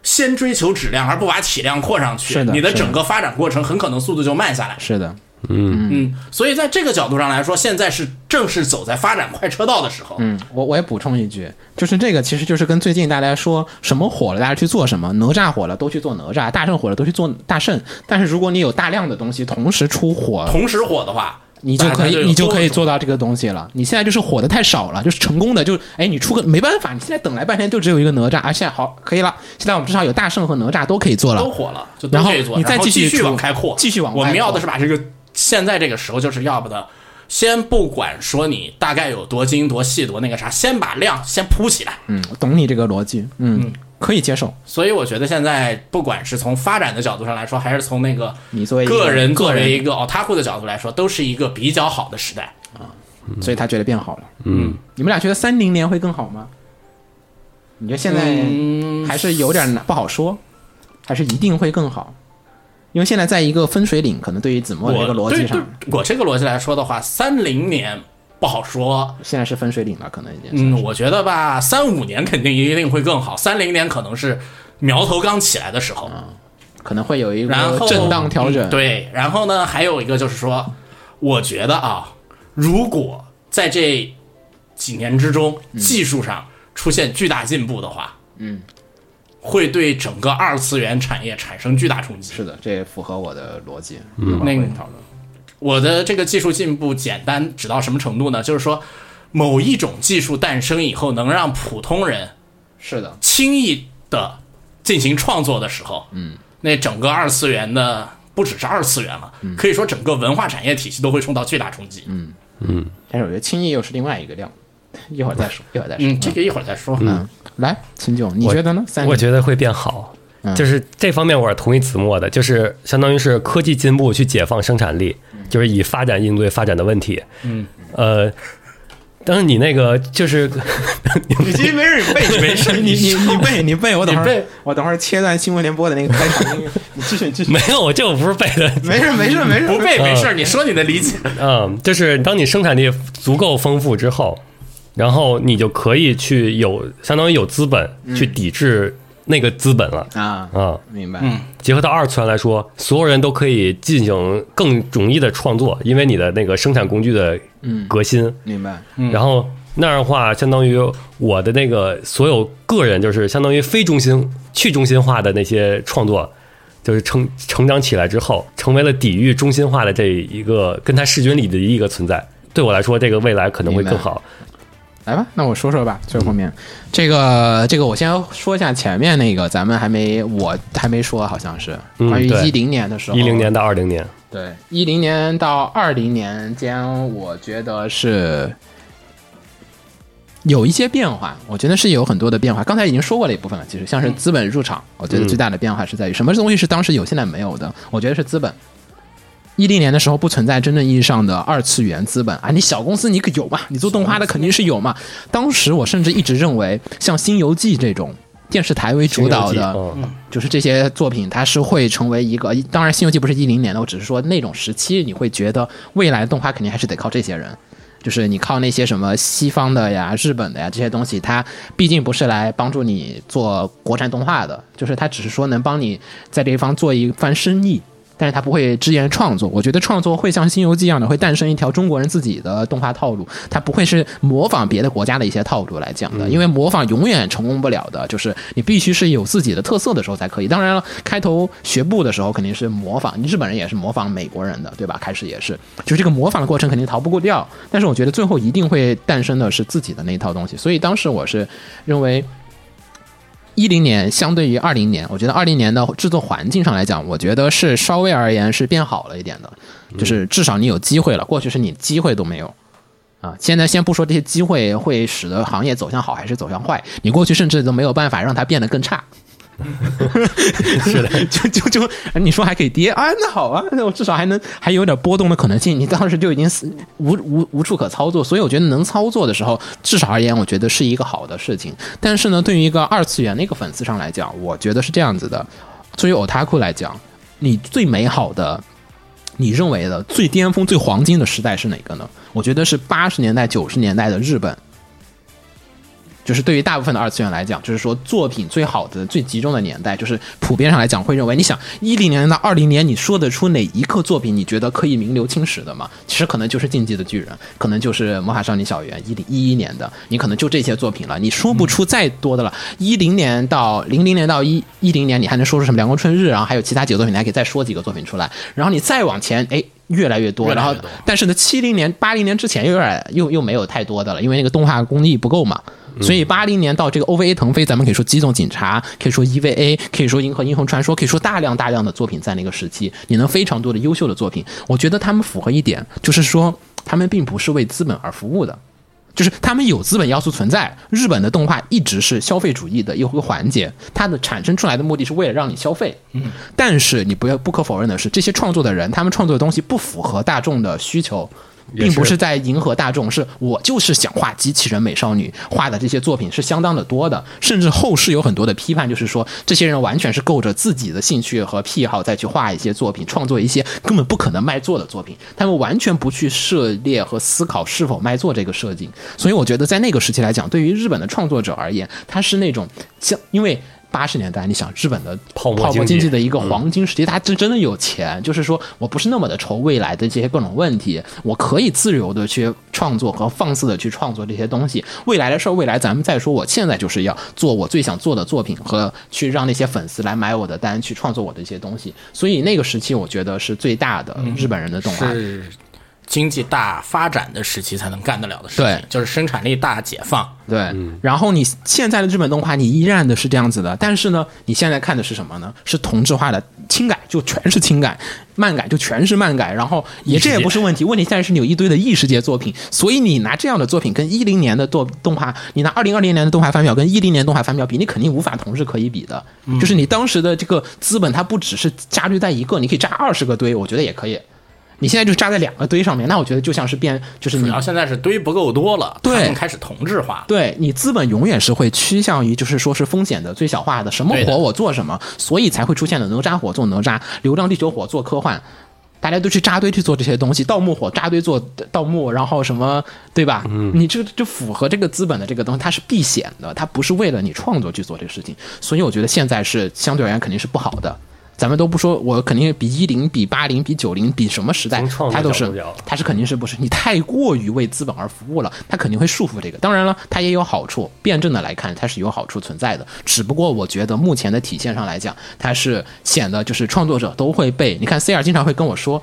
先追求质量而不把体量扩上去，是的你的是的整个发展过程很可能速度就慢下来。是的，嗯，所以在这个角度上来说，现在是正是走在发展快车道的时候。嗯，我我也补充一句，就是这个其实就是跟最近大家说什么火了，大家去做什么，哪吒火了都去做哪吒，大圣火了都去做大圣。但是如果你有大量的东西同时出火，同时火的话，你就可大家以有你就可以多种做到这个东西了。你现在就是火的太少了，就是成功的就哎你出个没办法，你现在等来半天就只有一个哪吒，啊现在好可以了，现在我们至少有大圣和哪吒都可以做了都。火了，就都然后可以做，你再然后继续继续出往开扩，继续往我们开要扩的是把这个现在这个时候就是要不的，先不管说你大概有多精多细多那个啥，先把量先铺起来。嗯，我懂你这个逻辑，嗯，可以接受。所以我觉得现在不管是从发展的角度上来说，还是从那个你作为一个个人作个人为一个 otaku 的角度来说，都是一个比较好的时代。所以他觉得变好了。嗯，你们俩觉得三零年会更好吗？你觉得现在嗯还是有点难不好说，还是一定会更好？因为现在在一个分水岭，可能对于子墨的这个逻我对辑对上，，我这个逻辑来说的话，三零年不好说。现在是分水岭了，可能已经是。嗯，我觉得吧，三五年肯定一定会更好，三零年可能是苗头刚起来的时候。啊可能会有一然个后震荡调整。嗯，对，然后呢，还有一个就是说，我觉得啊，如果在这几年之中，技术上出现巨大进步的话，嗯，会对整个二次元产业产生巨大冲击。是的，这也符合我的逻辑。那个讨论我的这个技术进步简单指到什么程度呢？就是说，某一种技术诞生以后，能让普通人是的，轻易的进行创作的时候，嗯，那整个二次元的不只是二次元了，嗯可以说整个文化产业体系都会受到巨大冲击。嗯但是我觉得轻易又是另外一个量，一会儿再说，嗯一会儿再说。这个一会儿再说。嗯，来，秦九，你我觉得呢？三零嗯我觉得会变好，就是这方面我是同意子墨的，就是相当于是科技进步去解放生产力，就是以发展应对发展的问题。嗯，呃，但是你那个 [LAUGHS] 就是，你今天没事，你背，你没事，你 [LAUGHS] 你你背你背，我等会你儿背我等会儿切断新闻联播的那个开场音乐，你继续继续，没有，我这我不是背的，没事没事没事，不背没事，你说你的理解。嗯，就是当你生产力足够丰富之后，然后你就可以去有相当于有资本去抵制那个资本了。啊，啊、明白，结合到二次元来说，所有人都可以进行更容易的创作，因为你的那个生产工具的革新。明白，然后那样的话，相当于我的那个所有个人，就是相当于非中心、去中心化的那些创作，就是成成长起来之后，成为了抵御中心化的这一个跟它势均力敌的一个存在。对我来说，这个未来可能会更好。来吧，那我说说吧，最后嗯面、这个这个我先说一下前面那个，咱们还没我还没说，好像是嗯关于对一零年的时候，一零年到二零哦年，对，一零年到二零年间，我觉得是有一些变化，我觉得是有很多的变化。刚才已经说过了一部分了，其实像是资本入嗯场，我觉得最大的变化是在于什么东西是当时有现在没有的，我觉得是资本。一零年的时候不存在真正意义上的二次元资本啊，你小公司你可有嘛？你做动画的肯定是有嘛。当时我甚至一直认为，像《新游记》这种电视台为主导新的，游记嗯就是这些作品，它是会成为一个，当然《西游记》不是一零年的，我只是说那种时期，你会觉得未来动画肯定还是得靠这些人，就是你靠那些什么西方的呀、日本的呀这些东西，它毕竟不是来帮助你做国产动画的，就是它只是说能帮你在这一方做一番生意。但是它不会支援创作，我觉得创作会像《新游记》一样的，会诞生一条中国人自己的动画套路，它不会是模仿别的国家的一些套路来讲的，因为模仿永远成功不了的，就是你必须是有自己的特色的时候才可以。当然了，开头学步的时候肯定是模仿，日本人也是模仿美国人的，对吧？开始也是，就是这个模仿的过程肯定逃不过掉，但是我觉得最后一定会诞生的是自己的那一套东西，所以当时我是认为。一零年相对于二零年，我觉得二零年的制作环境上来讲，我觉得是稍微而言是变好了一点的，就是至少你有机会了。过去是你机会都没有啊。现在先不说这些机会会使得行业走向好还是走向坏，你过去甚至都没有办法让它变得更差。 [LAUGHS] 是的，就就就你说还可以跌啊，那好啊，那我至少还能还有点波动的可能性。你当时就已经死无无无处可操作，所以我觉得能操作的时候，至少而言，我觉得是一个好的事情。但是呢，对于一个二次元的一个粉丝上来讲，我觉得是这样子的。作为 otaku 来讲，你最美好的你认为的最巅峰、最黄金的时代是哪个呢？我觉得是八十年代、九十年代的日本，就是对于大部分的二次元来讲，就是说作品最好的、最集中的年代，就是普遍上来讲会认为，你想一零年到二零年，你说得出哪一个作品你觉得可以名留青史的吗？其实可能就是《进击的巨人》，可能就是《魔法少女小圆》一零一一年的，你可能就这些作品了，你说不出再多的了。一零年到零零年到一一零年，你还能说出什么《凉宫春日》，然后还有其他几个作品，你还可以再说几个作品出来，然后你再往前，哎。越来越多，越来越然后多但是呢，七零年、八零年之前又有点又又没有太多的了，因为那个动画工艺不够嘛。所以八零年到这个 OVA 腾飞，咱们可以说《机动警察》，可以说 EVA，可以说《银河英雄传说》，可以说大量大量的作品在那个时期，你能非常多的优秀的作品。我觉得他们符合一点，就是说他们并不是为资本而服务的。就是他们有资本要素存在。日本的动画一直是消费主义的一个环节，它的产生出来的目的是为了让你消费。嗯，但是你不要不可否认的是，这些创作的人，他们创作的东西不符合大众的需求。也并不是是在迎合大众，是我就是想画机器人美少女，画的这些作品是相当的多的，甚至后世有很多的批判，就是说这些人完全是够着自己的兴趣和癖好再去画一些作品，创作一些根本不可能卖座的作品，他们完全不去涉猎和思考是否卖座这个设定，所以我觉得在那个时期来讲，对于日本的创作者而言，他是那种像因为。八十年代，你想日本的泡沫泡沫经经济济的一个黄金时期，他真真的有钱，就是说我不是那么的愁未来的这些各种问题，我可以自由的去创作和放肆的去创作这些东西。未来的事儿，未来咱们再说。我现在就是要做我最想做的作品和去让那些粉丝来买我的单，去创作我的一些东西。所以那个时期，我觉得是最大的日本人的动画。是经济大发展的时期才能干得了的事情，对就是生产力大解放。对，然后你现在的日本动画，你依然的是这样子的，但是呢，你现在看的是什么呢？是同质化的轻改，就全是轻改，漫改就全是漫改，然后也这也不是问题，问题现在是你有一堆的异世界作品，所以你拿这样的作品跟一零年的动动画，你拿二零二零年的动画翻表跟一零年动画翻表比，你肯定无法同日可以比的，就是你当时的这个资本，它不只是扎堆在一个，你可以扎二十个堆，我觉得也可以。你现在就扎在两个堆上面，那我觉得就像是变，就是主你要现在是堆不够多了，嗯对他们开始同质化了。对你资本永远是会趋向于就是说是风险的最小化的，什么对的火我做什么，所以才会出现了哪吒火做哪吒，流浪地球火做科幻。大家都去扎堆去做这些东西，盗墓火扎堆做盗墓，然后什么，对吧？嗯，你这这符合这个资本的这个东西，它是避险的，它不是为了你创作去做这个事情。所以我觉得现在是相对而言肯定是不好的。咱们都不说，我肯定比一零、比八零、比九零、比什么时代从创，作它都角度是讲它是肯定是不是你太过于为资本而服务了，它肯定会束缚这个。当然了，它也有好处，辩证的来看，它是有好处存在的。只不过我觉得目前的体现上来讲，它是显得就是创作者都会被你看 C R 经常会跟我说。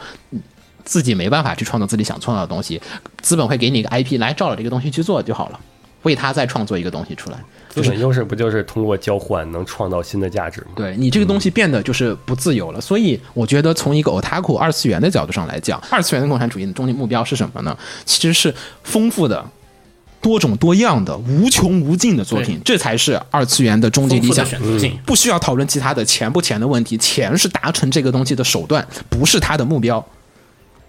自己没办法去创造自己想创造的东西，资本会给你一个 IP 来照着这个东西去做就好了，为它再创作一个东西出来。资本优势不就是通过交换能创造新的价值吗？对你这个东西变得就是不自由了，所以我觉得从一个 otaku 二次元的角度上来讲，二次元的共产主义的终极目标是什么呢？其实是丰富的、多种多样的、无穷无尽的作品，这才是二次元的终极丰理富的想。嗯选择性，不需要讨论其他的钱不钱的问题，钱是达成这个东西的手段，不是它的目标。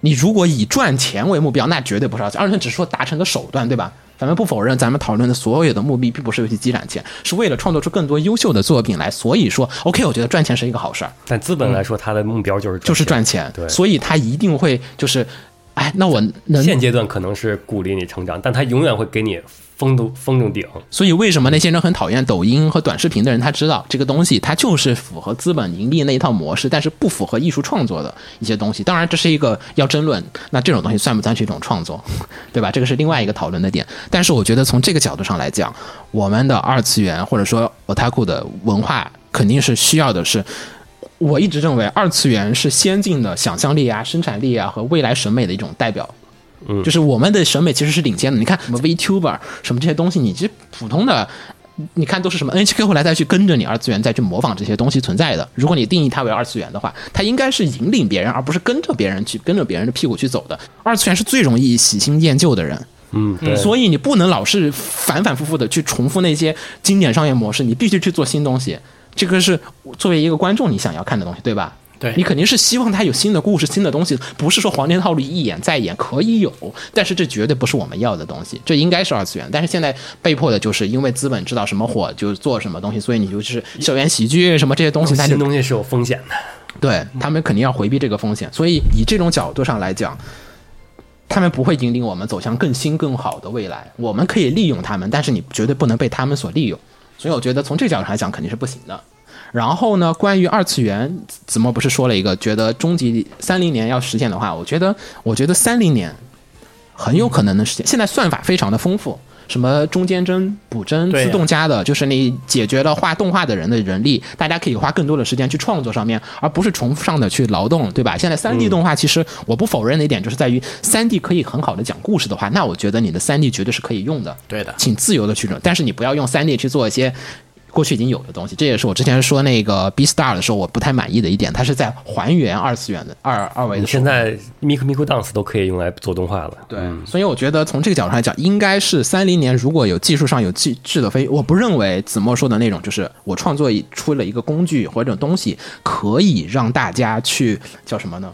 你如果以赚钱为目标，那绝对不是二次元，二次元只是说达成的手段，对吧？咱们不否认，咱们讨论的所有的目的并不是为去积攒钱，是为了创作出更多优秀的作品来。所以说，OK，我觉得赚钱是一个好事儿，但资本来说，它的目标就是就是赚钱，对所以他一定会就是，哎，那我能现阶段可能是鼓励你成长，但它永远会给你封住封住顶。所以为什么那些人很讨厌抖音和短视频的人，他知道这个东西它就是符合资本盈利那一套模式，但是不符合艺术创作的一些东西。当然，这是一个要争论，那这种东西算不算是一种创作，对吧？这个是另外一个讨论的点。但是我觉得从这个角度上来讲，我们的二次元或者说 otaku 的文化肯定是需要的是。我一直认为二次元是先进的想象力啊、生产力啊和未来审美的一种代表就是我们的审美其实是领先的。你看什么 VTuber 什么这些东西，你这普通的。你看，都是什么 NHK 后来再去跟着你二次元再去模仿这些东西存在的。如果你定义它为二次元的话，它应该是引领别人，而不是跟着别人去跟着别人的屁股去走的。二次元是最容易喜新厌旧的人，嗯，对，所以你不能老是反反复复的去重复那些经典商业模式，你必须去做新东西。这个是作为一个观众你想要看的东西，对吧？对你肯定是希望它有新的故事、新的东西，不是说黄金套路一演再演可以有，但是这绝对不是我们要的东西，这应该是二次元。但是现在被迫的就是因为资本知道什么火就做什么东西，所以你就是校园喜剧什么这些东西，它就新东西是有风险的。对他们肯定要回避这个风险，所以以这种角度上来讲，他们不会引领我们走向更新更好的未来。我们可以利用他们，但是你绝对不能被他们所利用。所以我觉得从这个角度上来讲，肯定是不行的。然后呢，关于二次元，子墨不是说了一个，觉得终极三零年要实现的话，我觉得，我觉得三零年很有可能能实现。现在算法非常的丰富，什么中间帧、补帧、对呀自动加的，就是你解决了画动画的人的人力，大家可以花更多的时间去创作上面，而呃不是重复上的去劳动，对吧？现在三 D 动画其实我不否认的一点就是在于三 D 可以很好的讲故事的话，那我觉得你的三 D 绝对是可以用的。对的请自由的去用，但是你不要用三 D 去做一些过去已经有的东西。这也是我之前说那个 B Star 的时候我不太满意的一点，它是在还原二次元的二二维的你手现在 Miku Miku Dance 都可以用来做动画了。对，所以我觉得从这个角度上来讲，应该是三零年如果有技术上有技质的飞，我不认为子墨说的那种，就是我创作一出了一个工具或者东西，可以让大家去叫什么呢？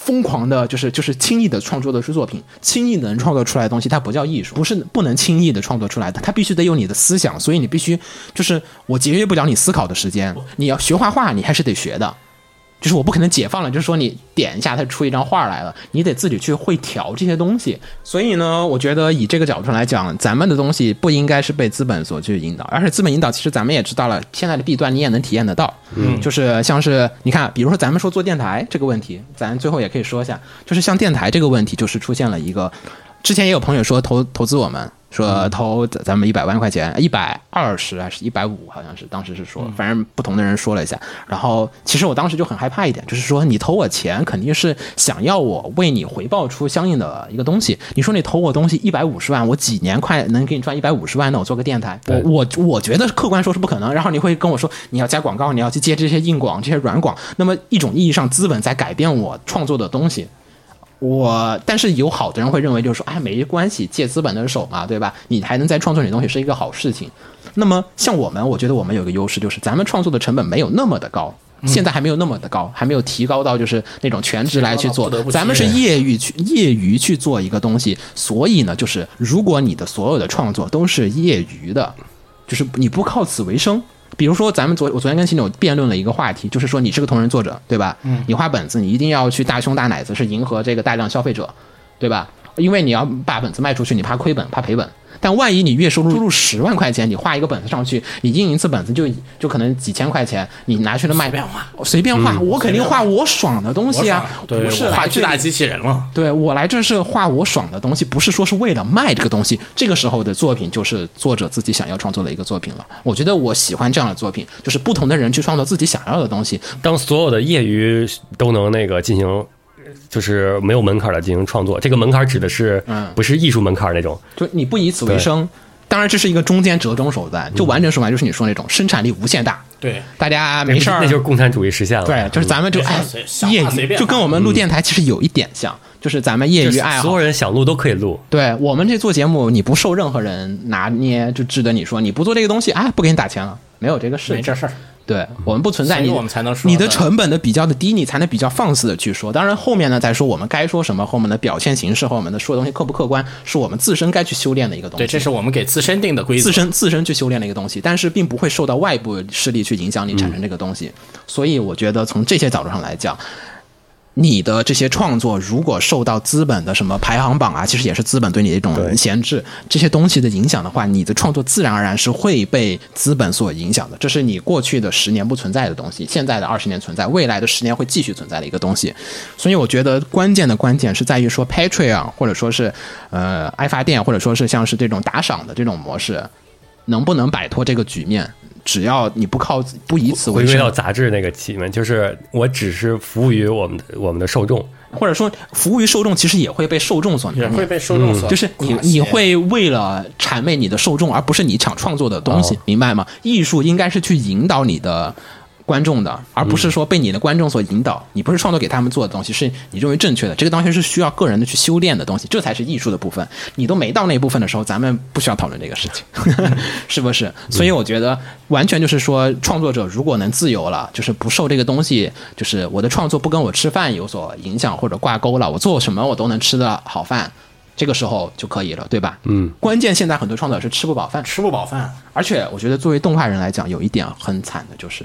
疯狂的，就是就是轻易的创作的出作品，轻易能创作出来的东西，它不叫艺术，不是不能轻易的创作出来的，它必须得有你的思想，所以你必须就是我节约不了你思考的时间，你要学画画，你还是得学的，就是我不可能解放了，就是说你点一下它出一张画来了，你得自己去会调这些东西。所以呢，我觉得以这个角度上来讲，咱们的东西不应该是被资本所去引导，而且资本引导其实咱们也知道了，现在的弊端你也能体验得到。嗯，就是像是你看，比如说咱们说做电台这个问题，咱最后也可以说一下，就是像电台这个问题，就是出现了一个，之前也有朋友说投投资我们。说投咱咱们一百万块钱，一百二十还是一百五，好像是当时是说，反正不同的人说了一下。然后其实我当时就很害怕一点，就是说你投我钱，肯定是想要我为你回报出相应的一个东西。你说你投我东西一百五十万，我几年快能给你赚一百五十万呢？我做个电台，我我我觉得客观说是不可能。然后你会跟我说你要加广告，你要去接这些硬广、这些软广。那么一种意义上，资本在改变我创作的东西。我，但是有好的人会认为，就是说，哎，没关系，借资本的手嘛，对吧？你还能再创作你的东西是一个好事情。那么像我们，我觉得我们有个优势，就是咱们创作的成本没有那么的高，现在还没有那么的高，还没有提高到就是那种全职来去做提高到不得不。咱们是信任业余去业余去做一个东西，所以呢，就是如果你的所有的创作都是业余的，就是你不靠此为生。比如说，咱们昨我昨天跟秦总辩论了一个话题，就是说你是个同人作者，对吧？嗯，你画本子，你一定要去大胸大奶子，是迎合这个大量消费者，对吧？因为你要把本子卖出去，你怕亏本，怕赔本。但万一你月收入入十万块钱，你画一个本子上去，你印一次本子就就可能几千块钱，你拿去了卖，随便画，嗯随便画，我肯定画我爽的东西啊，对不是我来画这巨里大机器人了，对我来这是画我爽的东西，不是说是为了卖这个东西。这个时候的作品就是作者自己想要创作的一个作品了。我觉得我喜欢这样的作品，就是不同的人去创作自己想要的东西。当所有的业余都能那个进行，就是没有门槛的进行创作，这个门槛指的是嗯不是艺术门槛那种？就你不以此为生，当然这是一个中间折中手段。就完整手段就是你说那种生产力无限大，对，大家没事儿那哎就是共产主义实现了。对，就是咱们就没事儿哎随想业法随余，便啊就跟我们录电台其实有一点像，就是咱们业就余是爱所好有。人想录都可以录。对我们这做节目，你不受任何人拿捏，就指着你说你不做这个东西，哎，不给你打钱了，没有这个事情，没这事儿。对我们不存在，所以你我们才能说你的对成本的比较的低，你才能比较放肆的去说。当然后面呢再说我们该说什么和我们的表现形式和我们的说的东西客不客观，是我们自身该去修炼的一个东西。对，这是我们给自身定的规则自。身自身去修炼的一个东西，但是并不会受到外部势力去影响你产生这个东西。所以我觉得从这些角度上来讲，你的这些创作如果受到资本的什么排行榜啊，其实也是资本对你的一种闲置这些东西的影响的话，你的创作自然而然是会被资本所影响的。这是你过去的十年不存在的东西，现在的二十年存在，未来的十年会继续存在的一个东西。所以我觉得关键的关键是在于说 Patreon 啊或者说是呃爱发电，或者说是像是这种打赏的这种模式，能不能摆脱这个局面？只要你不靠不以此回为归到生，杂志那个起面，就是我只是服务于我们的我们的受众，或者说服务于受众，其实也会被受众所也难会免。被受众嗯所就是你妥协你会为了谄媚你的受众，而不是你想创作的东西，明白吗？艺术应该是去引导你的。观众的，而不是说被你的观众所引导。你不是创作给他们做的东西，是你认为正确的。这个东西是需要个人的去修炼的东西，这才是艺术的部分。你都没到那部分的时候，咱们不需要讨论这个事情，是不是？所以我觉得完全就是说，创作者如果能自由了，就是不受这个东西，就是我的创作不跟我吃饭有所影响或者挂钩了，我做什么我都能吃的好饭，这个时候就可以了，对吧？嗯，关键现在很多创作者是吃不饱饭，吃不饱饭，而且我觉得作为动画人来讲，有一点很惨的就是。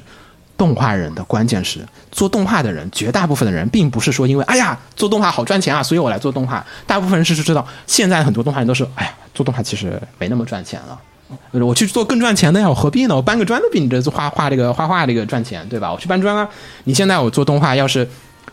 动画人的关键是，做动画的人，绝大部分的人并不是说因为哎呀做动画好赚钱啊，所以我来做动画。大部分人是知道，现在很多动画人都是哎呀做动画其实没那么赚钱了。我去做更赚钱的呀，我何必呢？我搬个砖都比你这画画这个画画这个赚钱，对吧？我去搬砖啊！你现在我做动画，要是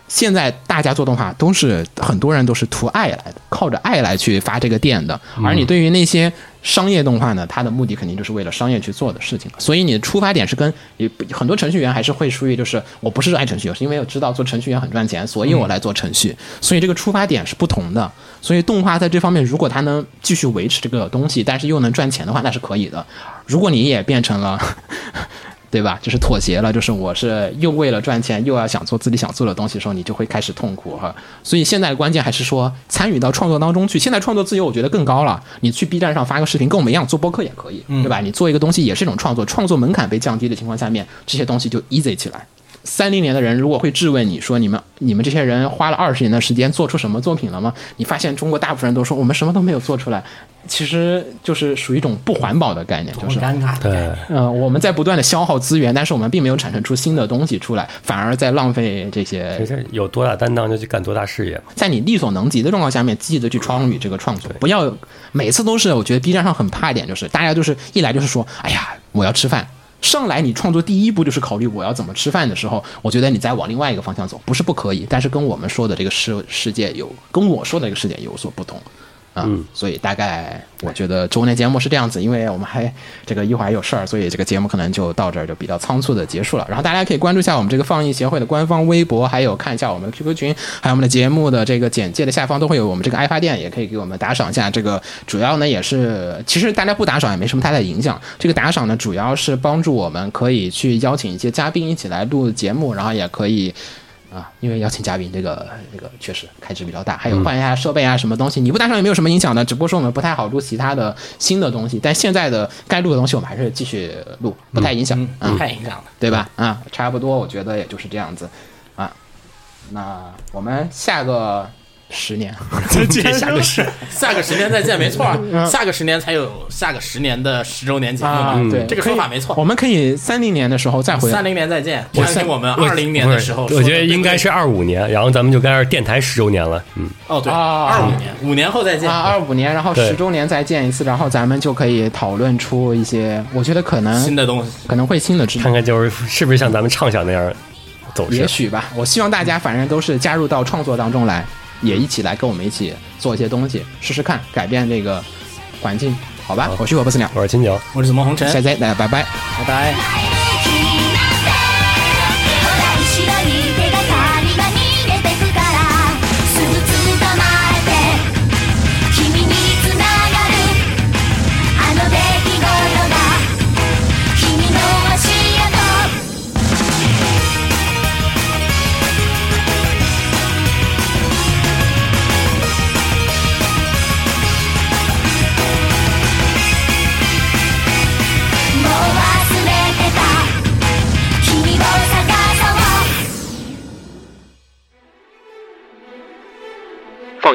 现在大家做动画都是很多人都是图爱来的，靠着爱来去发这个店的。而你对于那些商业动画呢，它的目的肯定就是为了商业去做的事情，所以你的出发点是跟也很多程序员还是会属于就是我不是热爱程序员，是因为我知道做程序员很赚钱，所以我来做程序，所以这个出发点是不同的。所以动画在这方面，如果它能继续维持这个东西，但是又能赚钱的话，那是可以的。如果你也变成了对吧？就是妥协了，就是我是又为了赚钱，又要想做自己想做的东西的时候，你就会开始痛苦哈。所以现在的关键还是说参与到创作当中去。现在创作自由我觉得更高了，你去 B 站上发个视频，跟我们一样做播客也可以，对吧？你做一个东西也是一种创作，创作门槛被降低的情况下面，这些东西就 easy 起来。三零年的人如果会质问你说你们你们这些人花了二十年的时间做出什么作品了吗？你发现中国大部分人都说我们什么都没有做出来，其实就是属于一种不环保的概念，就是尴尬。对，呃，我们在不断的消耗资源，但是我们并没有产生出新的东西出来，反而在浪费这其些。实有多大担当就去干多大事业嘛。在你力所能及的状况下面，积极的去参与这个创作，不要每次都是。我觉得 B 站上很怕一点，就是大家就是一来就是说，哎呀，我要吃饭。上来你创作第一步就是考虑我要怎么吃饭的时候，我觉得你再往另外一个方向走，不是不可以，但是跟我们说的这个世世界有，跟我说的这个世界有所不同。啊，所以大概我觉得周年节目是这样子，因为我们还这个一会儿还有事儿，所以这个节目可能就到这儿就比较仓促的结束了。然后大家可以关注一下我们这个放映协会的官方微博，还有看一下我们的 QQ 群，还有我们的节目的这个简介的下方都会有我们这个爱发电，也可以给我们打赏一下。这个主要呢也是，其实大家不打赏也没什么太大影响。这个打赏呢主要是帮助我们可以去邀请一些嘉宾一起来录节目，然后也可以啊，因为邀请嘉宾这个这个确实开支比嗯较大，还有换一下设备啊，什么东西，你不打赏也没有什么影响的，只不过说我们不太好录其他的新的东西，但现在的该录的东西我们还是继续录，不太影响，啊，太影响了。对吧？啊，差不多，我觉得也就是这样子，啊，那我们下个十 [LAUGHS] 年再见，下个十下个十年再见，没错儿，下个十年才有下个十年的十周年节目啊嘛，，对，这个说法没错。我们可以三零年的时候再回来三。零年再见，相信我们二零年的时候不是说我的对不觉对，得应该是二五年，然后咱们就该是电台十周年了。嗯，哦，对，啊二五年，五年后再见啊，二五年，然后对十周年再见一次，然后咱们就可以讨论出一些，我觉得可新能的东西。可能会新的指导看。看就是是不是像咱们畅想那样走势也。许吧。我希望大家反正都是加入到创作当中来，也一起来跟我们一起做一些东西，试试看，改变这个环境，好吧？我是我不死鸟，我是金牛。我是怎么红尘，下次再见，拜拜。拜拜。 「ほら後ろに手がかりが逃げてくから」「すぐ捕まえて君につながる」「あの出来事が君の足跡」「もう忘れてた君を探そう」放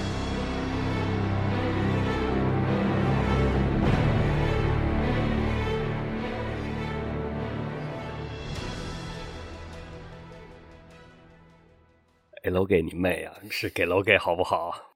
给楼给你妹啊！是给楼给好不好？